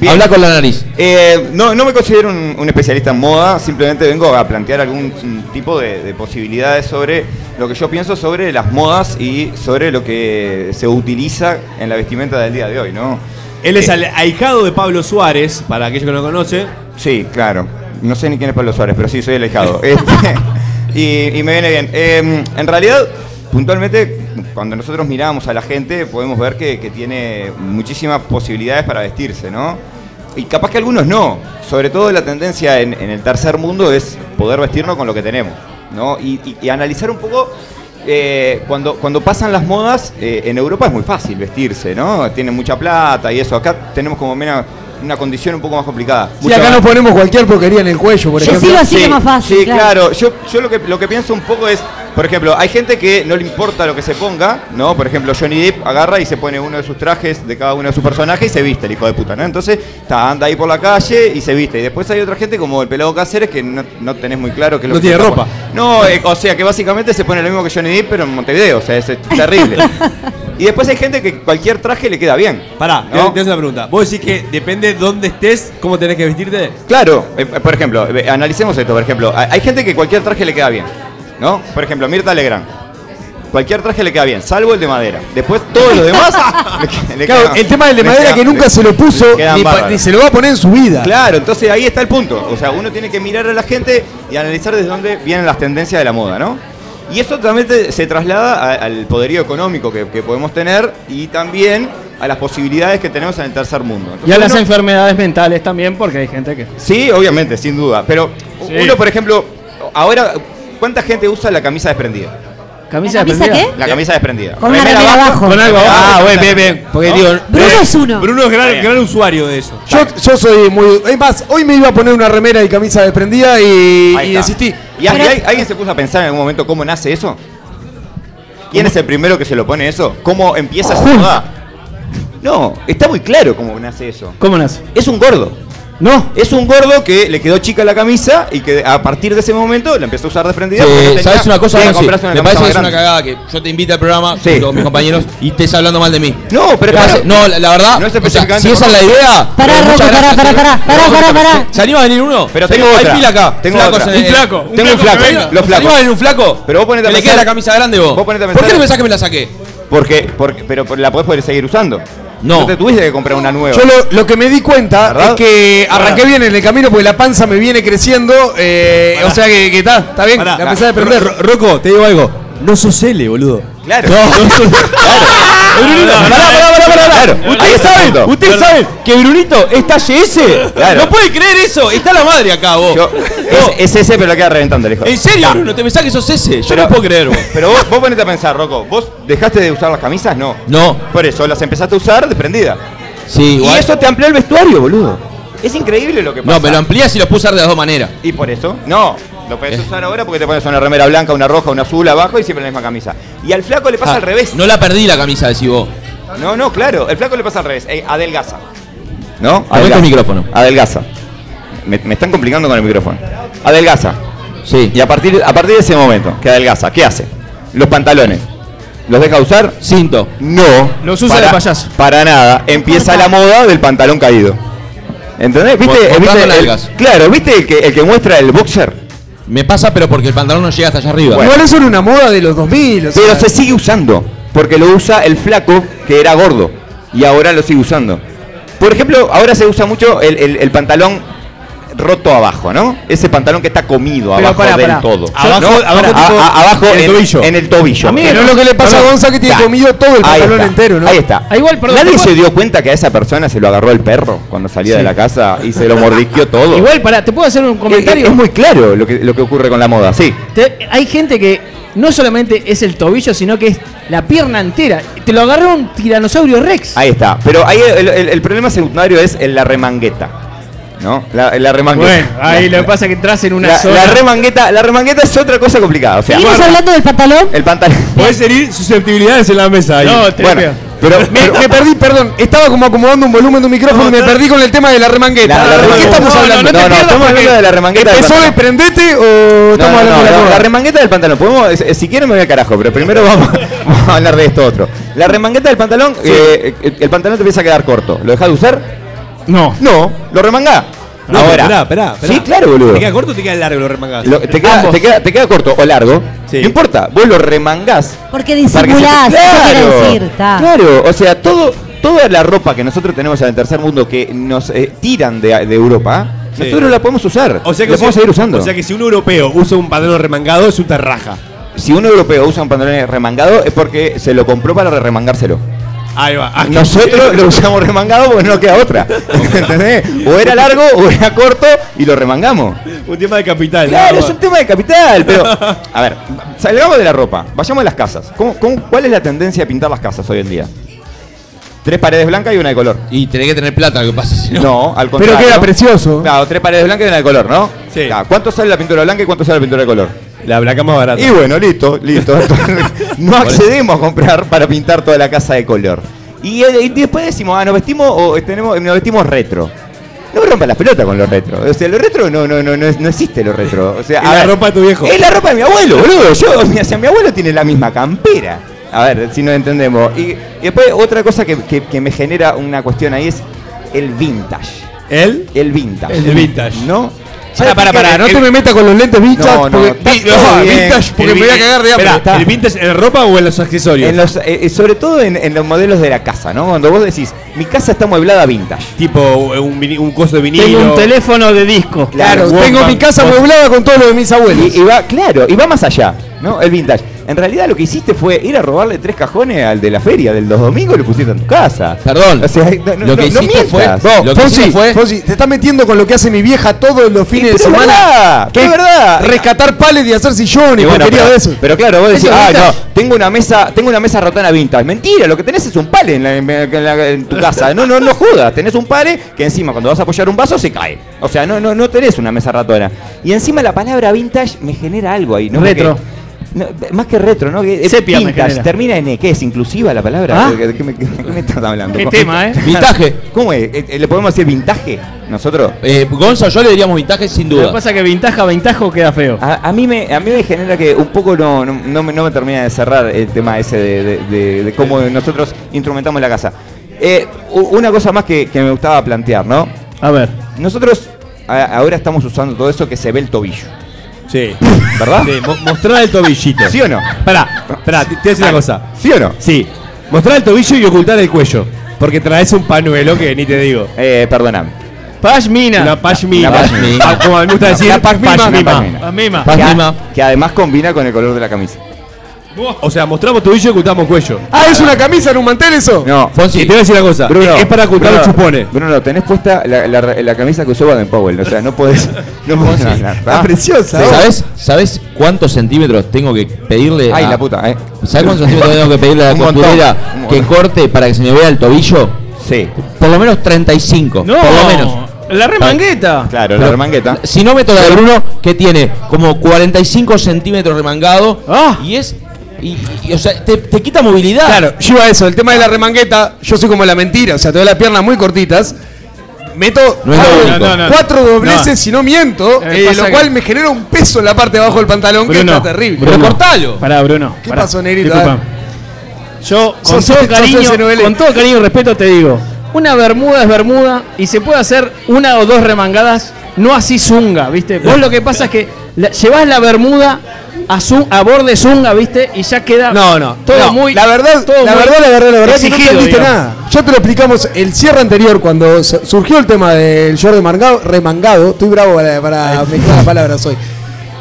Speaker 2: Habla con la nariz.
Speaker 17: Eh, no, no me considero un, un especialista en moda, simplemente vengo a plantear algún mm, tipo de, de posibilidades sobre lo que yo pienso sobre las modas y sobre lo que se utiliza en la vestimenta del día de hoy, ¿no? Eh,
Speaker 20: Él es al- ahijado de Pablo Suárez, para aquellos que no lo conocen.
Speaker 17: Sí, claro. No sé ni quién es Pablo Suárez, pero sí, soy el ahijado. Este, y, y me viene bien. Eh, en realidad, puntualmente, cuando nosotros miramos a la gente, podemos ver que, que tiene muchísimas posibilidades para vestirse, ¿no? Y capaz que algunos no. Sobre todo la tendencia en, en el tercer mundo es poder vestirnos con lo que tenemos, ¿no? Y, y- y analizar un poco eh, cuando, cuando pasan las modas, eh, en Europa es muy fácil vestirse, ¿no? Tienen mucha plata y eso. Acá tenemos como mena- una condición un poco más complicada.
Speaker 4: Si acá no ponemos cualquier porquería en el cuello, por ejemplo.
Speaker 17: Sí, Sí, claro. Yo, yo lo, que, lo que pienso un poco es, por ejemplo, hay gente que no le importa lo que se ponga, ¿no? Por ejemplo, Johnny Depp agarra y se pone uno de sus trajes de cada uno de sus personajes y se viste, el hijo de puta, ¿no? Entonces, ta, anda ahí por la calle y se viste. Y después hay otra gente como el pelado Cáceres que no, no tenés muy claro que lo
Speaker 4: No
Speaker 17: que
Speaker 4: tiene
Speaker 17: se
Speaker 4: ropa.
Speaker 17: pone. No, eh, o sea, que básicamente se pone lo mismo que Johnny Depp, pero en Montevideo, o sea, es terrible. y después hay gente que cualquier traje le queda bien.
Speaker 22: Pará, te- te hago una pregunta. ¿Vos decís que depende dónde estés, cómo tenés que vestirte?
Speaker 17: Claro, eh, por ejemplo, eh, analicemos esto, por ejemplo, hay hay gente que cualquier traje le queda bien, ¿no? Por ejemplo, Mirta Legrand. Cualquier traje le queda bien, salvo el de madera. Después todo lo demás le que- le
Speaker 4: Claro,
Speaker 17: queda-
Speaker 4: el tema del de
Speaker 17: le
Speaker 4: madera
Speaker 17: queda-
Speaker 4: que nunca
Speaker 17: le-
Speaker 4: se lo puso
Speaker 17: le quedan
Speaker 4: ni, pa-
Speaker 17: bárbaros.
Speaker 4: ni se lo va a poner en su vida.
Speaker 17: Claro, entonces ahí está el punto. O sea, uno tiene que mirar a la gente y analizar desde dónde vienen las tendencias de la moda, ¿no? Y eso también te- se traslada a- al poderío económico que, que podemos tener y también a las posibilidades que tenemos en el tercer mundo.
Speaker 1: Y a
Speaker 17: Entonces,
Speaker 1: las
Speaker 17: uno-
Speaker 1: enfermedades mentales también, porque hay gente que.
Speaker 17: Sí, obviamente, sin duda. Pero uno, por ejemplo, ahora, ¿cuánta gente usa la camisa desprendida?
Speaker 1: ¿Camisa,
Speaker 17: ¿La camisa
Speaker 1: desprendida?
Speaker 17: qué? La camisa desprendida.
Speaker 1: Con una remera abajo.
Speaker 4: Con algo abajo.
Speaker 22: Ah, bueno, bien, bien. Porque
Speaker 4: ¿No?
Speaker 22: digo,
Speaker 4: Bruno
Speaker 22: eh,
Speaker 4: es uno.
Speaker 22: Bruno es gran, gran usuario de eso.
Speaker 4: Yo, yo soy muy. Es más, hoy me iba a poner una remera y camisa desprendida y,
Speaker 17: Ahí
Speaker 4: y
Speaker 17: está.
Speaker 4: desistí.
Speaker 17: ¿Y hay- hay- alguien se puso a pensar en algún momento cómo nace eso? ¿Quién es el primero que se lo pone eso? ¿Cómo empieza esa moda? No, está muy claro cómo nace eso.
Speaker 1: ¿Cómo nace?
Speaker 17: Es un gordo.
Speaker 1: No.
Speaker 17: Es un gordo que le quedó chica la camisa y que a partir de ese momento la empezó a usar desprendida. porque no
Speaker 23: Eh,
Speaker 17: tenía
Speaker 23: ¿Sabes una cosa?
Speaker 17: quien
Speaker 23: Maxi?
Speaker 17: comprarse una
Speaker 23: me
Speaker 17: camisa
Speaker 23: parece que
Speaker 17: más
Speaker 23: es una
Speaker 17: grande.
Speaker 23: cagada que yo te invito al programa junto con mis compañeros y estés hablando mal de mí.
Speaker 17: No, pero
Speaker 23: parece, no, la, la verdad,
Speaker 17: No
Speaker 23: o
Speaker 17: es
Speaker 23: sea,
Speaker 17: especificante
Speaker 23: si esa es
Speaker 17: por
Speaker 23: la
Speaker 17: nada.
Speaker 23: idea.
Speaker 17: Pará,
Speaker 23: pero
Speaker 17: Rocco,
Speaker 23: muchas gracias, eh. pará, pará, señor. pará, Rocco, pará, ¿se- pará. ¿Se anima a venir uno?
Speaker 17: Pero
Speaker 23: Se-
Speaker 17: tengo
Speaker 23: hay
Speaker 17: otra.
Speaker 23: pila acá.
Speaker 17: Tengo
Speaker 23: flacos
Speaker 17: otra.
Speaker 23: en el-
Speaker 17: Un flaco, un
Speaker 23: Tengo un
Speaker 17: flaco
Speaker 23: flaco.
Speaker 17: que venga. Los
Speaker 23: ¿Se anima
Speaker 17: flacos.
Speaker 23: a venir un flaco?
Speaker 17: Pero vos ponete a
Speaker 23: Que le queda
Speaker 17: pensar-
Speaker 23: la camisa grande vos.
Speaker 17: Vos ponete a
Speaker 23: ¿Por qué
Speaker 17: pensar-
Speaker 23: no pensás que me la saqué?
Speaker 17: Porque, porque, pero la podés poder seguir usando. No. te tuviste que comprar una nueva.
Speaker 4: Yo lo, lo que me di cuenta
Speaker 17: ¿Verdad?
Speaker 4: es que
Speaker 17: Pará.
Speaker 4: arranqué bien en el camino porque la panza me viene creciendo. eh, o sea que que está, está bien. la empecé a desprender.
Speaker 22: Roco, te digo algo. No sos L, boludo.
Speaker 17: Claro.
Speaker 22: No, no sos-
Speaker 4: Brunito,
Speaker 22: Pará, pará, pará, pará, pará.
Speaker 23: Ustedes saben,
Speaker 22: Brunito.
Speaker 23: ustedes
Speaker 22: Claro.
Speaker 23: saben que Brunito es talle S.
Speaker 17: Claro.
Speaker 23: No puede creer eso. Está la madre acá vos.
Speaker 17: Es, es ese, pero la queda reventando el hijo.
Speaker 23: En serio, Bruno, te pensás que sos ese. Yo no puedo creer vos.
Speaker 17: Pero vos, vos ponete a pensar, Rocco, ¿vos dejaste de usar las camisas? No.
Speaker 23: No.
Speaker 17: Por eso las em-, empezaste a usar desprendida.
Speaker 23: Sí,
Speaker 17: Y
Speaker 23: igual.
Speaker 17: eso te amplió el vestuario, boludo. Es increíble lo que pasa.
Speaker 23: No, pero lo amplías y lo puedes usar de las dos maneras.
Speaker 17: ¿Y por eso? No. Lo
Speaker 23: Eh.
Speaker 17: podés usar ahora porque te pones una remera blanca, una roja, una azul abajo y siempre la misma camisa. Y al flaco le pasa
Speaker 23: Ah,
Speaker 17: al revés.
Speaker 23: No la perdí la camisa, decís vos.
Speaker 17: No, no, claro. El flaco le pasa al revés. Eh, adelgaza. ¿No?
Speaker 23: Adelgaza.
Speaker 17: el micrófono. Adelgaza. Me, me están complicando con el micrófono. Adelgaza.
Speaker 23: Sí.
Speaker 17: Y a partir, a partir de ese momento, que adelgaza, ¿qué hace? Los pantalones. ¿Los deja usar?
Speaker 23: Cinto.
Speaker 17: No.
Speaker 1: Los usa
Speaker 17: Para-
Speaker 1: de payaso.
Speaker 17: Para nada. Empieza la moda del pantalón caído. ¿Entendés? ¿Viste?
Speaker 23: Mo-
Speaker 17: ¿Viste
Speaker 23: mostrando
Speaker 17: el-
Speaker 23: nalgas.
Speaker 17: claro, ¿viste el que, el que muestra el boxer?
Speaker 23: Me pasa, pero porque el pantalón no llega hasta allá arriba.
Speaker 17: Bueno.
Speaker 4: Igual eso era una moda de los 2000. o sea,
Speaker 17: Pero se sigue usando, porque lo usa el flaco que era gordo y ahora lo sigue usando. Por ejemplo, ahora se usa mucho el, el- el pantalón roto abajo, ¿no? Ese pantalón que está comido
Speaker 4: Pero
Speaker 17: abajo
Speaker 4: pará,
Speaker 17: del
Speaker 4: pará.
Speaker 17: todo.
Speaker 4: Yo- Abajo-
Speaker 17: ¿no?
Speaker 4: abajo
Speaker 17: A-
Speaker 4: tipo-
Speaker 17: a- abajo
Speaker 4: en el
Speaker 17: en,
Speaker 4: tobillo.
Speaker 17: En el tobillo.
Speaker 4: A mí Pero es lo que le pasa a Gonza que tiene
Speaker 17: Está.
Speaker 4: comido todo el
Speaker 17: Ahí
Speaker 4: pantalón
Speaker 17: está.
Speaker 4: entero, ¿no?
Speaker 17: Ahí está.
Speaker 4: Ah, igual, perdón,
Speaker 17: Nadie
Speaker 4: te
Speaker 17: se
Speaker 4: puedo-
Speaker 17: dio cuenta que a esa persona se lo agarró el perro cuando salía de la casa y se lo mordisqueó todo.
Speaker 1: Igual, pará, ¿te puedo hacer un
Speaker 17: Es- es,
Speaker 1: comentario?
Speaker 17: es muy claro lo que, lo que ocurre con la moda, sí.
Speaker 1: Te- hay gente que no solamente es el tobillo, sino que es la pierna entera. Te lo agarró un tiranosaurio Rex.
Speaker 17: Ahí está. Pero ahí el, el- el problema secundario es en la remangueta. ¿No? La, la remangueta.
Speaker 1: Bueno, ahí lo que pasa es que entras en una
Speaker 17: la,
Speaker 1: zona.
Speaker 17: la remangueta, la remangueta es otra cosa complicada. O sea,
Speaker 3: ¿Seguimos hablando del pantalón?
Speaker 17: el pantalón.
Speaker 22: Podés herir susceptibilidades en la mesa ahí.
Speaker 17: No, terapia. Bueno, pero-
Speaker 4: me,
Speaker 17: pero-
Speaker 4: me perdí, perdón. Estaba como acomodando un volumen de un micrófono y me perdí con el tema de la remangueta.
Speaker 17: La- la
Speaker 4: ¿De qué
Speaker 17: remangueta.
Speaker 4: estamos
Speaker 17: No, no,
Speaker 4: hablando?
Speaker 17: no te pierdas porque
Speaker 4: ¿Empezó
Speaker 17: ¿Empezó
Speaker 4: de prendete o
Speaker 17: No,
Speaker 4: estamos
Speaker 17: no,
Speaker 4: hablando
Speaker 17: no,
Speaker 4: de la
Speaker 17: la,
Speaker 4: moda?
Speaker 17: la remangueta del pantalón. Podemos, eh, si quieren me voy al carajo, pero primero vamos, vamos a hablar de esto otro. La remangueta del pantalón, eh, eh, el pantalón te empieza a quedar corto. ¿Lo dejas de usar?
Speaker 1: No.
Speaker 17: No, lo remangá.
Speaker 22: No,
Speaker 17: Ahora.
Speaker 22: Esperá, esperá, esperá.
Speaker 17: Sí, claro, boludo.
Speaker 22: ¿Te queda corto o te queda largo lo remangás?
Speaker 17: Lo- te, queda, te, queda, te queda corto o largo. No importa, vos lo remangás.
Speaker 3: Porque
Speaker 17: para que se te-
Speaker 3: disimulás, eso quiero decir. ta.
Speaker 17: Claro, o sea, todo, toda la ropa que nosotros tenemos en el tercer mundo que nos eh, tiran de, de Europa,
Speaker 22: Sí.
Speaker 17: nosotros la podemos usar.
Speaker 22: O sea que
Speaker 17: la
Speaker 22: si-
Speaker 17: podemos seguir usando.
Speaker 22: O sea que si un europeo usa un pantalón remangado es un tarraja.
Speaker 17: si un europeo usa un pantalón remangado es porque se lo compró para remangárselo.
Speaker 20: Ahí va.
Speaker 22: Ah,
Speaker 20: Aquí.
Speaker 17: Nosotros lo usamos remangado porque no queda otra. ¿Entendés? O era largo o era corto y lo remangamos.
Speaker 20: Un tema de capital.
Speaker 17: Claro, es un tema de capital, pero. A ver, salgamos de la ropa, vayamos a las casas. ¿Cómo- cómo- cuál es la tendencia a pintar las casas hoy en día? Tres paredes blancas y una de color.
Speaker 2: Y tenés que tener plata, lo que pasa si no.
Speaker 17: No, al
Speaker 4: Pero
Speaker 17: contrario.
Speaker 4: queda precioso.
Speaker 17: Claro, tres paredes blancas y una de color, ¿no? Sí. ¿Cuánto sale la pintura blanca y cuánto sale la pintura de color?
Speaker 20: La blanca más barata.
Speaker 17: Y bueno, listo, listo. no accedemos a comprar para pintar toda la casa de color. Y, eh, y después decimos, ah, nos vestimos o tenemos, nos vestimos retro. No me rompa las pelotas con los retro. O sea, los retro no, no, no, no, es- no existe los retro. O sea,
Speaker 20: Es la ropa de tu viejo.
Speaker 17: Es la ropa de mi abuelo, boludo. Yo, o sea, mi abuelo tiene la misma campera. A ver, si nos entendemos. Y, y después otra cosa que, que- que me genera una cuestión ahí es el vintage.
Speaker 20: ¿El?
Speaker 17: El vintage.
Speaker 20: El vintage.
Speaker 17: ¿No?
Speaker 4: Para, para, para, no te me metas con los lentes vintage.
Speaker 17: No, no,
Speaker 4: porque,
Speaker 17: está
Speaker 4: Vi-
Speaker 17: todo
Speaker 4: no,
Speaker 17: bien.
Speaker 4: vintage, porque
Speaker 17: El
Speaker 4: me voy a
Speaker 17: vi-
Speaker 4: cagar de hambre.
Speaker 17: Esperá,
Speaker 4: Está.
Speaker 17: el
Speaker 20: ¿Vintage en ropa o en los accesorios?
Speaker 17: En los, eh, eh, sobre todo en, en los modelos de la casa, ¿no? Cuando vos decís, mi casa está mueblada vintage.
Speaker 20: Tipo eh, un, coso de vinilo.
Speaker 17: Tengo un
Speaker 1: teléfono de disco.
Speaker 17: Claro,
Speaker 4: tengo mi casa amueblada con todo lo de mis abuelos.
Speaker 17: Y, y va, claro, y va más allá, ¿no? El vintage. En realidad lo que hiciste fue ir a robarle tres cajones al de la feria del dos domingos y lo pusiste en tu casa.
Speaker 2: Perdón.
Speaker 17: O sea, no, no-
Speaker 2: Lo que
Speaker 17: no- no
Speaker 2: hiciste fue-
Speaker 17: mientas.
Speaker 4: No,
Speaker 17: Lo que
Speaker 4: Fonsi,
Speaker 17: hiciste fue-
Speaker 4: Fonsi, te estás metiendo con lo que hace mi vieja todos los fines de
Speaker 17: pero es
Speaker 4: semana.
Speaker 17: verdad,
Speaker 4: que
Speaker 17: es verdad.
Speaker 4: Rescatar palets y hacer
Speaker 17: Y
Speaker 4: sillones,
Speaker 17: bueno,
Speaker 4: porquería
Speaker 17: pero,
Speaker 4: de eso.
Speaker 17: pero claro, vos decís,
Speaker 4: Eso es
Speaker 17: ah, no,
Speaker 4: vintage".
Speaker 17: tengo una mesa, tengo una mesa rotana vintage. Mentira, lo que tenés es un pale en, la- en la- en la- en tu casa. No, no, no jodas, tenés un pale que encima cuando vas a apoyar un vaso se cae. O sea, no, no, no tenés una mesa ratona. Y encima la palabra vintage me genera algo ahí, ¿no?
Speaker 12: Retro.
Speaker 17: Porque- no, más que retro, ¿no? Que-
Speaker 12: Sepia me
Speaker 17: vintage,
Speaker 12: genera.
Speaker 17: termina en E, ¿qué es? ¿Inclusiva la palabra?
Speaker 12: ¿Ah?
Speaker 17: ¿De, de qué me, de qué me estás hablando?
Speaker 1: Qué
Speaker 17: ¿Cómo-
Speaker 1: tema, ¿eh?
Speaker 2: Vintage.
Speaker 17: ¿Cómo es? Eh, eh, ¿Le podemos decir vintage nosotros?
Speaker 2: Eh, Gonza, yo le diríamos vintage sin
Speaker 1: Lo que
Speaker 2: duda.
Speaker 1: pasa es que ventaja, ventajo queda feo.
Speaker 17: A, a mí me, a mí me genera que un poco no, no, no me, no me termina de cerrar el tema ese de, de- de- de cómo nosotros instrumentamos la casa. Eh, u- una cosa más que, que me gustaba plantear, ¿no?
Speaker 1: A ver.
Speaker 17: Nosotros a- ahora estamos usando todo eso que se ve el tobillo.
Speaker 20: Sí.
Speaker 17: ¿Verdad?
Speaker 20: Sí, mo- mostrar el tobillito.
Speaker 17: ¿Sí o no?
Speaker 20: Pará, pará, te, te voy a decir una cosa.
Speaker 17: ¿Sí o no?
Speaker 20: Sí. Mostrar el tobillo y ocultar el cuello. Porque traes un panuelo que ni te digo.
Speaker 17: Eh, perdóname.
Speaker 1: Pashmina.
Speaker 20: La pashmina.
Speaker 17: La pashmina.
Speaker 20: Ah, Como me gusta
Speaker 17: La-
Speaker 20: decir,
Speaker 17: la pashmina,
Speaker 20: pashmima.
Speaker 17: la pashmina.
Speaker 1: Mima.
Speaker 17: Que, a- que además combina con el color de la camisa.
Speaker 20: O sea, mostramos tobillo y ocultamos cuello.
Speaker 4: Ah, es una camisa en un mantel eso.
Speaker 17: No,
Speaker 20: Y te voy a decir una cosa.
Speaker 17: Bruno,
Speaker 20: es para ocultar
Speaker 17: Bruno,
Speaker 20: los chupones.
Speaker 17: Bruno, tenés puesta la, la- la camisa que usó Baden Powell. O sea, no podés. No podés ganar, ¿ah?
Speaker 4: preciosa.
Speaker 2: Sí. ¿Sabes, ¿Sabes cuántos centímetros tengo que pedirle?
Speaker 17: Ay,
Speaker 2: a-
Speaker 17: la puta, ¿eh?
Speaker 2: ¿Sabes cuántos centímetros tengo que pedirle a la
Speaker 17: Un montón, un
Speaker 2: costurera
Speaker 17: montón.
Speaker 2: que corte para que se me vea el tobillo?
Speaker 17: Sí.
Speaker 2: Por lo menos 35.
Speaker 1: No,
Speaker 2: Por lo menos.
Speaker 1: La remangueta.
Speaker 17: Claro, la
Speaker 2: Pero-
Speaker 17: remangueta.
Speaker 2: Si no meto la de Bruno, que tiene como 45 centímetros remangado. Y es. Y, y, o sea, te, te quita movilidad.
Speaker 4: Ah. Claro, yo iba a eso. El tema de la remangueta, yo soy como la mentira. O sea, te doy las piernas muy cortitas. Meto
Speaker 2: No es lo
Speaker 4: cuatro,
Speaker 2: único.
Speaker 1: no, no, no.
Speaker 4: cuatro dobleces,
Speaker 1: No.
Speaker 4: si no miento,
Speaker 1: Eh,
Speaker 4: eh,
Speaker 1: pasa
Speaker 4: lo
Speaker 1: que-
Speaker 4: cual me genera un peso en la parte de abajo del pantalón que
Speaker 1: Bruno,
Speaker 4: está terrible.
Speaker 2: Pero
Speaker 1: Bruno.
Speaker 2: cortalo.
Speaker 1: Pará, Bruno.
Speaker 4: ¿Qué
Speaker 1: pará.
Speaker 4: pasó, negrito?
Speaker 1: Disculpa.
Speaker 4: A ver.
Speaker 1: Yo, con
Speaker 4: Sos-
Speaker 1: todo,
Speaker 4: sos
Speaker 1: cariño,
Speaker 4: SNBL.
Speaker 1: con todo cariño y respeto, te digo: una bermuda es bermuda y se puede hacer una o dos remangadas, no así zunga, ¿viste? Vos lo que pasa es que la- llevás la bermuda a, zu- a borde zunga, ¿viste? Y ya queda
Speaker 4: No, no.
Speaker 1: todo
Speaker 4: no.
Speaker 1: muy.
Speaker 4: La verdad,
Speaker 1: todo
Speaker 4: la
Speaker 1: muy
Speaker 4: verdad, la verdad, la verdad, que no
Speaker 1: exigido,
Speaker 4: entendiste
Speaker 1: digamos.
Speaker 4: nada. Ya te lo explicamos el cierre anterior, cuando su- surgió el tema del short de margado- remangado. Estoy bravo para, para mezclar las palabras hoy.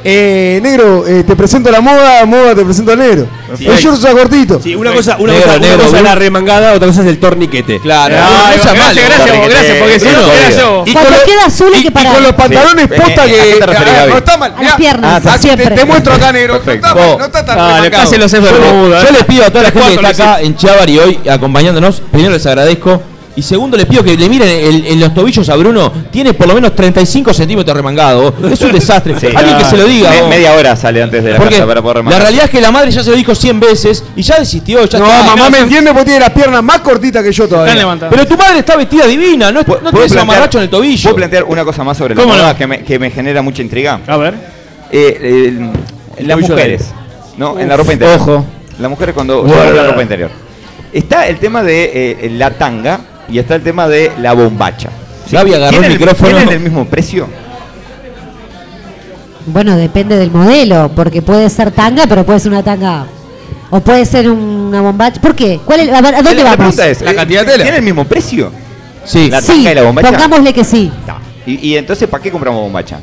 Speaker 4: Eh, negro, eh, te presento la moda, moda, te presento al negro. El short está cortito.
Speaker 20: Sí, una cosa, una
Speaker 2: Negro,
Speaker 20: cosa, una
Speaker 2: negro,
Speaker 20: cosa es
Speaker 2: Bruno.
Speaker 20: la remangada, otra cosa es el torniquete.
Speaker 2: Claro.
Speaker 1: Ay,
Speaker 2: no sea
Speaker 1: gracias,
Speaker 2: malo,
Speaker 1: gracias, vos,
Speaker 2: porque
Speaker 1: gracias,
Speaker 2: te-
Speaker 1: porque si
Speaker 2: Bruno,
Speaker 1: no,
Speaker 2: obvio.
Speaker 1: era yo.
Speaker 3: Cuando queda azul hay
Speaker 4: y-
Speaker 3: que
Speaker 4: y
Speaker 3: parar.
Speaker 4: con los pantalones
Speaker 17: Sí.
Speaker 4: posta
Speaker 17: Eh, eh, ¿a
Speaker 4: que.
Speaker 17: qué te referís,
Speaker 4: ah,
Speaker 17: Gaby?
Speaker 4: no está mal.
Speaker 3: A las
Speaker 2: Ah,
Speaker 3: piernas,
Speaker 4: Aquí te-
Speaker 3: siempre.
Speaker 4: te, muestro acá, negro.
Speaker 17: Perfecto.
Speaker 4: No está mal,
Speaker 2: Vos.
Speaker 4: no está tan
Speaker 1: Ah,
Speaker 4: remangado.
Speaker 1: casi los es
Speaker 2: Yo,
Speaker 1: bermuda.
Speaker 2: le- yo
Speaker 1: ¿eh?
Speaker 2: les pido a toda la
Speaker 1: Tres,
Speaker 2: gente que
Speaker 1: cuatro,
Speaker 2: está acá en Chiavari hoy acompañándonos, primero les agradezco. Y segundo, les pido que le miren el- en los tobillos a Bruno. Tiene por lo menos 35 centímetros remangado. vos. Es un desastre. Alguien que se lo diga.
Speaker 17: Ah, Me-
Speaker 2: vos.
Speaker 17: media hora sale antes de la
Speaker 2: Porque
Speaker 17: casa para poder
Speaker 2: la
Speaker 17: remangar.
Speaker 2: realidad es que la madre ya se lo dijo 100 veces y ya desistió. Ya
Speaker 4: No,
Speaker 2: está.
Speaker 4: mamá me entiende porque tiene las piernas más cortitas que yo todavía.
Speaker 1: Están levantados.
Speaker 2: Pero tu madre está vestida divina. No,
Speaker 17: ¿Puedo-
Speaker 2: no
Speaker 17: puedo
Speaker 2: tenés un
Speaker 17: plantear-
Speaker 2: amarracho en el tobillo.
Speaker 17: ¿Puedo plantear una cosa más sobre la
Speaker 1: ¿Cómo no?
Speaker 17: moda que me, que me genera mucha intriga?
Speaker 1: A ver.
Speaker 17: Eh, eh, en las
Speaker 20: tobillo
Speaker 17: mujeres, ¿no? en la ropa interior. Ojo. Las mujeres cuando usan la ropa interior. Está el tema de eh, la tanga y está el tema de la bombacha.
Speaker 2: Gaby agarró el
Speaker 17: ¿Tienen
Speaker 2: micrófono.
Speaker 17: ¿Tienen el mismo precio?
Speaker 3: Bueno, depende del modelo, porque puede ser tanga, pero puede ser una tanga. O puede ser una bombacha. ¿Por qué? ¿Cuál es- a ver, ¿A
Speaker 17: La-
Speaker 3: dónde
Speaker 17: la
Speaker 3: vamos?
Speaker 17: pregunta es,
Speaker 4: La
Speaker 17: eh,
Speaker 4: cantidad de tela.
Speaker 17: ¿Tienen el mismo precio?
Speaker 2: Sí.
Speaker 17: La
Speaker 3: sí,
Speaker 17: tanga y la bombacha.
Speaker 3: pongámosle que sí.
Speaker 17: Ta. Y, y entonces, ¿para qué compramos bombacha?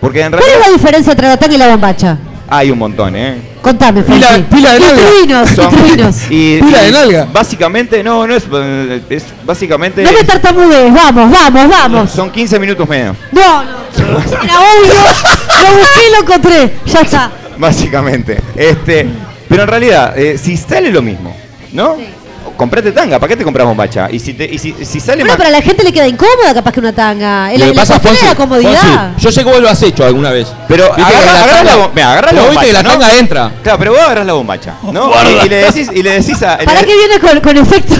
Speaker 17: Porque en
Speaker 3: ¿Cuál
Speaker 17: realidad...
Speaker 3: es la diferencia entre la tanga y la bombacha?
Speaker 17: Hay un montón, ¿eh?
Speaker 3: Contame, Franci. Instruinos,
Speaker 17: Son-
Speaker 3: instruinos.
Speaker 17: y-
Speaker 3: Pila
Speaker 17: y
Speaker 3: de nalga.
Speaker 17: Básicamente, no, no es. eh, es básicamente.
Speaker 3: No me tartamudees, vamos, vamos, vamos.
Speaker 17: Son 15 minutos menos.
Speaker 3: No, no, era obvio. Lo busqué y lo encontré. Ya está.
Speaker 17: Básicamente. Este, pero en realidad, eh, si sale lo mismo, ¿no? Comprate tanga, ¿para qué te compras bombacha? Y si, te, y si, si sale
Speaker 3: Bueno,
Speaker 17: más.
Speaker 3: pero a la gente le queda incómoda capaz que una tanga.
Speaker 17: Lo
Speaker 3: la,
Speaker 17: que
Speaker 3: la
Speaker 17: pasa,
Speaker 3: cuestión es la
Speaker 17: Fonsi,
Speaker 23: Pues
Speaker 3: comodidad.
Speaker 17: Fonsi, yo sé que vos lo has hecho alguna vez. Pero
Speaker 23: Viste que
Speaker 17: agarra,
Speaker 23: la
Speaker 17: agarra
Speaker 23: tanga-
Speaker 17: la, bom- mirá, agarra la
Speaker 23: Vos viste
Speaker 17: bombacha.
Speaker 23: que la
Speaker 17: ¿no?
Speaker 23: tanga entra.
Speaker 17: Claro, pero vos agarras la bombacha, ¿no?
Speaker 23: Guarda.
Speaker 17: Y, y le decís, y le decís a.
Speaker 3: ¿Para
Speaker 17: le-
Speaker 3: qué viene con, con efecto?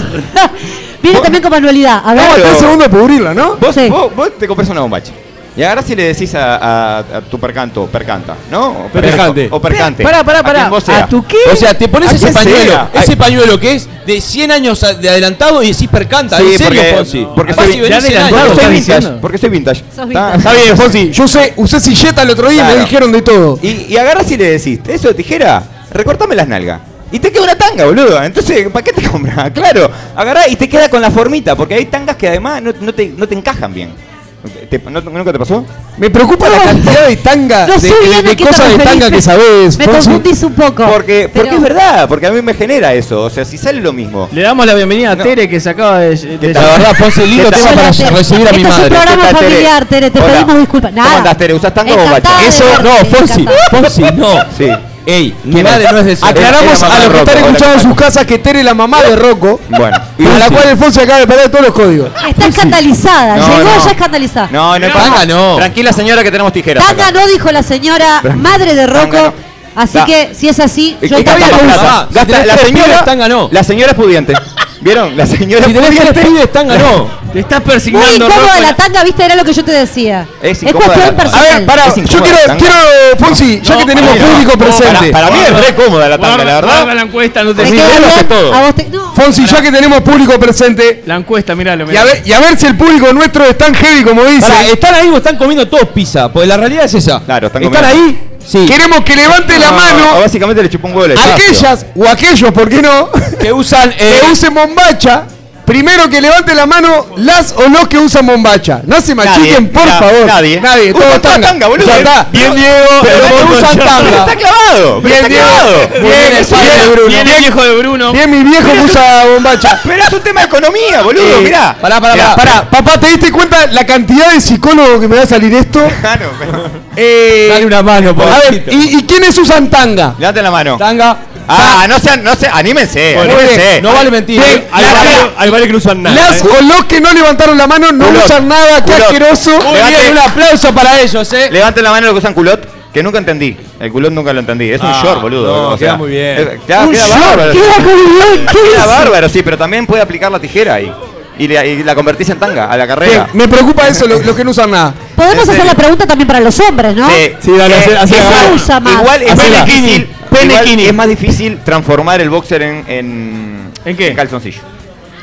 Speaker 3: viene también con manualidad. A ver,
Speaker 17: Claro.
Speaker 4: para cubrirla, ¿no?
Speaker 17: Vos, vos- vos te compras una bombacha. Y agarras y le decís a, a- a tu percanto, percanta, ¿no? O
Speaker 23: Percante.
Speaker 17: O percante.
Speaker 23: Pará, pará, pará.
Speaker 17: quien vos sea.
Speaker 23: ¿A tu qué? O sea, te pones
Speaker 17: ¿A
Speaker 23: ese
Speaker 17: quien
Speaker 23: pañuelo,
Speaker 17: sea?
Speaker 23: ese pañuelo que es de 100 años a- de adelantado y decís percanta.
Speaker 17: Sí,
Speaker 23: en serio,
Speaker 17: porque-
Speaker 23: Fonsi.
Speaker 17: porque
Speaker 23: Capaz
Speaker 17: soy-
Speaker 23: si venís
Speaker 17: ya
Speaker 23: 100
Speaker 17: adelantado,
Speaker 23: años.
Speaker 17: soy vintage,
Speaker 23: diciendo.
Speaker 17: porque soy vintage.
Speaker 23: vintage.
Speaker 4: Está bien, Fonsi. Yo sé, usé silleta el otro día y
Speaker 17: Claro.
Speaker 4: me dijeron de todo.
Speaker 17: Y, y agarras y le decís, eso de tijera, recortame las nalgas. Y te queda una tanga, boludo. Entonces, ¿para qué te compras? Claro, agarrá y te queda con la formita, porque hay tangas que además no, no te, no te encajan bien. ¿Te- no- ¿Nunca te pasó?
Speaker 4: Me preocupa la cantidad de tanga,
Speaker 17: No
Speaker 4: de,
Speaker 17: sé
Speaker 4: de-
Speaker 17: bien a
Speaker 4: de
Speaker 17: qué te
Speaker 4: cosas de
Speaker 17: referís,
Speaker 4: tanga que
Speaker 17: pero
Speaker 4: sabés.
Speaker 17: me
Speaker 4: Fonsi.
Speaker 17: confundís
Speaker 3: un poco.
Speaker 17: Porque, porque es verdad, porque a mí me genera eso. O sea, si sale lo mismo.
Speaker 1: Le damos la bienvenida a Tere que se acaba de. de-
Speaker 17: tal? La verdad, Fonsi, lindo
Speaker 1: ¿Qué
Speaker 17: tema
Speaker 1: tal?
Speaker 17: para
Speaker 1: Hola, Tere.
Speaker 17: recibir a mi
Speaker 1: Este es un
Speaker 17: madre.
Speaker 1: programa
Speaker 17: ¿Qué tal, Tere?
Speaker 3: familiar, Tere, te
Speaker 17: Hola.
Speaker 3: pedimos disculpas.
Speaker 17: ¿Cómo
Speaker 3: Nada.
Speaker 17: andás, Tere? ¿Usás tanga o bombacha?
Speaker 3: Encantada de
Speaker 17: Eso,
Speaker 3: verte,
Speaker 17: no,
Speaker 23: Fonsi,
Speaker 3: encantada.
Speaker 23: Fonsi, no.
Speaker 17: Sí.
Speaker 23: Ey, mi
Speaker 17: ¿Quién
Speaker 23: madre
Speaker 17: es?
Speaker 23: no es de ese-
Speaker 4: Aclaramos
Speaker 23: Era
Speaker 4: a
Speaker 23: mamá de
Speaker 4: los
Speaker 23: Rocco.
Speaker 4: que están
Speaker 23: Hola,
Speaker 4: escuchando en sus casas que Tere es la mamá de Rocco.
Speaker 17: Bueno.
Speaker 4: Y a la cual el Fonsi acaba de perder todos los códigos.
Speaker 3: Está escandalizada.
Speaker 17: No,
Speaker 3: Llegó
Speaker 17: no.
Speaker 3: ya escandalizada.
Speaker 17: No, no,
Speaker 23: Tanga no.
Speaker 17: Tranquila, señora, que tenemos tijeras.
Speaker 3: Tanga no dijo la señora,
Speaker 17: Pero-
Speaker 3: madre de
Speaker 17: Tanga Eh,
Speaker 3: Rocco. Así
Speaker 17: Da.
Speaker 3: que si es así, yo
Speaker 17: Está
Speaker 3: también
Speaker 17: bien,
Speaker 3: lo
Speaker 17: gasta-
Speaker 3: uso.
Speaker 17: gasta- la señora La señora es pudiente. ¿Vieron? La señora es pudiente. tanga no.
Speaker 1: Te estás
Speaker 3: Muy
Speaker 1: persignando,
Speaker 3: incómoda
Speaker 1: Rocco.
Speaker 3: la tanga, viste, era lo que yo te decía.
Speaker 17: Es
Speaker 3: es
Speaker 17: incómoda
Speaker 3: cuestión
Speaker 17: la tanga.
Speaker 3: personal.
Speaker 17: A ver, pará,
Speaker 4: Es
Speaker 17: yo
Speaker 4: incómoda
Speaker 17: quiero,
Speaker 4: la tanga.
Speaker 17: quiero,
Speaker 4: Fonsi, ya que tenemos público presente.
Speaker 17: Para, mí es re cómoda la tanga,
Speaker 1: Guarda-
Speaker 17: la
Speaker 1: guarda
Speaker 17: verdad.
Speaker 1: la encuesta, no te
Speaker 4: Me
Speaker 1: Sí,
Speaker 4: queda
Speaker 1: ya lo sé
Speaker 4: bien.
Speaker 1: todo.
Speaker 4: A vos Fonsi, ya que tenemos público presente.
Speaker 1: La encuesta, miralo,
Speaker 4: Y a,
Speaker 1: miralo.
Speaker 4: ver, y a ver si el público nuestro es tan heavy como dice.
Speaker 23: Pará, están ahí o están comiendo todos pizza, porque la realidad es esa. Claro, están
Speaker 4: comiendo.
Speaker 23: ahí? Sí.
Speaker 4: Queremos que levante la mano
Speaker 17: básicamente le chupó un huevo el
Speaker 4: aquellas o aquellos, ¿por qué no? Que usan
Speaker 17: eh,
Speaker 4: que usen bombacha. Primero que levante la mano las o los que usan bombacha. No se machiquen, por
Speaker 17: na-
Speaker 4: favor.
Speaker 17: nadie.
Speaker 4: Nadie.
Speaker 17: Usan toda
Speaker 4: Todo tanga.
Speaker 17: tanga, boludo.
Speaker 4: Ya está.
Speaker 17: Bien, Diego.
Speaker 4: Pero
Speaker 17: Pero
Speaker 4: los
Speaker 17: está
Speaker 4: que usan
Speaker 17: clavado,
Speaker 4: tanga.
Speaker 17: pero está clavado, pero
Speaker 4: Bien,
Speaker 17: está
Speaker 4: Diego.
Speaker 17: clavado.
Speaker 4: Bien,
Speaker 17: Bien,
Speaker 4: el padre de Bruno.
Speaker 1: Bien, el viejo de Bruno.
Speaker 4: Bien, mi viejo que usa bombacha.
Speaker 17: Pero es un tema de economía, boludo, mirá.
Speaker 4: Pará, pará,
Speaker 17: Mirá.
Speaker 4: pará. Pará, papá, ¿te diste cuenta la cantidad de psicólogos que me va a salir esto?
Speaker 17: Claro, pero.
Speaker 4: Eh,
Speaker 17: Dale una mano,
Speaker 4: A ver,
Speaker 17: pobrecito.
Speaker 4: ¿y, y quiénes usan tanga?
Speaker 17: Levanten la mano.
Speaker 4: Tanga.
Speaker 17: Ah, no sean, no sean, anímense,
Speaker 4: Bueno,
Speaker 17: anímense.
Speaker 4: bien, no vale mentir. Bien,
Speaker 17: Hay
Speaker 4: la-
Speaker 17: varios- hay varios que no usan
Speaker 4: Las
Speaker 17: eh.
Speaker 4: o los que no levantaron la mano no
Speaker 17: Culot.
Speaker 4: usan nada, qué
Speaker 17: Culot.
Speaker 4: asqueroso.
Speaker 17: Levanten-
Speaker 4: aplauso para ellos, eh.
Speaker 17: Levanten la mano los que usan culot, que nunca entendí. El culot nunca lo entendí. Es un
Speaker 22: Ah,
Speaker 17: short, boludo.
Speaker 22: no,
Speaker 17: o sea,
Speaker 22: queda muy bien.
Speaker 17: es- claro,
Speaker 22: Un
Speaker 17: queda
Speaker 22: short,
Speaker 17: bárbaro.
Speaker 22: queda muy bien, ¿qué
Speaker 17: Queda
Speaker 22: es?
Speaker 17: bárbaro, sí, pero también puede aplicar la tijera ahí. Y, le- y la convertís en tanga, a la carrera.
Speaker 4: Me preocupa eso, lo- los que no usan nada.
Speaker 3: Podemos hacer la pregunta también para los hombres, ¿no?
Speaker 17: Eh,
Speaker 3: ¿Qué se usa más?
Speaker 17: Igual es más
Speaker 3: Hacela.
Speaker 17: difícil. igual es más difícil transformar el boxer en. ¿En, Mm, en calzoncillo.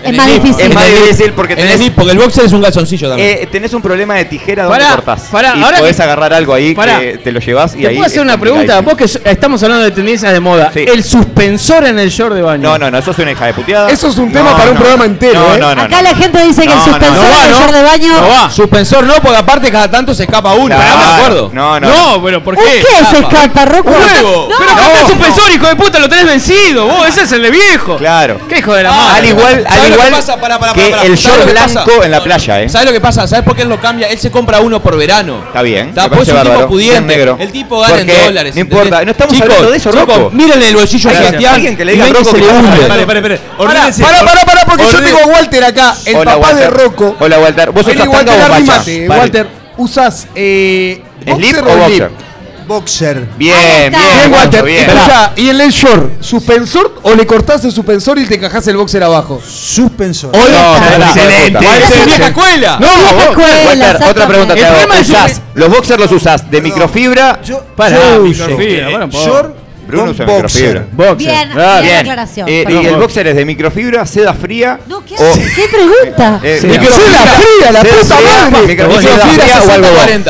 Speaker 3: Es más difícil.
Speaker 17: Es más
Speaker 23: En el-
Speaker 17: difícil porque
Speaker 23: en
Speaker 17: tenés.
Speaker 23: el- porque el boxer es un calzoncillo también.
Speaker 17: eh, tenés un problema de tijera donde
Speaker 1: Pará,
Speaker 17: cortás.
Speaker 1: pará,
Speaker 17: y
Speaker 1: ahora
Speaker 17: podés
Speaker 1: que-
Speaker 17: agarrar algo ahí
Speaker 1: pará.
Speaker 17: que te lo llevas y
Speaker 1: ¿Te
Speaker 17: ahí.
Speaker 1: puedo hacer
Speaker 17: es
Speaker 1: una pregunta?
Speaker 17: complicadísimo.
Speaker 1: Vos que so- estamos hablando de tendencias de moda. El suspensor en el short de baño.
Speaker 17: No, no, no, eso es una hija de puteada.
Speaker 1: Eso
Speaker 4: es un
Speaker 1: tema para un programa
Speaker 4: entero,
Speaker 17: No,
Speaker 1: ¿eh?
Speaker 17: no, no.
Speaker 3: Acá
Speaker 17: no.
Speaker 3: la gente dice que el
Speaker 17: No, no,
Speaker 3: suspensor
Speaker 17: no va,
Speaker 3: del
Speaker 17: ¿no?
Speaker 3: short de baño.
Speaker 17: No va.
Speaker 23: Suspensor no, porque aparte cada tanto se escapa uno.
Speaker 17: Claro.
Speaker 23: Pará, me acuerdo.
Speaker 17: No, no.
Speaker 1: No, pero ¿por
Speaker 3: ¿Un
Speaker 1: qué?
Speaker 3: qué se escapa, Rocco?
Speaker 1: ¡Huevo!
Speaker 3: No.
Speaker 1: ¡Pero acá está el suspensor, hijo de puta! ¡Lo tenés vencido! ¡Vos, ese es el de viejo!
Speaker 17: Claro.
Speaker 1: ¿Qué hijo de la
Speaker 23: Ah,
Speaker 1: madre?
Speaker 17: Al igual,
Speaker 23: ¿Sabés
Speaker 17: al
Speaker 23: lo que
Speaker 17: igual
Speaker 23: pasa? Pará, pará,
Speaker 17: que
Speaker 23: pará, pará.
Speaker 17: el
Speaker 23: ¿Sabés
Speaker 17: short
Speaker 23: lo que pasa?
Speaker 17: blanco en la playa, ¿eh?
Speaker 23: ¿Sabes lo que pasa? ¿Sabes por qué él lo cambia? Él se compra uno por verano.
Speaker 17: Está bien.
Speaker 23: Está,
Speaker 17: me
Speaker 23: pues
Speaker 17: parece
Speaker 23: es un tipo
Speaker 17: bárbaro.
Speaker 23: pudiente.
Speaker 17: Bien negro.
Speaker 23: El tipo gana en
Speaker 17: Porque
Speaker 23: dólares,
Speaker 17: No importa,
Speaker 23: ¿entendés?
Speaker 17: no estamos
Speaker 23: Chicos,
Speaker 17: hablando de eso,
Speaker 23: chicos,
Speaker 17: Rocco.
Speaker 23: mírenle el bolsillo a Sebastián
Speaker 17: Alguien que le
Speaker 23: y
Speaker 17: diga a
Speaker 23: ven que
Speaker 17: Rocco
Speaker 23: se
Speaker 17: que
Speaker 23: le
Speaker 17: pasa
Speaker 23: hunde.
Speaker 17: algo.
Speaker 23: Pará, pará, pará.
Speaker 4: Pará,
Speaker 23: Ordenense.
Speaker 4: pará, pará, pará, porque yo
Speaker 17: Orden-
Speaker 4: tengo a Walter acá, el
Speaker 17: Hola,
Speaker 4: papá de
Speaker 17: Walter.
Speaker 4: Rocco.
Speaker 17: Hola, Walter. ¿Vos
Speaker 4: Vení,
Speaker 17: usás
Speaker 4: Walter,
Speaker 17: tanga o bombacha?
Speaker 4: arrimate.
Speaker 17: Vale.
Speaker 4: Walter, usas eh,
Speaker 17: ¿Slip
Speaker 4: boxer
Speaker 17: o
Speaker 4: o
Speaker 17: boxer?
Speaker 4: slip? Boxer.
Speaker 17: Bien, bien.
Speaker 4: Bien, Walter.
Speaker 17: Bien.
Speaker 4: Escuchá, y el short, ¿suspensor o le cortás el suspensor y te encajás el boxer abajo? Suspensor.
Speaker 17: No, pará. Walter,
Speaker 4: Walter,
Speaker 17: vieja
Speaker 4: escuela.
Speaker 17: No, vos- Walter, otra pregunta te
Speaker 4: El
Speaker 17: hago.
Speaker 4: problema es
Speaker 17: ¿Usás- ¿Los boxers los usás de microfibra? Pará,
Speaker 1: yo uso-
Speaker 17: microfibra,
Speaker 1: eh,
Speaker 17: bueno, por
Speaker 1: short
Speaker 17: favor. Bruno
Speaker 1: con
Speaker 17: usa
Speaker 1: boxer.
Speaker 17: microfibra.
Speaker 1: Boxer.
Speaker 3: Bien,
Speaker 17: Ah,
Speaker 3: bien
Speaker 17: bien.
Speaker 3: aclaración,
Speaker 17: Eh,
Speaker 3: perdón.
Speaker 17: y el boxer es de microfibra, seda fría. eh, No, ¿qué,
Speaker 3: ¿Qué pregunta?
Speaker 4: fría, la puta madre.
Speaker 17: Microfibra fría o algodón.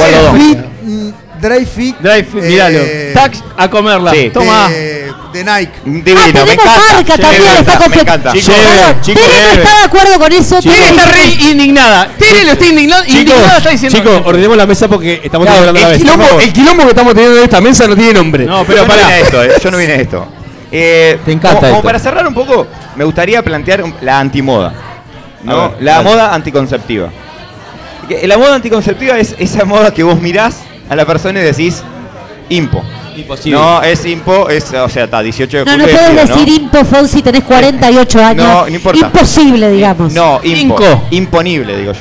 Speaker 17: O algodón.
Speaker 3: mm, eh,
Speaker 1: Dry fit. Dry fit, miralo. Tax a comerla.
Speaker 17: Sí.
Speaker 13: Eh,
Speaker 17: Eh,
Speaker 1: Toma.
Speaker 13: de Nike.
Speaker 3: Ah, tenemos marca también, está completo. Perdón, Tere no está de acuerdo con eso.
Speaker 1: Tere
Speaker 3: Tere
Speaker 1: está
Speaker 3: dice-
Speaker 1: re indignada. Tere lo está indignado, indignada, está diciendo.
Speaker 20: Chicos, ordenemos la mesa porque estamos
Speaker 1: Claro,
Speaker 20: hablando a la
Speaker 17: el
Speaker 20: vez.
Speaker 17: quilombo-
Speaker 20: Por favor.
Speaker 17: el quilombo que estamos teniendo en esta mesa no tiene nombre. No,
Speaker 20: pero
Speaker 17: pero para
Speaker 20: pará.
Speaker 17: esto, eh, yo no vine a esto. Eh,
Speaker 2: Te encanta
Speaker 17: como, como
Speaker 2: esto.
Speaker 17: para cerrar un poco, me gustaría plantear un- la antimoda.
Speaker 2: A
Speaker 17: ¿no?
Speaker 2: ver,
Speaker 17: La
Speaker 2: dale.
Speaker 17: moda anticonceptiva. Que La moda anticonceptiva es esa moda que vos mirás a la persona y decís impo.
Speaker 24: Imposible.
Speaker 17: No, es impo, es, o sea, está 18 de
Speaker 3: No, no
Speaker 17: julio
Speaker 3: puedes
Speaker 17: vestido,
Speaker 3: decir Impo Fon si tenés 48 años.
Speaker 17: No, no importa.
Speaker 3: Imposible, digamos.
Speaker 17: No, impo.
Speaker 3: Inco.
Speaker 17: Imponible, digo yo.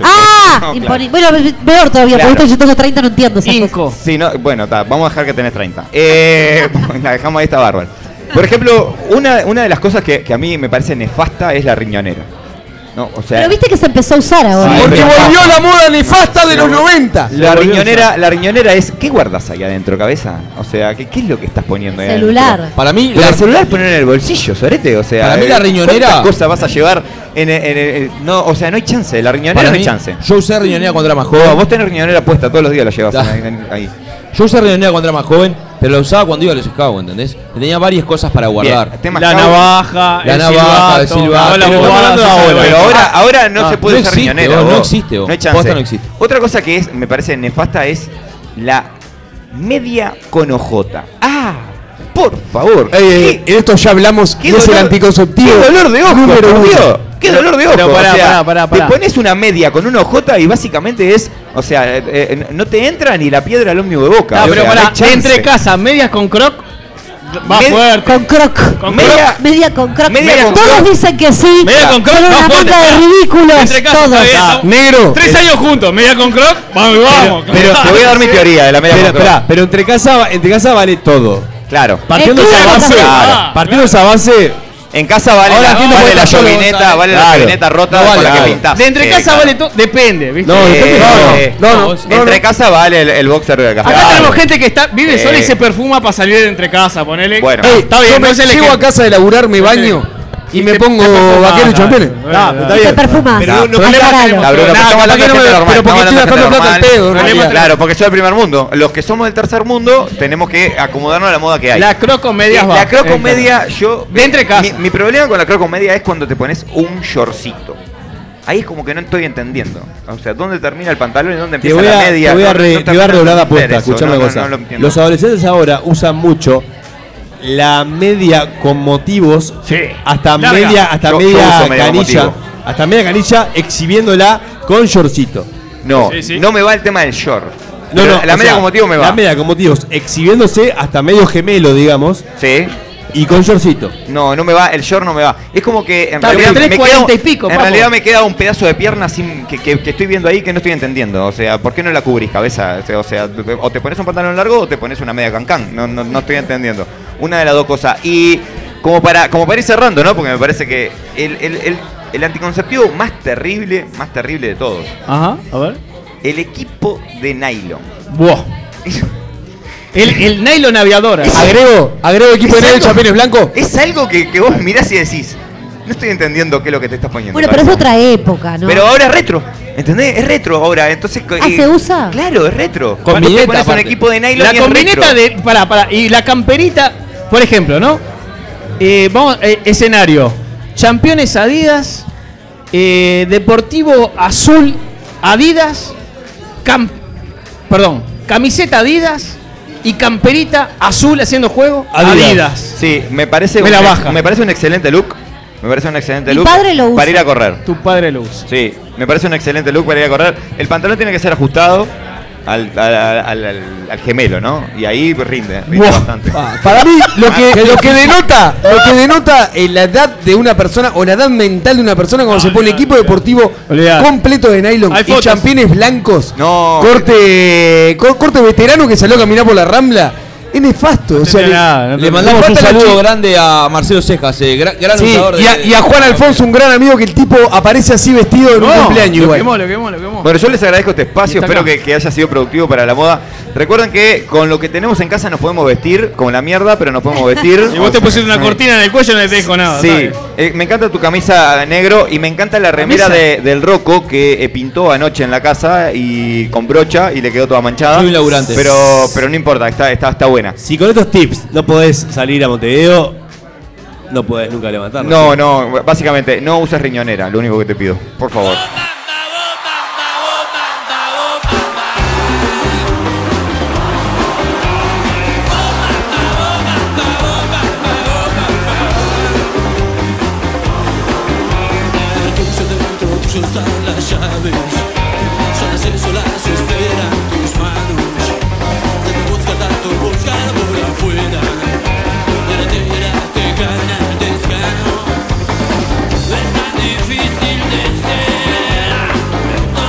Speaker 17: No, claro.
Speaker 3: Ah, imponi- Bueno, ve- peor todavía,
Speaker 17: Claro.
Speaker 3: porque viste, yo tengo 30, no entiendo. esas cosas.
Speaker 17: Sí, no, bueno, ta, vamos a dejar que tenés 30. Eh, la dejamos ahí, está bárbaro. Por ejemplo, una, una de las cosas que, que a mí me parece nefasta es la riñonera. No, o sea,
Speaker 3: Pero viste que se empezó a usar ahora.
Speaker 17: Sí, Porque pero- volvió
Speaker 4: la moda nefasta de los 90.
Speaker 17: la riñonera, la riñonera es, ¿qué guardas ahí adentro, cabeza? O sea, ¿qué, qué es lo que estás poniendo ahí
Speaker 3: Celular.
Speaker 17: adentro?
Speaker 2: Para mí,
Speaker 17: Pero
Speaker 2: la-
Speaker 17: el celular poner en el bolsillo, sorete, o sea. eh,
Speaker 2: Para mí la riñonera-
Speaker 17: ¿Cuántas cosas vas a llevar en el, en el- en- No, o sea, no hay chance, la riñonera
Speaker 2: Para
Speaker 17: no hay
Speaker 2: mí,
Speaker 17: chance.
Speaker 2: yo usé riñonera cuando era más joven.
Speaker 17: No, vos tenés riñonera puesta, todos los días la llevas
Speaker 2: Ta.
Speaker 17: ahí. ahí.
Speaker 2: Yo usé riñonera cuando era más joven, pero la usaba cuando iba a los scouts, ¿entendés? Tenía varias cosas para guardar.
Speaker 17: temas
Speaker 2: la
Speaker 17: scouts.
Speaker 2: navaja, la
Speaker 17: el
Speaker 2: navaja, el
Speaker 17: silbato,
Speaker 2: silbato.
Speaker 17: la
Speaker 2: Pero
Speaker 17: bobada,
Speaker 2: estamos hablando de
Speaker 17: esa
Speaker 2: ahora.
Speaker 17: Pero ahora,
Speaker 2: Ah,
Speaker 17: ahora no se puede
Speaker 2: no
Speaker 17: usar
Speaker 2: existe,
Speaker 17: riñonera.
Speaker 2: vos,
Speaker 17: vos.
Speaker 2: No existe, vos.
Speaker 17: No hay chance.
Speaker 2: Posta no existe.
Speaker 17: Otra cosa que es, me parece nefasta es la media con ojota. Ah, por favor.
Speaker 4: Eh, en esto ya hablamos
Speaker 17: ¿Qué
Speaker 4: y es el
Speaker 17: dolor-
Speaker 4: anticonceptivo.
Speaker 17: Qué dolor de ojo,
Speaker 4: número
Speaker 17: por
Speaker 4: uno.
Speaker 17: Dios. Qué dolor de ojo.
Speaker 4: Pero pará,
Speaker 17: o sea,
Speaker 4: pará, pará, pará.
Speaker 17: Te pones una media con una ojota y básicamente es, o sea, eh, eh, no te entra ni la piedra al ómnibus de boca.
Speaker 1: Ah,
Speaker 17: o
Speaker 1: pero
Speaker 17: sea, no
Speaker 1: pará,
Speaker 17: hay chance.
Speaker 1: entre casa, medias con croc, va
Speaker 17: Med-
Speaker 1: fuerte.
Speaker 3: Con croc.
Speaker 1: Con
Speaker 17: Media-
Speaker 1: croc.
Speaker 3: Media con croc.
Speaker 1: Media con
Speaker 3: Todos
Speaker 1: croc.
Speaker 3: dicen que sí.
Speaker 1: Media con croc,
Speaker 3: Son
Speaker 1: va
Speaker 3: una
Speaker 1: fuerte.
Speaker 3: manga de ridículos.
Speaker 1: Entre casa,
Speaker 3: todos.
Speaker 1: está bien,
Speaker 17: Ah,
Speaker 1: estamos-
Speaker 20: Negro.
Speaker 17: Eh,
Speaker 1: Tres años juntos, media con croc, vamos, vamos.
Speaker 20: Pero
Speaker 1: claro.
Speaker 17: te voy a dar mi teoría de la media
Speaker 20: pero,
Speaker 17: control.
Speaker 20: esperá, pero entre casa, entre casa vale todo.
Speaker 17: Claro.
Speaker 20: Partiendo de esa
Speaker 17: Claro,
Speaker 20: base.
Speaker 17: claro.
Speaker 20: Partiendo de esa base.
Speaker 17: En casa vale
Speaker 20: Ahora
Speaker 17: la,
Speaker 20: entiendo por
Speaker 17: vale
Speaker 20: qué
Speaker 17: la
Speaker 20: yo lo
Speaker 17: llovineta,
Speaker 20: voy a
Speaker 17: vale la
Speaker 20: usar.
Speaker 17: llovineta rota
Speaker 20: No
Speaker 17: con la
Speaker 20: vale,
Speaker 17: que
Speaker 20: claro.
Speaker 17: pintas.
Speaker 1: De entre
Speaker 17: Eh,
Speaker 1: casa
Speaker 17: claro.
Speaker 1: vale todo, depende, ¿viste?
Speaker 17: No,
Speaker 1: Eh,
Speaker 17: no, no, Entre casa vale el, el boxer de casa.
Speaker 1: Acá tenemos gente que está, vive
Speaker 17: Sí.
Speaker 1: sola y se perfuma para salir de entre casa, ponele.
Speaker 17: Bueno.
Speaker 4: Ey,
Speaker 1: está bien,
Speaker 4: yo me
Speaker 1: no es el
Speaker 4: llego a
Speaker 1: ejemplo.
Speaker 4: casa de laburar, me baño y me pongo
Speaker 1: perfumás,
Speaker 4: vaquero y
Speaker 1: dale.
Speaker 4: championes.
Speaker 1: Ah, pero está bien. Te perfumás.
Speaker 17: Pero no,
Speaker 1: Aclaralo.
Speaker 17: problemas tenemos.
Speaker 1: Nah,
Speaker 17: Labruna, pero
Speaker 1: capaz
Speaker 17: estamos hablando
Speaker 1: que
Speaker 17: de
Speaker 1: no me-
Speaker 17: gente normal,
Speaker 1: pero porque
Speaker 17: estamos hablando de gente
Speaker 1: estoy gastando plata al
Speaker 17: normal.
Speaker 1: pedo, en realidad.
Speaker 17: Claro, porque soy del primer mundo. Los que somos del tercer mundo tenemos que acomodarnos a la moda que hay.
Speaker 1: La crocomedia
Speaker 17: Sí,
Speaker 1: va.
Speaker 17: La crocomedia, yo.
Speaker 1: De entre casa.
Speaker 17: Mi, mi problema con la crocomedia es cuando te pones un shortcito. Ahí es como que no estoy entendiendo. O sea, ¿dónde termina el pantalón y dónde
Speaker 20: Te
Speaker 17: empieza
Speaker 20: voy
Speaker 17: la
Speaker 20: a,
Speaker 17: media?
Speaker 20: te voy a,
Speaker 17: No, no
Speaker 20: re- te voy a
Speaker 17: termino de
Speaker 20: redoblar la
Speaker 17: entender
Speaker 20: apuesta,
Speaker 17: eso.
Speaker 20: escuchame
Speaker 17: No,
Speaker 20: una
Speaker 17: no,
Speaker 20: cosa.
Speaker 17: no lo entiendo.
Speaker 20: Los adolescentes ahora usan mucho la media con motivos, hasta
Speaker 17: Larga.
Speaker 20: media, hasta
Speaker 17: Yo- yo
Speaker 20: media
Speaker 17: uso media con
Speaker 20: canilla,
Speaker 17: motivo.
Speaker 20: hasta media canilla exhibiéndola con shortcito.
Speaker 17: No, no me va el tema del short.
Speaker 20: No,
Speaker 17: Pero
Speaker 20: no,
Speaker 17: la
Speaker 20: o
Speaker 17: media
Speaker 20: sea,
Speaker 17: con motivo me va.
Speaker 20: La media con motivos, exhibiéndose hasta medio gemelo, digamos.
Speaker 17: Sí.
Speaker 20: Y con shortcito.
Speaker 17: No, no me va, el short no me va. Es como que em, en
Speaker 20: Está bien,
Speaker 17: realidad
Speaker 20: tenés
Speaker 17: me
Speaker 20: 40
Speaker 17: queda,
Speaker 20: y pico,
Speaker 17: en
Speaker 20: papo.
Speaker 17: realidad me queda un pedazo de pierna sin, que, que- que estoy viendo ahí que no estoy entendiendo. O sea, ¿por qué no la cubrís cabeza? O sea, o sea, o te pones un pantalón largo o te pones una media cancán. No, no, no estoy entendiendo. Una de las dos cosas. Y como para, como para ir cerrando, ¿no? Porque me parece que el, el- el- el anticonceptivo más terrible, más terrible de todos.
Speaker 1: Ajá, a ver.
Speaker 17: El equipo de nylon.
Speaker 1: Buah. El, el nylon aviadora.
Speaker 4: Agrego, agrego equipo de
Speaker 17: Es
Speaker 4: negro y
Speaker 17: algo-
Speaker 4: championes blanco.
Speaker 17: Es algo que, que vos mirás y decís, no estoy entendiendo qué es lo que te estás poniendo.
Speaker 3: Bueno, pero es otra época, ¿no?
Speaker 17: Pero ahora es retro, ¿entendés? Es retro ahora, entonces...
Speaker 3: Ah, ¿se usa?
Speaker 17: Claro, es retro.
Speaker 1: Con
Speaker 17: Cuando
Speaker 1: vineta,
Speaker 17: te pones un
Speaker 1: aparte.
Speaker 17: equipo de nylon
Speaker 1: La
Speaker 17: y es
Speaker 1: combineta
Speaker 17: retro.
Speaker 1: de. Para, para. Y la camperita, por ejemplo, ¿no? Eh, vamos, eh, escenario. Campeones Adidas. eh, Deportivo Azul Adidas. cam- perdón. Camiseta Adidas. Y camperita azul haciendo juego. Adidas.
Speaker 17: Sí, me parece,
Speaker 1: Me
Speaker 17: un,
Speaker 1: la baja.
Speaker 17: me parece un excelente look. Me parece un excelente
Speaker 1: Mi
Speaker 17: look
Speaker 1: padre lo usa.
Speaker 17: para ir a correr.
Speaker 1: Tu padre lo usa.
Speaker 17: Sí, me parece un excelente look para ir a correr. El pantalón tiene que ser ajustado al, al- al- al- al gemelo, ¿no? Y ahí rinde, rinde bastante.
Speaker 1: Ah.
Speaker 4: Para mí, lo que, lo que denota, lo que denota eh, la edad de una persona o la edad mental de una persona cuando se pone equipo deportivo completo de nylon
Speaker 17: Hay
Speaker 4: y
Speaker 17: fotos.
Speaker 4: championes blancos,
Speaker 17: No.
Speaker 4: corte, cor- corte veterano que salió a caminar por la rambla, es nefasto. o sea, le-
Speaker 2: Le mandamos
Speaker 4: le
Speaker 2: un
Speaker 4: falta la
Speaker 2: saludo
Speaker 4: chi-
Speaker 2: grande a Marcelo Cejas, eh, gra- gran
Speaker 4: Sí,
Speaker 2: luchador
Speaker 4: y, a,
Speaker 2: de-
Speaker 4: y a Juan Alfonso, un gran amigo que el tipo aparece así vestido en un cumpleaños. igual.
Speaker 17: Bueno, yo les agradezco este espacio,
Speaker 4: está
Speaker 17: espero
Speaker 4: acá.
Speaker 17: que, que haya sido productivo para la moda. Recuerden que con lo que tenemos en casa nos podemos vestir como la mierda, pero nos podemos vestir.
Speaker 1: Y vos te pusiste una cortina en el cuello y no te dejo nada.
Speaker 17: Sí,
Speaker 1: dale.
Speaker 17: Eh, me encanta tu camisa negro y me encanta la remera
Speaker 20: ¿Camisa?
Speaker 17: de- del Rocco que eh, pintó anoche en la casa y con brocha y le quedó toda manchada.
Speaker 20: Soy un laburante.
Speaker 17: Pero, pero no importa, está, está, está buena.
Speaker 8: Si con estos tips no podés salir a Montevideo, no podés nunca levantarlo.
Speaker 17: No, no, básicamente no uses riñonera, lo único que te pido, por favor.
Speaker 19: Que se de pronto se usan las llaves Son las seis o las esperan tus manos Debe buscar tanto, buscar por afuera De la tierra te gana el desgano Es tan difícil de ser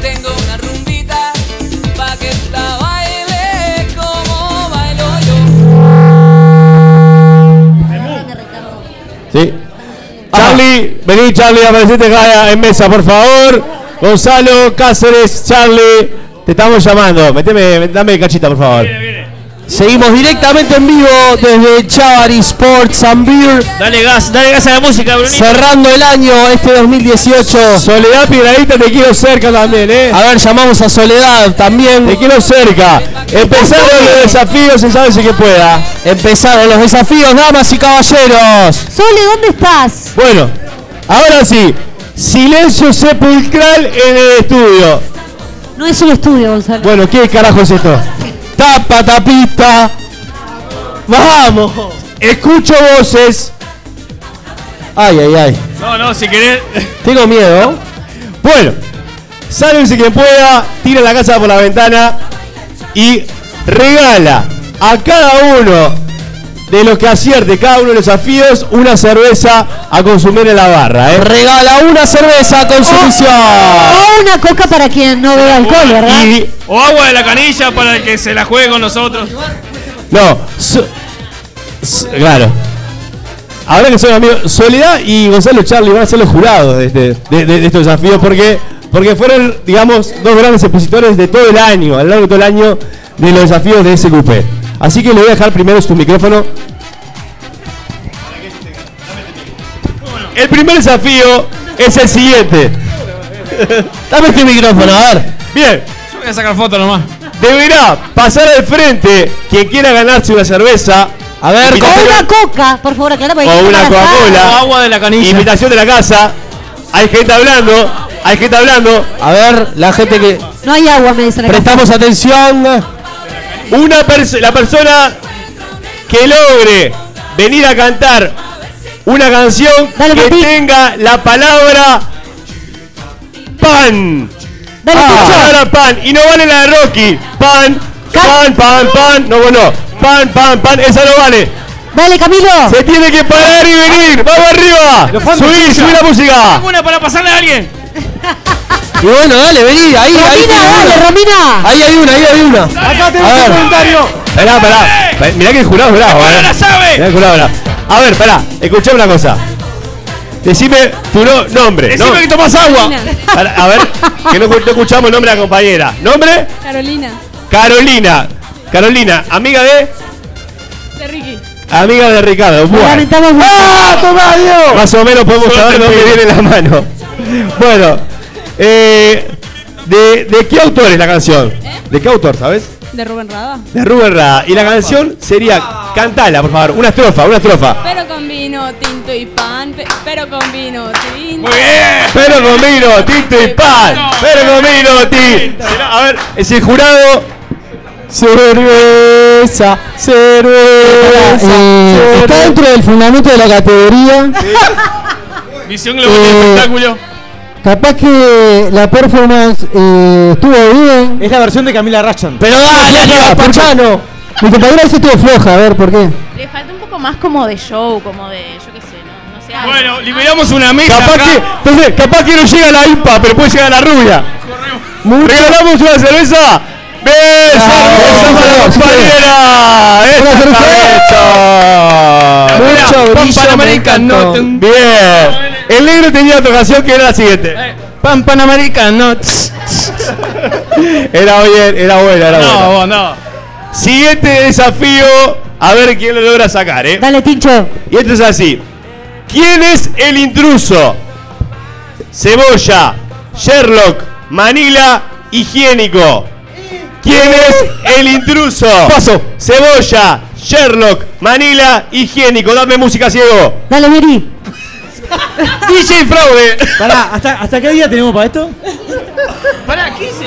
Speaker 7: tengo una rumbita pa' que la baile como bailo yo.
Speaker 20: Sí. Charlie, vení Charlie, aparecete acá en mesa, por favor. Gonzalo, Cáceres, Charlie, te estamos llamando. Meteme, dame cachita, por favor.
Speaker 19: Seguimos directamente en vivo desde Chavari Sports and Beer.
Speaker 9: Dale gas, dale gas a la música, Brunito.
Speaker 19: Cerrando el año este 2018.
Speaker 20: Soledad Piedraíta te quiero cerca también, eh.
Speaker 19: A ver, llamamos a Soledad también.
Speaker 20: Te quiero cerca. Empezaron los desafíos, se sabe si que pueda.
Speaker 19: Empezaron los desafíos, damas y caballeros.
Speaker 3: Sole, ¿dónde estás?
Speaker 20: Bueno, ahora sí, silencio sepulcral en el estudio.
Speaker 3: No es un estudio, Gonzalo.
Speaker 20: Bueno, ¿qué carajo es esto? Tapa, tapita. Vamos. Escucho voces. Ay, ay, ay.
Speaker 1: No, no, si querés.
Speaker 20: Tengo miedo. Bueno, sálvense quien pueda, tira la casa por la ventana y regala a cada uno de los que acierte cada uno de los desafíos una cerveza a consumir en la barra. ¿eh?
Speaker 19: Regala una cerveza con solución.
Speaker 3: O una coca para quien no bebe alcohol, ¿verdad?
Speaker 20: Y-
Speaker 1: O agua de la canilla para el que se la juegue con nosotros.
Speaker 20: No, so- so- claro. Ahora que son amigos, Soledad y Gonzalo Charlie van a ser los jurados de, este- de- de- de estos desafíos porque, porque fueron, digamos, dos grandes expositores de todo el año, a lo largo de todo el año, de los desafíos de SQP. Así que le voy a dejar primero su micrófono. El primer desafío es el siguiente. Dame este micrófono, a ver. Bien,
Speaker 1: Yo voy a sacar foto nomás.
Speaker 20: deberá pasar al frente quien quiera ganarse una cerveza. A ver,
Speaker 3: O una coca, por favor, aclara. porque hay
Speaker 20: o
Speaker 3: gente
Speaker 20: una
Speaker 3: embarazada.
Speaker 20: Coca-Cola. de la canilla. Invitación de la casa. Hay gente hablando. Hay gente hablando. A ver, la gente que.
Speaker 3: No hay agua, me dicen acá.
Speaker 20: Prestamos atención. Una perso- la persona que logre venir a cantar una canción que tenga la palabra pan. Ah, la palabra pan. Y no vale la de Rocky. Pan, pan, pan, pan. No, bueno. Pan, pan, pan. Esa no vale.
Speaker 3: Dale, Camilo.
Speaker 20: Se tiene que parar y venir. Vamos arriba. Subí, subí la música.
Speaker 1: Tengo una para pasarle a alguien.
Speaker 19: Y bueno, dale, vení, ahí, ahí.
Speaker 3: Romina,
Speaker 19: tiene
Speaker 3: dale,
Speaker 19: una.
Speaker 3: Romina.
Speaker 19: Ahí hay una, ahí hay una.
Speaker 20: Acá
Speaker 19: tenemos un
Speaker 20: comentario. Pará, pará. Mirá que el jurado es bravo, eh. Mirá que el jurado es bravo. A ver, pará. Escuchame una cosa. Decime tu no- nombre.
Speaker 19: Decime
Speaker 20: ¿no?
Speaker 19: que tomás agua.
Speaker 20: Pará, a ver, que no, escu- no escuchamos el nombre de la compañera. ¿Nombre?
Speaker 15: Carolina,
Speaker 20: Carolina. Carolina, amiga de.
Speaker 15: de Ricky.
Speaker 20: Amiga de Ricardo. Bueno. ¡Ah, tomá, Dios! Más o menos podemos saber dónde viene la mano. Bueno, eh, de, ¿de qué autor es la canción?
Speaker 15: ¿Eh?
Speaker 20: ¿De qué autor, sabes?
Speaker 15: De Rubén Rada.
Speaker 20: De Rubén Rada. Y la canción sería, cantala, por favor. Una estrofa, una estrofa.
Speaker 15: Pero con vino, tinto y pan. pe- Pero con vino, tinto.
Speaker 20: Pero Romino, tinto y pan. Pero Romino, tinto. A ver, es el jurado. Cerveza, cerveza.
Speaker 19: Eh, está dentro del fundamento de la categoría.
Speaker 1: Visión global del
Speaker 19: Eh,
Speaker 1: espectáculo.
Speaker 19: Capaz que la performance eh, estuvo bien.
Speaker 6: Es la versión de Camila Rachan.
Speaker 19: Pero dale, Aníbal Pachano. Mi compañera dice estuvo floja, a ver por qué.
Speaker 15: Le falta un poco más como de show, como de, yo qué sé, no, no sé. algo.
Speaker 1: Bueno, liberamos una mesa.
Speaker 20: Capaz
Speaker 1: acá.
Speaker 20: que, entonces, capaz que no llega la IPA, pero puede llegar la rubia. Regalamos una cerveza. ¡Besos! ¡Besos a la compañera! ¡Esa está hecho!
Speaker 1: Mucho brillo,
Speaker 20: no Bien. El negro tenía otra canción que era la siguiente. Pan Panamericano. Era bien, era buena, era buena.
Speaker 1: No, vos no.
Speaker 20: Siguiente desafío, a ver quién lo logra sacar, ¿eh?
Speaker 3: Dale, Tincho.
Speaker 20: Y esto es así. ¿Quién es el intruso? Cebolla, Sherlock, Manila, higiénico. ¿Quién es el intruso? Paso. Cebolla, Sherlock, Manila, higiénico. Dame música ciego.
Speaker 3: Dale, Miri.
Speaker 20: DJ Fraude.
Speaker 6: Pará, ¿hasta, ¿hasta qué día tenemos para esto?
Speaker 1: Pará, ¿qué hice?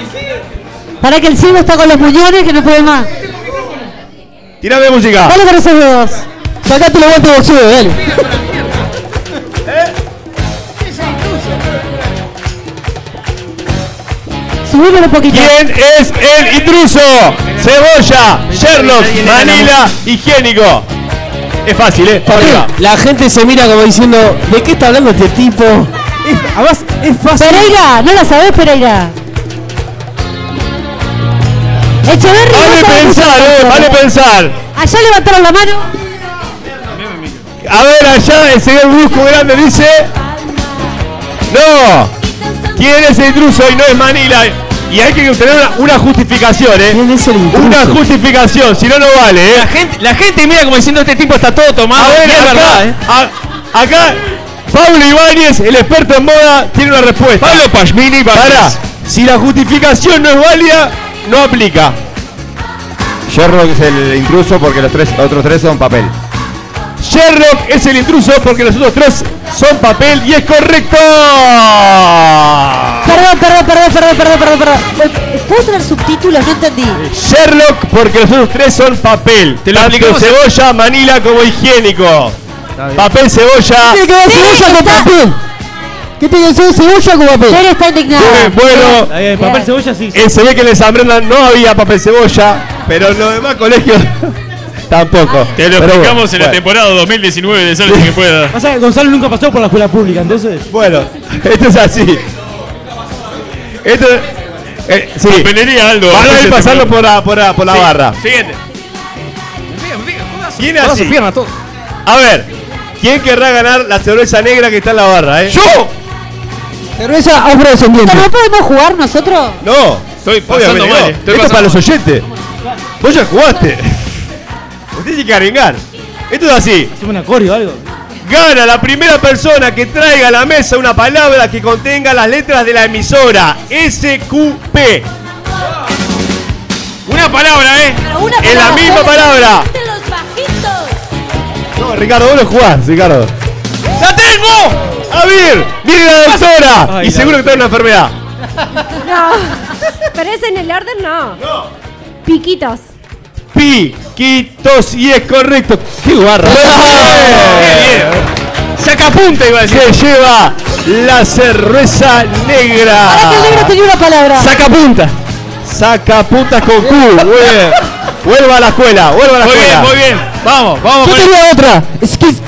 Speaker 3: Para que el ciego está con los muñones que no puede más.
Speaker 20: Tirame música.
Speaker 3: Dale con esos dedos.
Speaker 19: Sacate los guantes de boxeo, dale.
Speaker 3: Subímelo un poquito.
Speaker 20: ¿Quién es el intruso? Cebolla, Sherlock, Manila, higiénico. Es fácil, ¿eh? Para arriba.
Speaker 19: La gente se mira como diciendo, ¿de qué está hablando este tipo?
Speaker 25: Es, además, es fácil.
Speaker 3: Pereira, ¿no la sabés, Pereira? Echeverri.
Speaker 20: Vale pensar, eh, vale pensar.
Speaker 3: Allá levantaron la mano.
Speaker 20: A ver, allá el señor Brusco Grande dice. No, ¿quién es el intruso y no es Manila? Y hay que tener una, una justificación, ¿eh? Una justificación, si no, no vale, ¿eh? La gente, mira como diciendo este tipo está todo tomado. A ver, y es acá, verdad, ¿eh? a- acá, Pablo Ibáñez, el experto en moda, tiene una respuesta. Pablo Pashmini, para. Si la justificación no es válida, no aplica.
Speaker 17: Sherlock es el intruso porque los tres, otros tres son papel.
Speaker 20: Sherlock es el intruso porque los otros tres son papel y es correcto.
Speaker 3: Perdón, perdón, perdón, perdón, perdón, perdón, perdón. ¿Puedo tener subtítulos? No entendí.
Speaker 20: Sherlock porque los otros tres son papel. Te lo
Speaker 3: aplicamos.
Speaker 20: cebolla, manila como higiénico. Papel, cebolla.
Speaker 3: ¿Qué tiene que ver cebolla con papel?
Speaker 20: ¿Qué tiene que ver cebolla con papel?
Speaker 3: Tere está indignada.
Speaker 20: Bueno,
Speaker 3: Está bien, papel,
Speaker 20: cebolla sí. Eh, se ve que en el San Brendan no había papel cebolla, pero en los demás colegios tampoco.
Speaker 1: Te lo
Speaker 20: Pero
Speaker 1: explicamos
Speaker 20: bueno,
Speaker 1: en la
Speaker 20: bueno.
Speaker 1: temporada 2019 de Sálvese que pueda.
Speaker 6: Pasa que Gonzalo nunca pasó por la escuela pública, entonces.
Speaker 20: Bueno, esto es así. Esto. Eh, sí.
Speaker 1: Papelería, Aldo.
Speaker 20: Van a ir pasando por la, por la, por la
Speaker 1: Sí,
Speaker 20: barra.
Speaker 1: Siguiente.
Speaker 20: ¿Quién así? A ver, ¿quién querrá ganar la cerveza negra que está en la barra, eh? ¡Yo!
Speaker 3: Cerveza afrodescendiente. ¿No podemos jugar nosotros?
Speaker 20: No,
Speaker 1: estoy
Speaker 20: pasando
Speaker 1: mal, estoy
Speaker 20: Esto es
Speaker 1: pasando
Speaker 20: para los
Speaker 1: mal.
Speaker 20: oyentes. Vos ya jugaste. Usted tiene que arengar. Esto es así.
Speaker 6: una coreo o algo.
Speaker 20: Gana la primera persona que traiga a la mesa una palabra que contenga las letras de la emisora. SQP. Una palabra, ¿eh? es la misma palabra. No, Ricardo, vos lo jugás, Ricardo. ¡La tengo! A ver, viene la doctora. y seguro que está en una enfermedad.
Speaker 26: No. Pero es en el orden, no. No. Piquitos.
Speaker 20: Piquitos y es correcto. ¡Qué guarra! Saca punta iba a decir. Se lleva la cerveza negra.
Speaker 3: Ahora que el negro tenía una palabra.
Speaker 20: Saca punta. Saca puntas con Q. Muy bien. Vuelva a la escuela, vuelva a la
Speaker 1: Muy bien,
Speaker 20: escuela.
Speaker 1: muy bien. Vamos, vamos.
Speaker 20: Yo
Speaker 1: con
Speaker 20: tenía
Speaker 1: el-
Speaker 20: otra.
Speaker 3: Esquiz-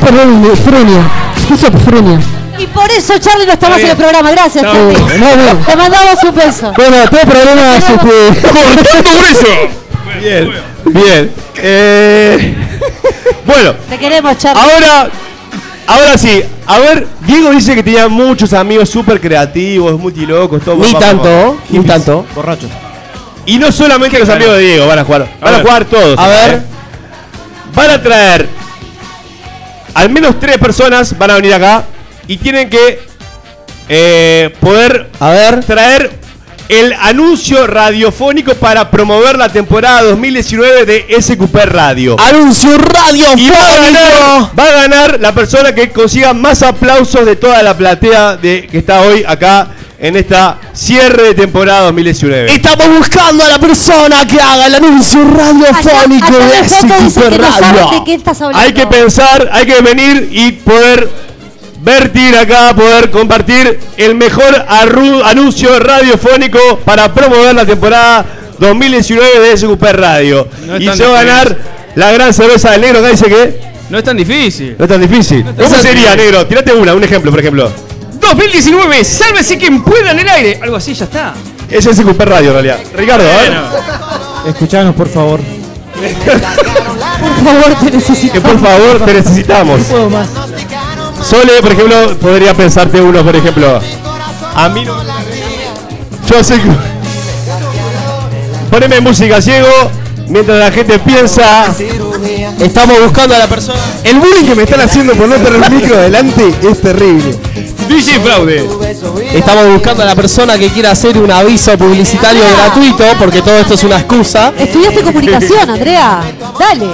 Speaker 3: Esquizofrenia. Esquizofrenia. Y por eso Charlie no está más en el programa. Gracias,
Speaker 20: Chao.
Speaker 3: Charlie.
Speaker 20: No, no.
Speaker 3: Te mandamos un beso.
Speaker 20: Bueno, tengo problemas. este,
Speaker 3: Cortando grueso.
Speaker 20: Bien, bien. Eh, bueno,
Speaker 3: Te queremos, Charlie.
Speaker 20: ahora, ahora sí. A ver, Diego dice que tenía muchos amigos súper creativos, multilocos, todo. papá,
Speaker 5: Ni
Speaker 20: papá.
Speaker 5: tanto, ni tanto.
Speaker 20: Borrachos. Y no solamente los amigos de Diego van a jugar, van a,
Speaker 5: ver.
Speaker 20: jugar todos.
Speaker 5: A ver.
Speaker 20: ¿eh? Van a traer al menos tres personas van a venir acá y tienen que eh, poder traer el anuncio radiofónico para promover la temporada 2019 de SQP Radio.
Speaker 5: Anuncio
Speaker 20: Y va a, ganar, va a ganar la persona que consiga más aplausos de toda la platea de, que está hoy acá en esta cierre de temporada 2019.
Speaker 5: Estamos buscando a la persona que haga el anuncio radiofónico
Speaker 3: allá
Speaker 5: de
Speaker 3: en el fondo dice
Speaker 5: SQP
Speaker 3: que no sabe
Speaker 5: Radio.
Speaker 3: de qué estás hablando.
Speaker 20: Hay que pensar, hay que venir y poder vertir acá, poder compartir el mejor arru- anuncio radiofónico para promover la temporada 2019 de SQP Radio.
Speaker 4: No es
Speaker 20: y
Speaker 4: tan
Speaker 20: yo
Speaker 4: difícil.
Speaker 20: ganar la gran cerveza del negro acá dice que
Speaker 4: No es tan difícil.
Speaker 20: no es tan difícil.
Speaker 4: tan
Speaker 20: ¿Cómo sería,
Speaker 4: difícil.
Speaker 20: negro? Tirate una, un ejemplo, por ejemplo.
Speaker 4: 2019, sálvese quien pueda en el aire. Algo así, ya está.
Speaker 20: Es SQP Radio en realidad. Ricardo, a ver.
Speaker 19: Escuchanos, por favor.
Speaker 3: Por favor, te necesitamos.
Speaker 20: por favor, te necesitamos.
Speaker 19: No puedo más.
Speaker 20: Sole, por ejemplo, podría pensarte uno, por ejemplo. A mí no. Yo sé que. Poneme música ciego mientras la gente piensa.
Speaker 5: Estamos buscando a la persona. El bullying que me están haciendo por no tener el micro delante es terrible.
Speaker 20: DJ Fraude.
Speaker 5: Estamos buscando a la persona que quiera hacer un aviso publicitario gratuito, porque todo esto es una excusa.
Speaker 3: Estudiaste comunicación, Andrea. Dale.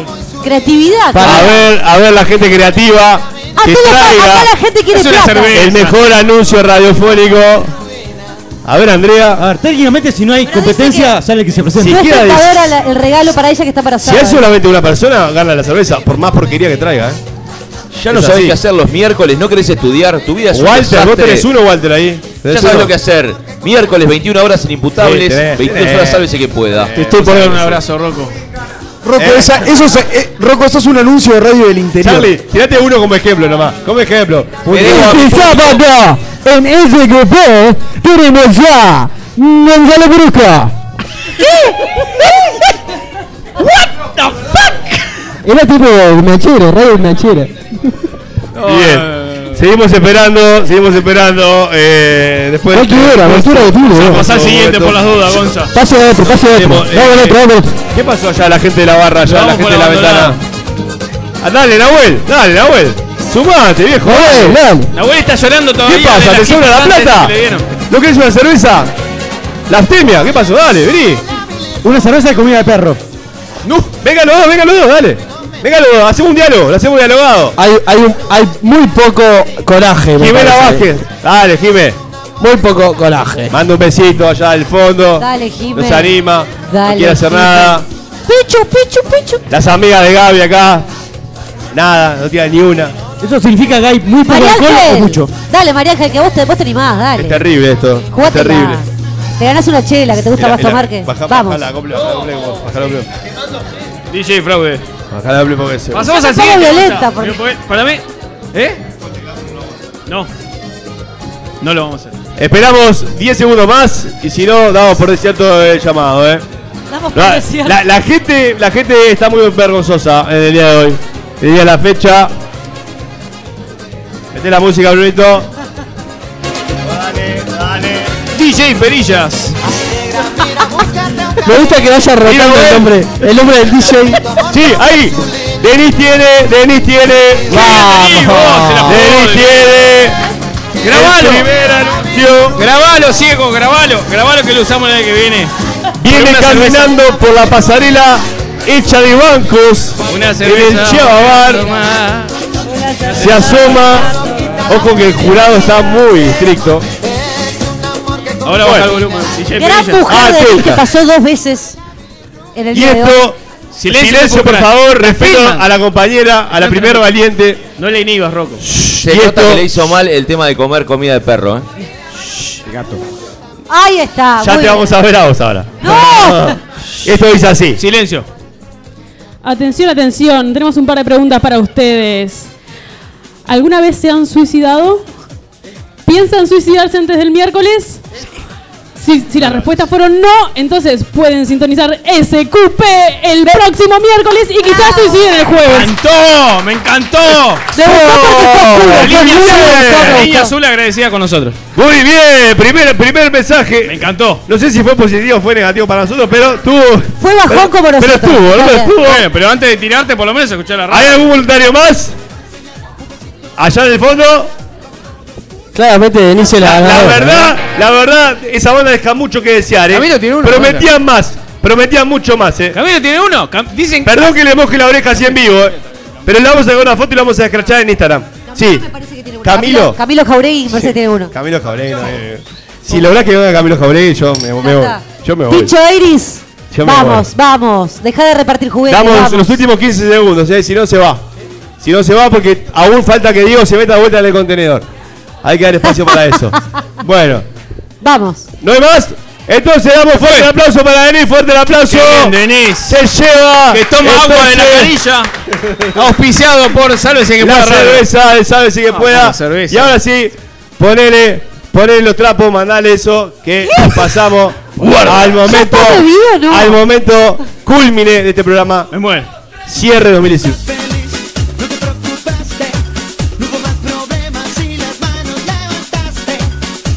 Speaker 3: Creatividad.
Speaker 20: A ver, a ver la gente creativa. Que
Speaker 3: Acá la- acá
Speaker 20: traiga
Speaker 3: la gente quiere Es una plata. cerveza.
Speaker 20: el mejor anuncio radiofónico. A ver, Andrea.
Speaker 6: A ver, técnicamente si no hay competencia, sale el que se presenta.
Speaker 3: No es
Speaker 20: siquiera
Speaker 3: tentadora la- el regalo para ella que está para
Speaker 20: Si hay solamente una persona, gana la cerveza, por más porquería que traiga. ¿eh?
Speaker 2: Ya no
Speaker 20: Es
Speaker 2: sabés
Speaker 20: así.
Speaker 2: qué hacer los miércoles, no querés estudiar, tu vida es un
Speaker 20: Walter, vos
Speaker 2: desastre.
Speaker 20: tenés uno, Walter, ahí.
Speaker 2: Ya
Speaker 20: Tenés
Speaker 2: sabés
Speaker 20: uno.
Speaker 2: lo que hacer. Miércoles, 21 horas inimputables,
Speaker 20: Sí, tenés,
Speaker 2: 22
Speaker 20: tenés.
Speaker 2: horas sálvese que pueda.
Speaker 20: Te
Speaker 2: Vamos
Speaker 20: estoy
Speaker 2: a
Speaker 20: poniendo
Speaker 2: ver
Speaker 20: un
Speaker 2: eso.
Speaker 20: abrazo.
Speaker 4: Rocco. Rocco,
Speaker 20: Eh.
Speaker 4: esa- eso es, eh, Rocco, eso es un anuncio de radio del interior.
Speaker 20: Charlie, tirate uno como ejemplo nomás. Como ejemplo.
Speaker 5: Este sábado, en ese grupo, tenemos ya Gonzalo Brusca.
Speaker 11: What the fuck?
Speaker 5: Era tipo machero, radio machero.
Speaker 27: Bien. Seguimos esperando, seguimos esperando. Eh, después.
Speaker 5: No quiera, no quiera de tiro, eh.
Speaker 27: Vamos al siguiente por las dudas, Gonza.
Speaker 5: Pase de otro, pase de otro.
Speaker 27: Tenemos, eh,
Speaker 5: Vamos otro, vamos otro.
Speaker 20: ¿Qué pasó allá la gente de la barra, allá la
Speaker 27: Vamos
Speaker 20: gente
Speaker 27: por
Speaker 20: de la
Speaker 27: la abandonada.
Speaker 20: ventana? Ah, dale, Nahuel, dale, Nahuel. Sumate, viejo.
Speaker 5: Nahuel, dale.
Speaker 27: La abuela está llorando
Speaker 20: ¿Qué pasa? ¿Te sobra la plata? ¿No querés una cerveza? La Laftemia, ¿qué pasó? Dale, vení.
Speaker 5: Una cerveza de comida de perro.
Speaker 20: No, venga los dos, venga los dos, dale. Venga los dos, hacemos un diálogo, lo hacemos dialogado.
Speaker 5: Hay, hay, un- hay muy poco coraje. me
Speaker 20: Jimena
Speaker 5: parece.
Speaker 20: Vázquez, dale, Jimé.
Speaker 5: Muy poco coraje.
Speaker 20: Manda un besito allá del fondo.
Speaker 3: Dale, Jimé.
Speaker 20: Nos anima,
Speaker 3: Dale,
Speaker 20: no quiere hacer
Speaker 3: Jimé.
Speaker 20: nada.
Speaker 3: Pichu, pichu, pichu.
Speaker 20: Las amigas de Gaby acá. Nada, no tiene ni una.
Speaker 5: Eso significa que hay muy
Speaker 3: María
Speaker 5: o
Speaker 3: Ángel.
Speaker 5: mucho.
Speaker 3: Dale, María Ángel, que vos te, vos te animás, dale.
Speaker 20: Es terrible esto. es
Speaker 3: Jugátela.
Speaker 20: terrible.
Speaker 3: Te ganás una chela que te gusta
Speaker 20: Mira,
Speaker 3: más
Speaker 20: mira,
Speaker 3: tomar que.
Speaker 20: baja-
Speaker 3: Vamos.
Speaker 20: bajala, acople, bajala, acople, vos, bajala, acople.
Speaker 1: DJ Fraude.
Speaker 20: Bajala, acople, porque se-
Speaker 1: Pasamos al
Speaker 3: Tampoco
Speaker 1: siguiente.
Speaker 3: violenta,
Speaker 1: Gonza. Para mí. ¿Eh? No. No lo vamos a hacer.
Speaker 20: Esperamos 10 segundos más y si no, damos por desierto el llamado, eh.
Speaker 3: Damos
Speaker 20: La,
Speaker 3: publicidad.
Speaker 20: la- la gente, la gente está muy vergonzosa en el día de hoy. El día de la fecha. Mete la música, Brunito.
Speaker 1: DJ Perillas.
Speaker 5: Me gusta que vaya rotando el nombre. El nombre del DJ.
Speaker 20: Sí, ahí. Denis tiene, Denis tiene. Vamos. Denis tiene.
Speaker 1: Grabalo.
Speaker 20: El primer anuncio.
Speaker 1: Grabalo, ciego, grabalo. Grabalo que lo usamos la vez que viene.
Speaker 20: Viene
Speaker 1: Una cerveza.
Speaker 20: caminando por la pasarela hecha de bancos.
Speaker 1: Una
Speaker 20: en el
Speaker 1: cerveza.
Speaker 20: Chiabar. Se asoma. Ojo que el jurado está muy estricto.
Speaker 1: Ahora baja el volumen. DJ
Speaker 3: Gran
Speaker 1: Perillas.
Speaker 3: mujer de mí que pasó dos veces en el
Speaker 20: "Ah, Y
Speaker 3: día de hoy.
Speaker 20: esto,
Speaker 1: Silencio,
Speaker 20: silencio, por
Speaker 1: popular.
Speaker 20: favor, respeto
Speaker 1: Respetan.
Speaker 20: a la compañera, a la primera valiente.
Speaker 1: No le inhibas, Rocco.
Speaker 2: Se nota que le hizo mal el tema de comer comida de perro, ¿eh?
Speaker 20: gato.
Speaker 3: Ahí está.
Speaker 20: Ya
Speaker 3: Ah, muy
Speaker 20: te
Speaker 3: bien.
Speaker 20: vamos a ver a vos ahora. Esto dice así.
Speaker 1: Silencio.
Speaker 15: Atención, atención, tenemos un par de preguntas para ustedes. ¿Alguna vez se han suicidado? ¿Piensan suicidarse antes del miércoles? Si, si las respuestas fueron no, entonces pueden sintonizar SQP el próximo miércoles y quizás suiciden el
Speaker 1: Me
Speaker 15: jueves.
Speaker 1: encantó, ¡Oh, me encantó.
Speaker 20: ¡Oh!
Speaker 1: La línea
Speaker 20: eh,
Speaker 1: azul, la línea azul agradecida con nosotros.
Speaker 20: Muy bien, primer, primer mensaje. Me encantó. No sé si fue positivo o fue negativo para nosotros, pero tuvo.
Speaker 3: Fue bajón
Speaker 20: pero,
Speaker 3: como nosotros.
Speaker 20: Pero estuvo, ¿no?
Speaker 3: Dale.
Speaker 20: Estuvo.
Speaker 1: Bueno, pero antes de tirarte, por lo menos escuchar la
Speaker 20: ¿Hay
Speaker 1: radio.
Speaker 20: algún voluntario más? Allá en el fondo.
Speaker 5: Claramente
Speaker 28: Este,
Speaker 5: Denis se la,
Speaker 20: La
Speaker 5: agarró.
Speaker 20: verdad, la verdad, esa banda deja mucho que desear, ¿eh?
Speaker 1: ¿eh? Camilo tiene uno,
Speaker 20: Prometían más, prometían mucho más, ¿eh?
Speaker 1: Camilo tiene uno. Cam- dicen
Speaker 20: Perdón que le moje la oreja así en vivo, ¿eh? Pero le vamos a sacar una foto y la vamos a escrachar en Instagram. Sí. Camilo.
Speaker 3: Camilo Jauregui, me parece que tiene uno.
Speaker 20: Camilo Jauregui, no, eh. Si lográs que venga Camilo Jauregui, yo me, me voy. Yo me voy.
Speaker 3: Picho Iris.
Speaker 20: Yo me
Speaker 3: Vamos, vamos. Deja de repartir juguetes.
Speaker 20: Damos
Speaker 3: vamos.
Speaker 20: los últimos 15 segundos, ¿eh? si no se va. Si no se va, porque aún falta que Diego se meta de vuelta en el contenedor. Hay que dar espacio para eso. Bueno,
Speaker 3: Vamos.
Speaker 20: ¿no hay más? Entonces damos fuerte el aplauso para Denis, fuerte el aplauso.
Speaker 1: Bien, Denis.
Speaker 20: Se lleva.
Speaker 1: Que toma agua de la canilla. Auspiciado por Sálvese que
Speaker 20: La
Speaker 1: pueda. radio.
Speaker 20: cerveza, el sabe si que
Speaker 1: Ah,
Speaker 20: pueda.
Speaker 1: la cerveza.
Speaker 20: Y ahora sí, ponele, ponele los trapos, mandale eso, que nos pasamos al momento, al momento culmine de este programa. Me
Speaker 1: muero.
Speaker 20: Cierre 2018.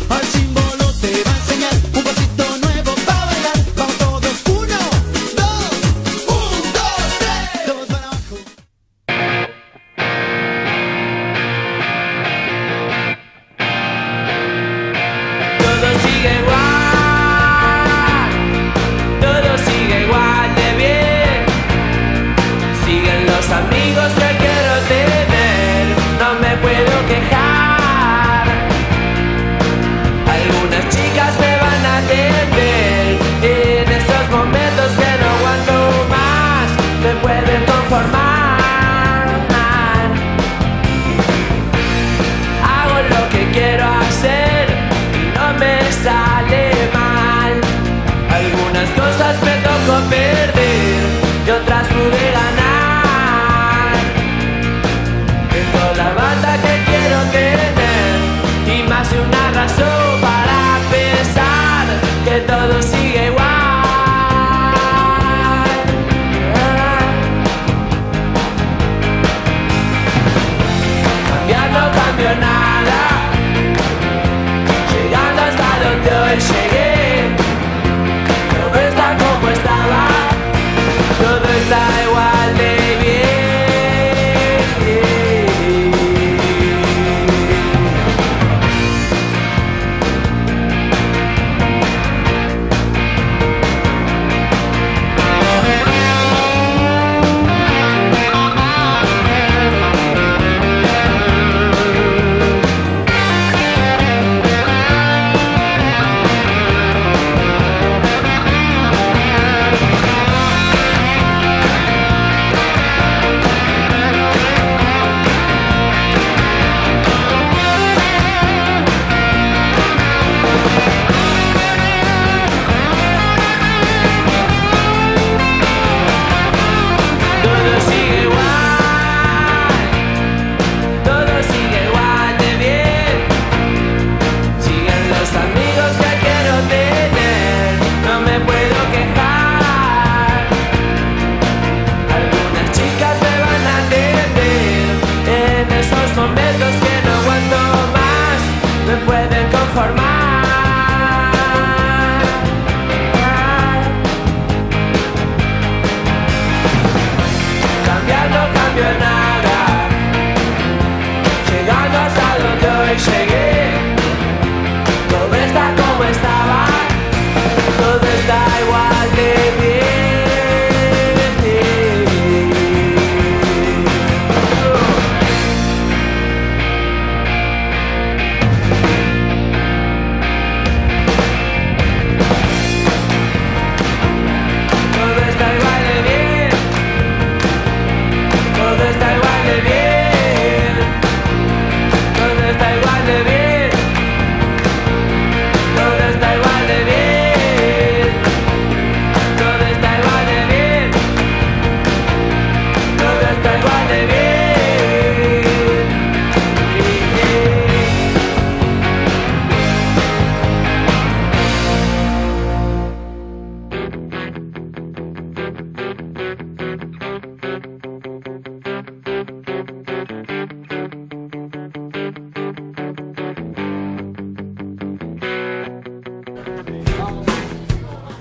Speaker 19: Al símbolo te va a enseñar un pasito nuevo para bailar. Vamos todos, uno, dos, un, dos, tres. Todos para abajo.
Speaker 11: Todo sigue igual, todo sigue igual de bien. Siguen los amigos.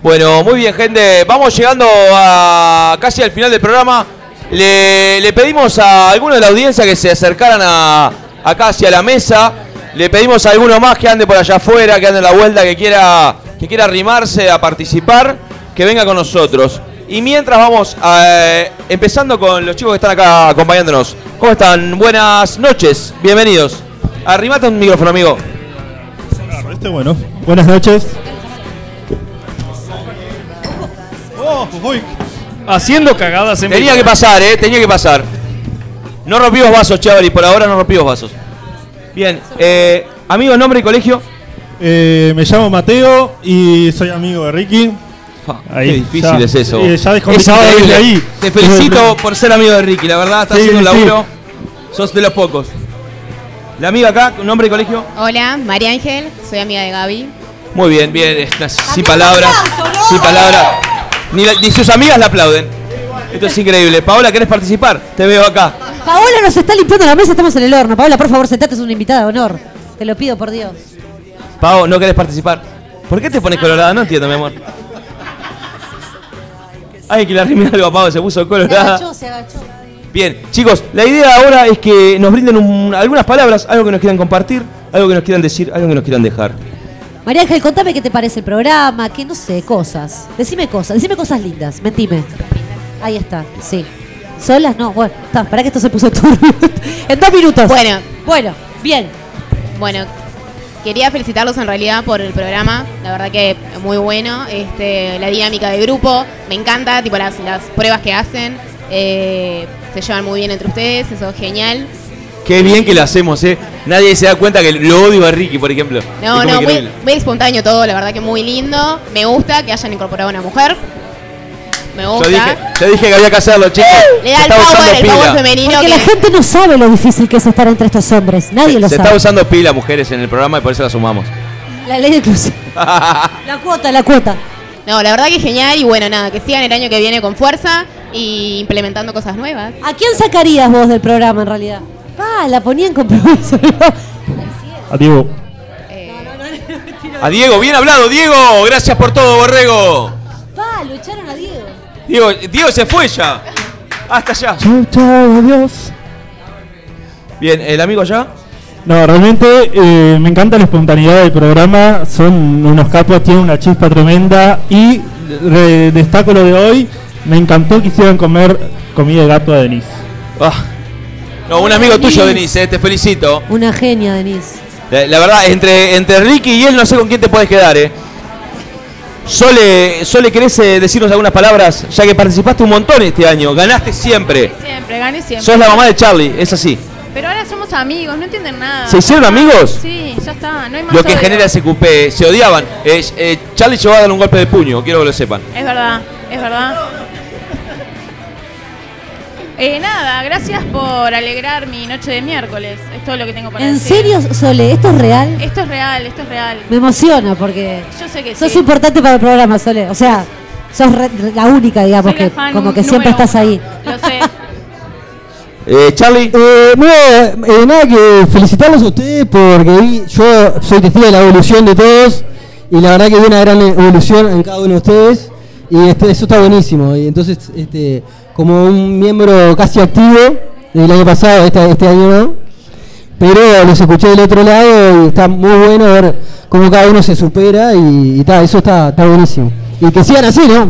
Speaker 2: Bueno, muy bien, gente. Vamos llegando a casi al final del programa. Le, le pedimos a alguno de la audiencia que se acercaran a, acá hacia la mesa. Le pedimos a alguno más que ande por allá afuera, que ande en la vuelta, que quiera, que quiera arrimarse a participar, que venga con nosotros. Y mientras vamos, eh, empezando con los chicos que están acá acompañándonos. ¿Cómo están? Buenas noches, bienvenidos. Arrimate un micrófono, amigo.
Speaker 20: Este bueno.
Speaker 28: Buenas noches.
Speaker 2: Oh,
Speaker 29: Haciendo cagadas en
Speaker 2: Tenía
Speaker 29: vivo.
Speaker 2: que pasar, eh, tenía que pasar. No rompimos vasos, Chaval, y por ahora no rompimos vasos. Bien, eh, amigo, nombre y colegio.
Speaker 20: Eh, me llamo Mateo y soy amigo de Ricky. Ahí,
Speaker 2: Qué difícil
Speaker 20: ya.
Speaker 2: es eso.
Speaker 20: Eh, ya dejó mi
Speaker 2: es
Speaker 20: trabajo
Speaker 2: increíble.
Speaker 20: desde ahí.
Speaker 2: Te felicito por ser amigo de Ricky, la verdad, estás
Speaker 20: Sí,
Speaker 2: haciendo un
Speaker 20: sí.
Speaker 2: laburo. Sos de los pocos. La amiga acá, nombre y colegio.
Speaker 18: Hola, María Ángel, soy amiga de Gaby.
Speaker 2: Muy bien, bien, estás sin palabras. Sin palabras. Ni, la- ni sus amigas la aplauden. Esto es increíble. Paola, ¿querés participar? Te veo acá.
Speaker 3: Paola nos está limpiando la mesa, estamos en el horno. Paola, por favor, sentate, es una invitada de honor. Te lo pido por Dios.
Speaker 2: Pao, ¿no querés participar? ¿Por qué te pones colorada? No entiendo, mi amor. Ay, que le arrime algo a Pao, se puso colorada.
Speaker 3: se agachó.
Speaker 2: Bien, chicos, la idea ahora es que nos brinden un- algunas palabras, algo que nos quieran compartir, algo que nos quieran decir, algo que nos quieran dejar.
Speaker 3: María Ángel, contame qué te parece el programa, qué no sé, cosas. Decime cosas, decime cosas lindas, mentime. Ahí está, sí. ¿Solas? No, bueno, está, para que esto se puso turbio. en dos minutos.
Speaker 18: Bueno.
Speaker 3: Bueno, bien.
Speaker 18: Bueno, quería felicitarlos en realidad por el programa, la verdad que muy bueno, este, la dinámica de grupo, me encanta, tipo las, las pruebas que hacen, eh, se llevan muy bien entre ustedes, eso es genial.
Speaker 2: Qué bien que lo hacemos, ¿eh? Nadie se da cuenta que lo odio a Ricky, por ejemplo. Es
Speaker 18: No,
Speaker 2: como
Speaker 18: no, muy,
Speaker 2: increíble.
Speaker 18: muy espontáneo todo, la verdad que muy lindo, me gusta que hayan incorporado a una mujer, me
Speaker 2: Yo
Speaker 18: gusta.
Speaker 2: dije, yo dije que había que hacerlo, chicos.
Speaker 18: Le da el
Speaker 2: Se está
Speaker 18: power,
Speaker 2: usando
Speaker 18: el power
Speaker 2: pila.
Speaker 18: femenino
Speaker 3: Porque
Speaker 18: que-
Speaker 3: la gente no sabe lo difícil que es estar entre estos hombres. Nadie lo
Speaker 2: Se
Speaker 3: sabe.
Speaker 2: está usando pila, mujeres, en el programa y por eso la sumamos.
Speaker 3: La ley de inclusión. La cuota, la cuota.
Speaker 18: No, la verdad que genial y bueno, nada, que sigan el año que viene con fuerza y implementando cosas nuevas.
Speaker 3: ¿A quién sacarías vos del programa en realidad? Ah, la ponía en compromiso.
Speaker 20: A Diego.
Speaker 2: A Diego, bien hablado, Diego. Gracias por todo, Borrego.
Speaker 3: Pa, lo echaron a Diego.
Speaker 2: Diego, Diego se fue ya. Hasta allá.
Speaker 20: Chau, chau, adiós.
Speaker 2: Bien, el amigo allá.
Speaker 20: No, realmente eh, me encanta la espontaneidad del programa, son unos capos, tienen una chispa tremenda y re- destaco lo de hoy, me encantó que hicieron comer comida de gato a Denise.
Speaker 2: Ah. No, un amigo tuyo, Denise, eh, te felicito.
Speaker 3: Una genia, Denise.
Speaker 2: La, la verdad, entre, entre Ricky y él no sé con quién te puedes quedar, eh. Sole, Sole, ¿querés eh, decirnos algunas palabras? Ya que participaste un montón este año, ganaste siempre.
Speaker 15: Siempre, gané siempre.
Speaker 2: Sos la mamá de Charlie, es así.
Speaker 15: Pero ahora somos amigos, no entienden nada.
Speaker 2: ¿Se hicieron amigos?
Speaker 15: Sí, ya está, no hay más
Speaker 2: Lo que
Speaker 15: odio.
Speaker 2: genera ese coupé, se odiaban. Eh, eh, Charlie llegó a dar un golpe de puño, quiero que lo sepan.
Speaker 15: Es verdad, es verdad. Eh, nada, gracias por alegrar mi noche de miércoles. Es todo lo que tengo para
Speaker 3: ¿En
Speaker 15: decir.
Speaker 3: serio, Sole? ¿Esto es real?
Speaker 15: Esto es real, esto es real.
Speaker 3: Me emociona porque
Speaker 15: Yo sé que
Speaker 3: sos
Speaker 15: sí.
Speaker 3: importante para el programa, Sole. O sea, sos re- la única, digamos,
Speaker 15: Soy la
Speaker 3: que
Speaker 15: fan
Speaker 3: como que siempre
Speaker 15: número
Speaker 3: estás ahí.
Speaker 15: Lo sé.
Speaker 2: Eh, Charlie.
Speaker 5: eh, nada, que felicitarlos a ustedes porque vi- yo soy testigo de la evolución de todos y la verdad que vi una gran evolución en cada uno de ustedes y este, eso está buenísimo. Y entonces, este, como un miembro casi activo del año pasado, este, este año no, pero los escuché del otro lado y está muy bueno ver cómo cada uno se supera y, y ta, eso está, está buenísimo. Y que sigan así, ¿no?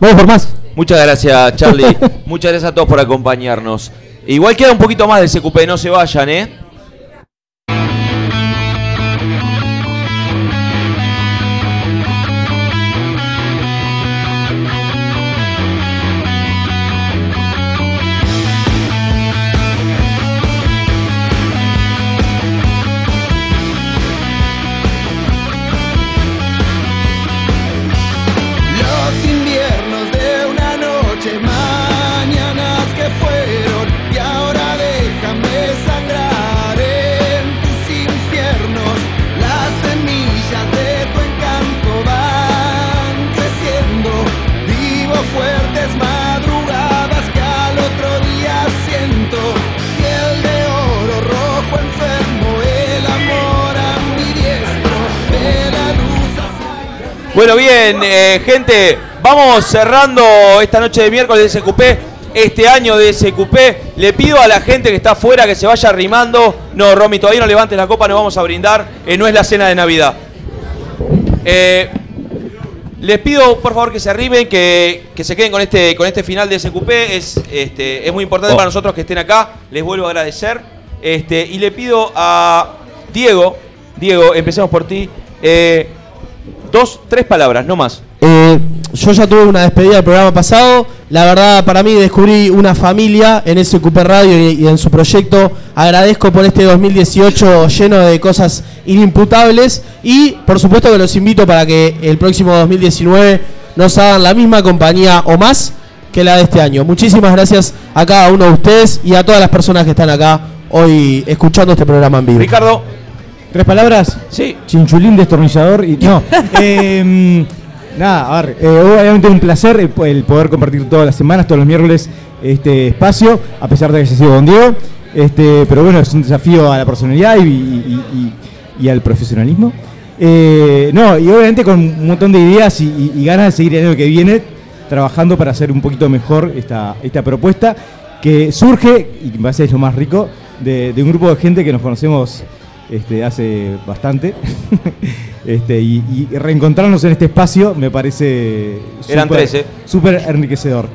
Speaker 5: Vamos por más.
Speaker 2: Muchas gracias, Charlie. Muchas gracias a todos por acompañarnos. Igual queda un poquito más de ese coupé, no se vayan, ¿eh?
Speaker 19: Los inviernos de una noche, mañanas que fueron y ahora dejan de sangrar.
Speaker 2: Bueno, bien, eh, gente, vamos cerrando esta noche de miércoles de SQP. Este año de SQP, le pido a la gente que está afuera que se vaya arrimando. No, Romy, todavía no levantes la copa, no vamos a brindar. eh, no es la cena de Navidad. Eh, les pido por favor que se arrimen, que, que se queden con este, con este final de SQP. Es, este, es muy importante para nosotros que estén acá. Les vuelvo a agradecer. Este, y le pido a Diego, Diego, empecemos por ti. eh, dos, tres palabras, no más.
Speaker 5: Eh, yo ya tuve una despedida del programa pasado. La verdad, para mí descubrí una familia en SQP Radio y, y en su proyecto. Agradezco por este 2018 lleno de cosas inimputables. Y por supuesto que los invito para que el próximo 2019 nos hagan la misma compañía o más que la de este año. Muchísimas gracias a cada uno de ustedes y a todas las personas que están acá hoy escuchando este programa en vivo.
Speaker 2: Ricardo.
Speaker 6: ¿Tres palabras?
Speaker 2: Sí.
Speaker 6: Chinchulín, destornillador y. No. Em, nada, a ver. eh, obviamente un placer el po- el poder compartir todas las semanas, todos los miércoles, este espacio, a pesar de que haya sido con Diego. Este, pero bueno, es un desafío a la personalidad y, y- y- y- y al profesionalismo. Eh, no, y obviamente con un montón de ideas y, y- y ganas de seguir el año que viene trabajando para hacer un poquito mejor esta, esta propuesta que surge, y me parece que es lo más rico, de, de un grupo de gente que nos conocemos este, hace bastante. este, y, y reencontrarnos en este espacio me parece
Speaker 2: Eran
Speaker 6: súper-
Speaker 2: trece.
Speaker 6: súper enriquecedor.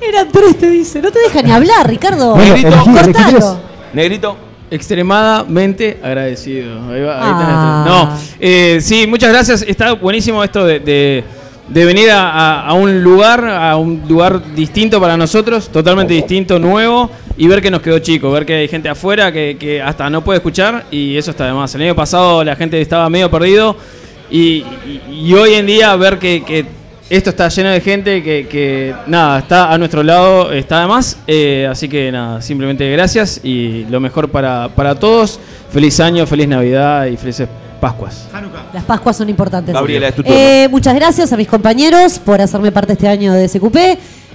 Speaker 3: Eran tres, te dice. No te deja ni hablar, Ricardo.
Speaker 6: Bueno, elegí- elegí
Speaker 3: Cortalo.
Speaker 6: tres.
Speaker 2: Negrito.
Speaker 1: Extremadamente agradecido. Ahí va, ahí tenés
Speaker 3: Ah.
Speaker 1: tres. No, eh, sí, muchas gracias. Está buenísimo esto de, de- de venir a, a- a un lugar, a un lugar distinto para nosotros, totalmente distinto, nuevo, y ver que nos quedó chico, ver que hay gente afuera que, que hasta no puede escuchar, y eso está de más. El año pasado la gente estaba medio perdido, y, y- y hoy en día ver que, que esto está lleno de gente que, que, nada, está a nuestro lado, está además. así que nada, simplemente gracias y lo mejor para, para todos. Feliz año, feliz Navidad y felices Pascuas.
Speaker 3: Las Pascuas son importantes.
Speaker 1: Gabriela, es tu turno.
Speaker 3: Eh, muchas gracias a mis compañeros por hacerme parte este año de SQP.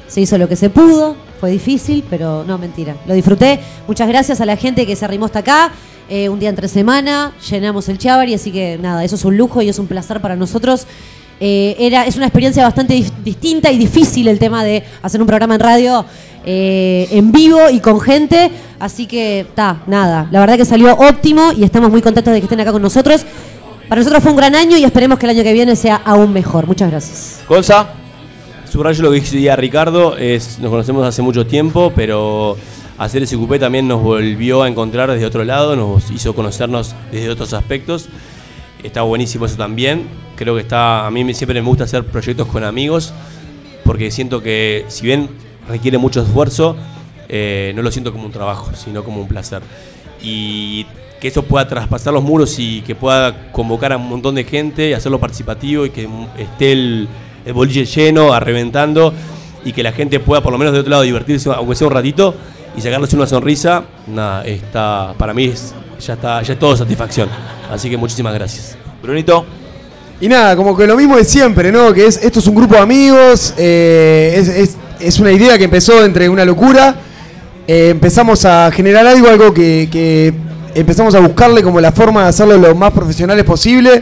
Speaker 3: Se hizo lo que se pudo, fue difícil, pero no, mentira, lo disfruté. Muchas gracias a la gente que se arrimó hasta acá. Eh, un día entre semana, llenamos el Chavari, así que nada, eso es un lujo y es un placer para nosotros. Eh, era, es una experiencia bastante dif- distinta y difícil el tema de hacer un programa en radio eh, en vivo y con gente. Así que, está, nada. La verdad que salió óptimo y estamos muy contentos de que estén acá con nosotros. Para nosotros fue un gran año y esperemos que el año que viene sea aún mejor. Muchas gracias.
Speaker 2: Gonza.
Speaker 8: Subrayo lo que decía Ricardo, es, nos conocemos hace mucho tiempo, pero hacer ese coupé también nos volvió a encontrar desde otro lado, nos hizo conocernos desde otros aspectos. Está buenísimo eso también. Creo que está, a mí me- siempre me gusta hacer proyectos con amigos, porque siento que si bien requiere mucho esfuerzo, eh, no lo siento como un trabajo, sino como un placer. Y que eso pueda traspasar los muros y que pueda convocar a un montón de gente y hacerlo participativo y que mm, esté el, el boliche lleno, arreventando y que la gente pueda por lo menos de otro lado divertirse, aunque sea un ratito, y sacarles una sonrisa, nada, está, para mí es, ya, está, ya es todo satisfacción. Así que muchísimas gracias.
Speaker 2: Brunito.
Speaker 4: Y nada, como que lo mismo de siempre, ¿no? Que es, esto es un grupo de amigos, eh, es, es- es una idea que empezó entre una locura. eh, empezamos a generar algo, algo que, que empezamos a buscarle como la forma de hacerlo lo más profesionales posible.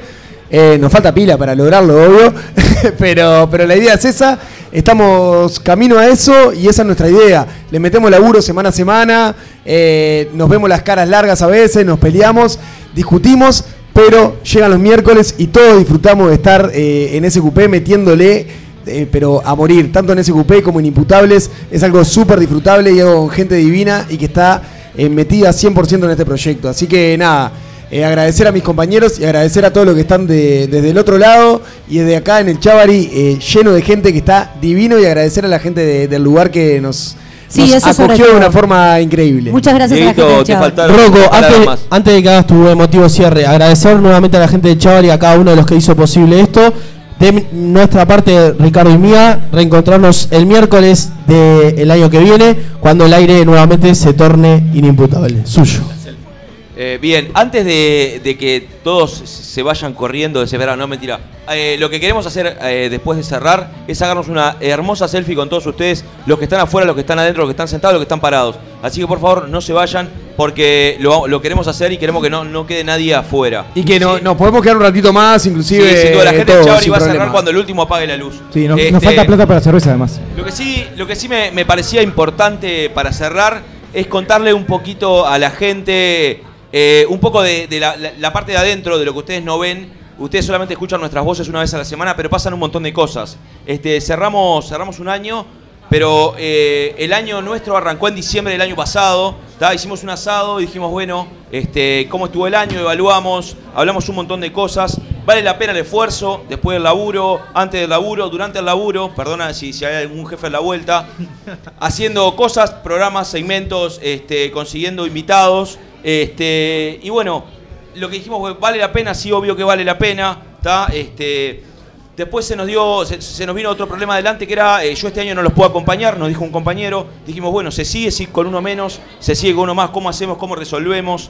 Speaker 4: Eh, nos falta pila para lograrlo, obvio, pero, pero la idea es esa. Estamos camino a eso y esa es nuestra idea. Le metemos laburo semana a semana, eh, nos vemos las caras largas a veces, nos peleamos, discutimos, pero llegan los miércoles y todos disfrutamos de estar eh, en ese cupé metiéndole, eh, pero a morir, tanto en ese cupé como en Imputables. Es algo súper disfrutable y algo con gente divina y que está eh, metida 100% en este proyecto. Así que nada, eh, agradecer a mis compañeros y agradecer a todos los que están de- desde el otro lado y desde acá en el Chavari, eh, lleno de gente que está divino y agradecer a la gente de- del lugar que nos,
Speaker 3: Sí,
Speaker 4: nos
Speaker 3: eso sobre
Speaker 4: acogió de
Speaker 3: todo.
Speaker 4: una forma increíble.
Speaker 3: Muchas gracias a la gente del Chaval.
Speaker 5: Rocco, antes, antes de que hagas tu emotivo cierre, agradecer nuevamente a la gente de Chaval y a cada uno de los que hizo posible esto. De mi- nuestra parte, Ricardo y mía, reencontrarnos el miércoles del año que viene, cuando el aire nuevamente se torne inimputable. Suyo.
Speaker 2: Eh, bien, antes de, de que todos se vayan corriendo desesperados, no mentira. Eh, lo que queremos hacer eh, después de cerrar es sacarnos una hermosa selfie con todos ustedes, los que están afuera, los que están adentro, los que están sentados, los que están parados. Así que por favor no se vayan, porque lo, lo queremos hacer y queremos que no, no quede nadie afuera.
Speaker 4: Y que no, nos podemos quedar un ratito más,
Speaker 2: Sí,
Speaker 4: inclusive.
Speaker 2: sin duda, la gente
Speaker 4: todo,
Speaker 2: de Chavari
Speaker 4: sin
Speaker 2: va a cerrar
Speaker 4: problema.
Speaker 2: cuando el último apague la luz.
Speaker 6: Sí, nos, nos
Speaker 2: Este,
Speaker 6: falta plata para la cerveza además.
Speaker 2: Lo que sí, lo que sí me, me parecía importante para cerrar es contarle un poquito a la gente, eh, un poco de, de la, la- la parte de adentro, de lo que ustedes no ven. Ustedes solamente escuchan nuestras voces una vez a la semana, pero pasan un montón de cosas. Este, cerramos, cerramos un año, pero eh, el año nuestro arrancó en diciembre del año pasado. ¿tá? Hicimos un asado y dijimos, bueno, este, cómo estuvo el año, evaluamos, hablamos un montón de cosas. Vale la pena el esfuerzo, después del laburo, antes del laburo, durante el laburo. Perdona si, si hay algún jefe en la vuelta haciendo cosas, programas, segmentos, este, consiguiendo invitados. Este, y bueno, lo que dijimos fue, vale la pena, sí, obvio que vale la pena. ¿tá? Este, después se nos dio, se, se nos vino otro problema adelante que era, eh, yo este año no los puedo acompañar, nos dijo un compañero. Dijimos, bueno, se sigue sí, con uno menos, se sigue con uno más, ¿cómo hacemos? ¿Cómo resolvemos?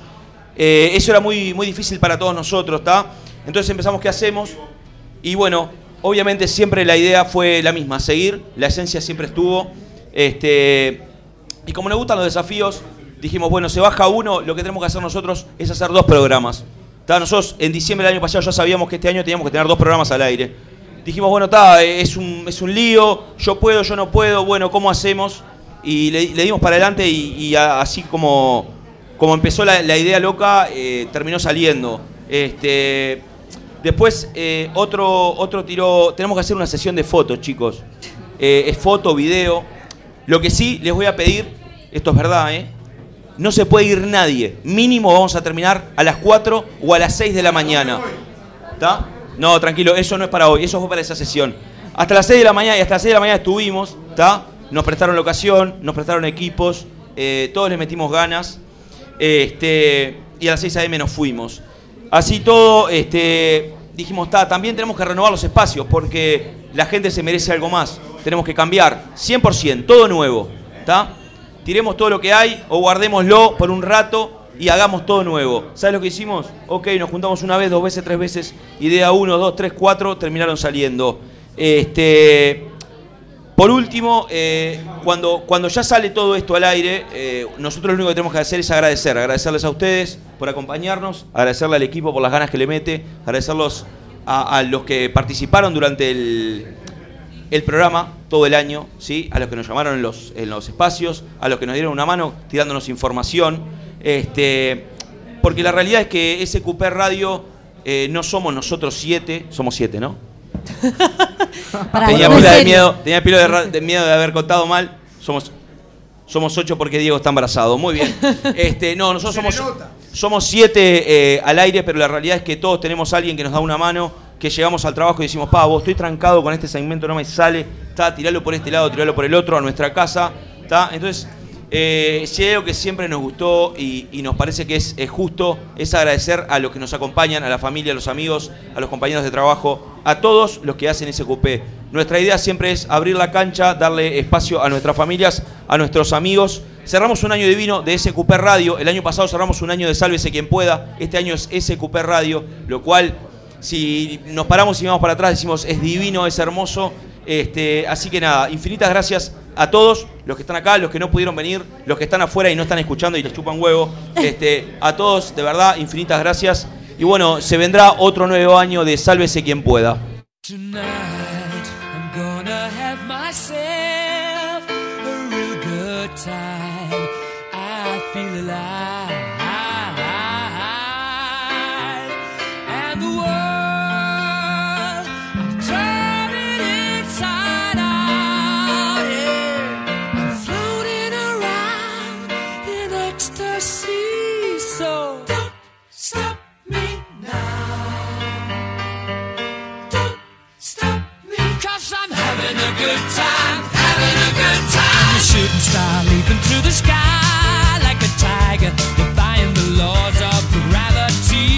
Speaker 2: Eh, eso era muy, muy difícil para todos nosotros, ¿tá? Entonces empezamos, ¿qué hacemos? Y bueno, obviamente siempre la idea fue la misma, seguir, la esencia siempre estuvo. Este, y como nos gustan los desafíos, dijimos, bueno, se baja uno, lo que tenemos que hacer nosotros es hacer dos programas. Ta, Nosotros en diciembre del año pasado ya sabíamos que este año teníamos que tener dos programas al aire. Dijimos, bueno, ta, eh, es un, es un lío, yo puedo, yo no puedo, bueno, ¿cómo hacemos? Y le, le dimos para adelante y, y a- así como, como empezó la, la idea loca, eh, terminó saliendo. Este, después eh, otro, otro tiró, tenemos que hacer una sesión de fotos, chicos. Eh, es foto, video. Lo que sí les voy a pedir, esto es verdad, ¿eh? No se puede ir nadie. Mínimo vamos a terminar a las 4 o a las 6 de la mañana. ¿Está? No, tranquilo, eso no es para hoy, eso fue para esa sesión. Hasta las 6 de la mañana y hasta las 6 de la mañana estuvimos, ¿está? Nos prestaron locación, nos prestaron equipos, eh, todos les metimos ganas. Este, y a las 6 AM nos fuimos. Así todo, este, dijimos, "Ta, también tenemos que renovar los espacios porque la gente se merece algo más. Tenemos que cambiar, 100%, todo nuevo. ¿tá? Tiremos todo lo que hay o guardémoslo por un rato y hagamos todo nuevo. ¿Sabes lo que hicimos? Ok, nos juntamos una vez, dos veces, tres veces, idea 1, 2, 3, 4, terminaron saliendo. Este, por último, eh, cuando, cuando ya sale todo esto al aire, eh, nosotros lo único que tenemos que hacer es agradecer, agradecerles a ustedes por acompañarnos, agradecerle al equipo por las ganas que le mete, agradecerlos a, a los que participaron durante el, el programa todo el año, ¿sí? a los que nos llamaron en los, en los espacios, a los que nos dieron una mano tirándonos información. Este, porque la realidad es que SQP Radio eh, no somos nosotros siete, somos siete, ¿no? tenía pila de miedo, tenía pila de, ra- de miedo de haber contado mal. Somos somos ocho porque Diego está embarazado. Muy bien. Este, no, nosotros somos somos siete eh, al aire, pero la realidad es que todos tenemos a alguien que nos da una mano, que llegamos al trabajo y decimos, pa, vos estoy trancado con este segmento, no me sale, está, tiralo por este lado, tiralo por el otro, a nuestra casa, está. Entonces, eh, si hay algo que siempre nos gustó y, y nos parece que es, es justo, es agradecer a los que nos acompañan, a la familia, a los amigos, a los compañeros de trabajo, a todos los que hacen ese cupé. Nuestra idea siempre es abrir la cancha, darle espacio a nuestras familias, a nuestros amigos. Cerramos un año divino de SQP Radio. El año pasado cerramos un año de Sálvese quien pueda. Este año es SQP Radio, lo cual, si nos paramos y vamos para atrás, decimos es divino, es hermoso. Este, así que nada, infinitas gracias a todos los que están acá, los que no pudieron venir, los que están afuera y no están escuchando y les chupan huevo. Este, a todos, de verdad, infinitas gracias. Y bueno, se vendrá otro nuevo año de Sálvese quien pueda.
Speaker 7: gonna have myself a real good time. I feel alive, and the world I'm turning inside out. Yeah. I'm floating around in ecstasy, so don't stop me now. Don't stop me, cause I'm having a good time, having a good time. I'm a shooting star leaping through the sky like a tiger, defying the laws of gravity.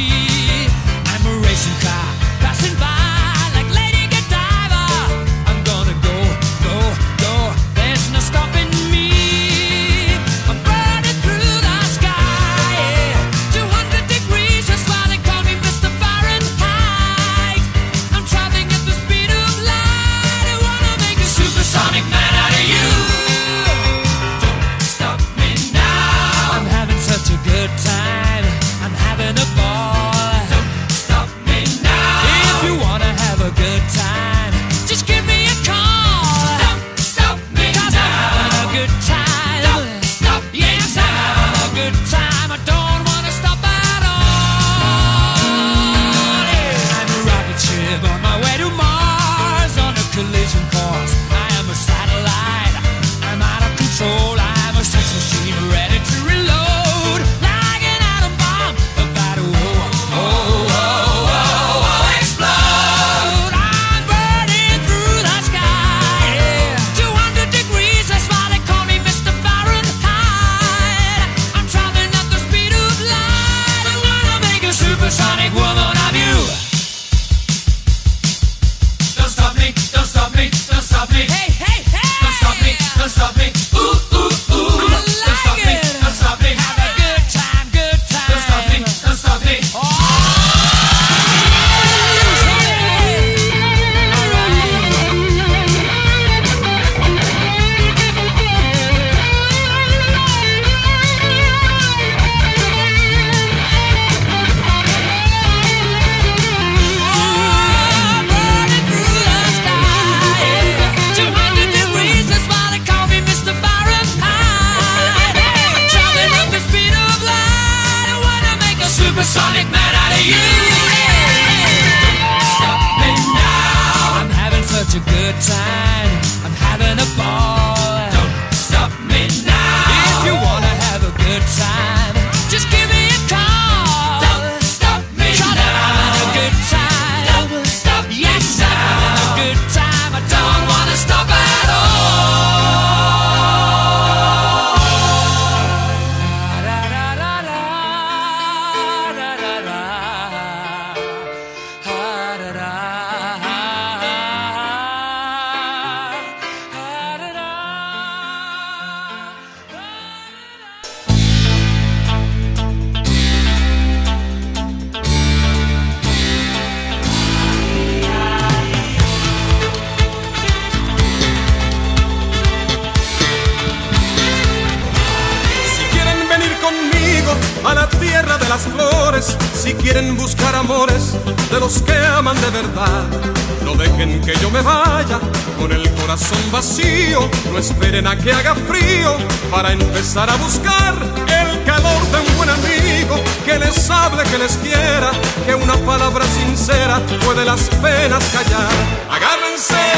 Speaker 7: I'm a racing car passing by like Lady Godiva. I'm gonna go, go, go, there's no stopping me. I'm burning through the sky, yeah. 200 degrees, that's why they call me Mr. Fahrenheit. I'm traveling at the speed of light. I wanna make a supersonic man out of you. Don't stop me now. I'm having such a good
Speaker 11: oh.
Speaker 7: such a good time. I'm having a ball. Don't stop me now. If you wanna have a good time, just give me a call. Don't stop me Try now. I'm having a good time. Don't stop yes, me I'm having a good time. I don't wanna stop at all.
Speaker 9: Si quieren venir conmigo a la tierra de las flores, si quieren buscar amores de los que aman de verdad, no dejen que yo me vaya con el corazón vacío, no esperen a que haga frío para empezar a buscar el calor de un buen amigo que les hable, que les quiera, que una palabra sincera puede las penas callar. Agárrense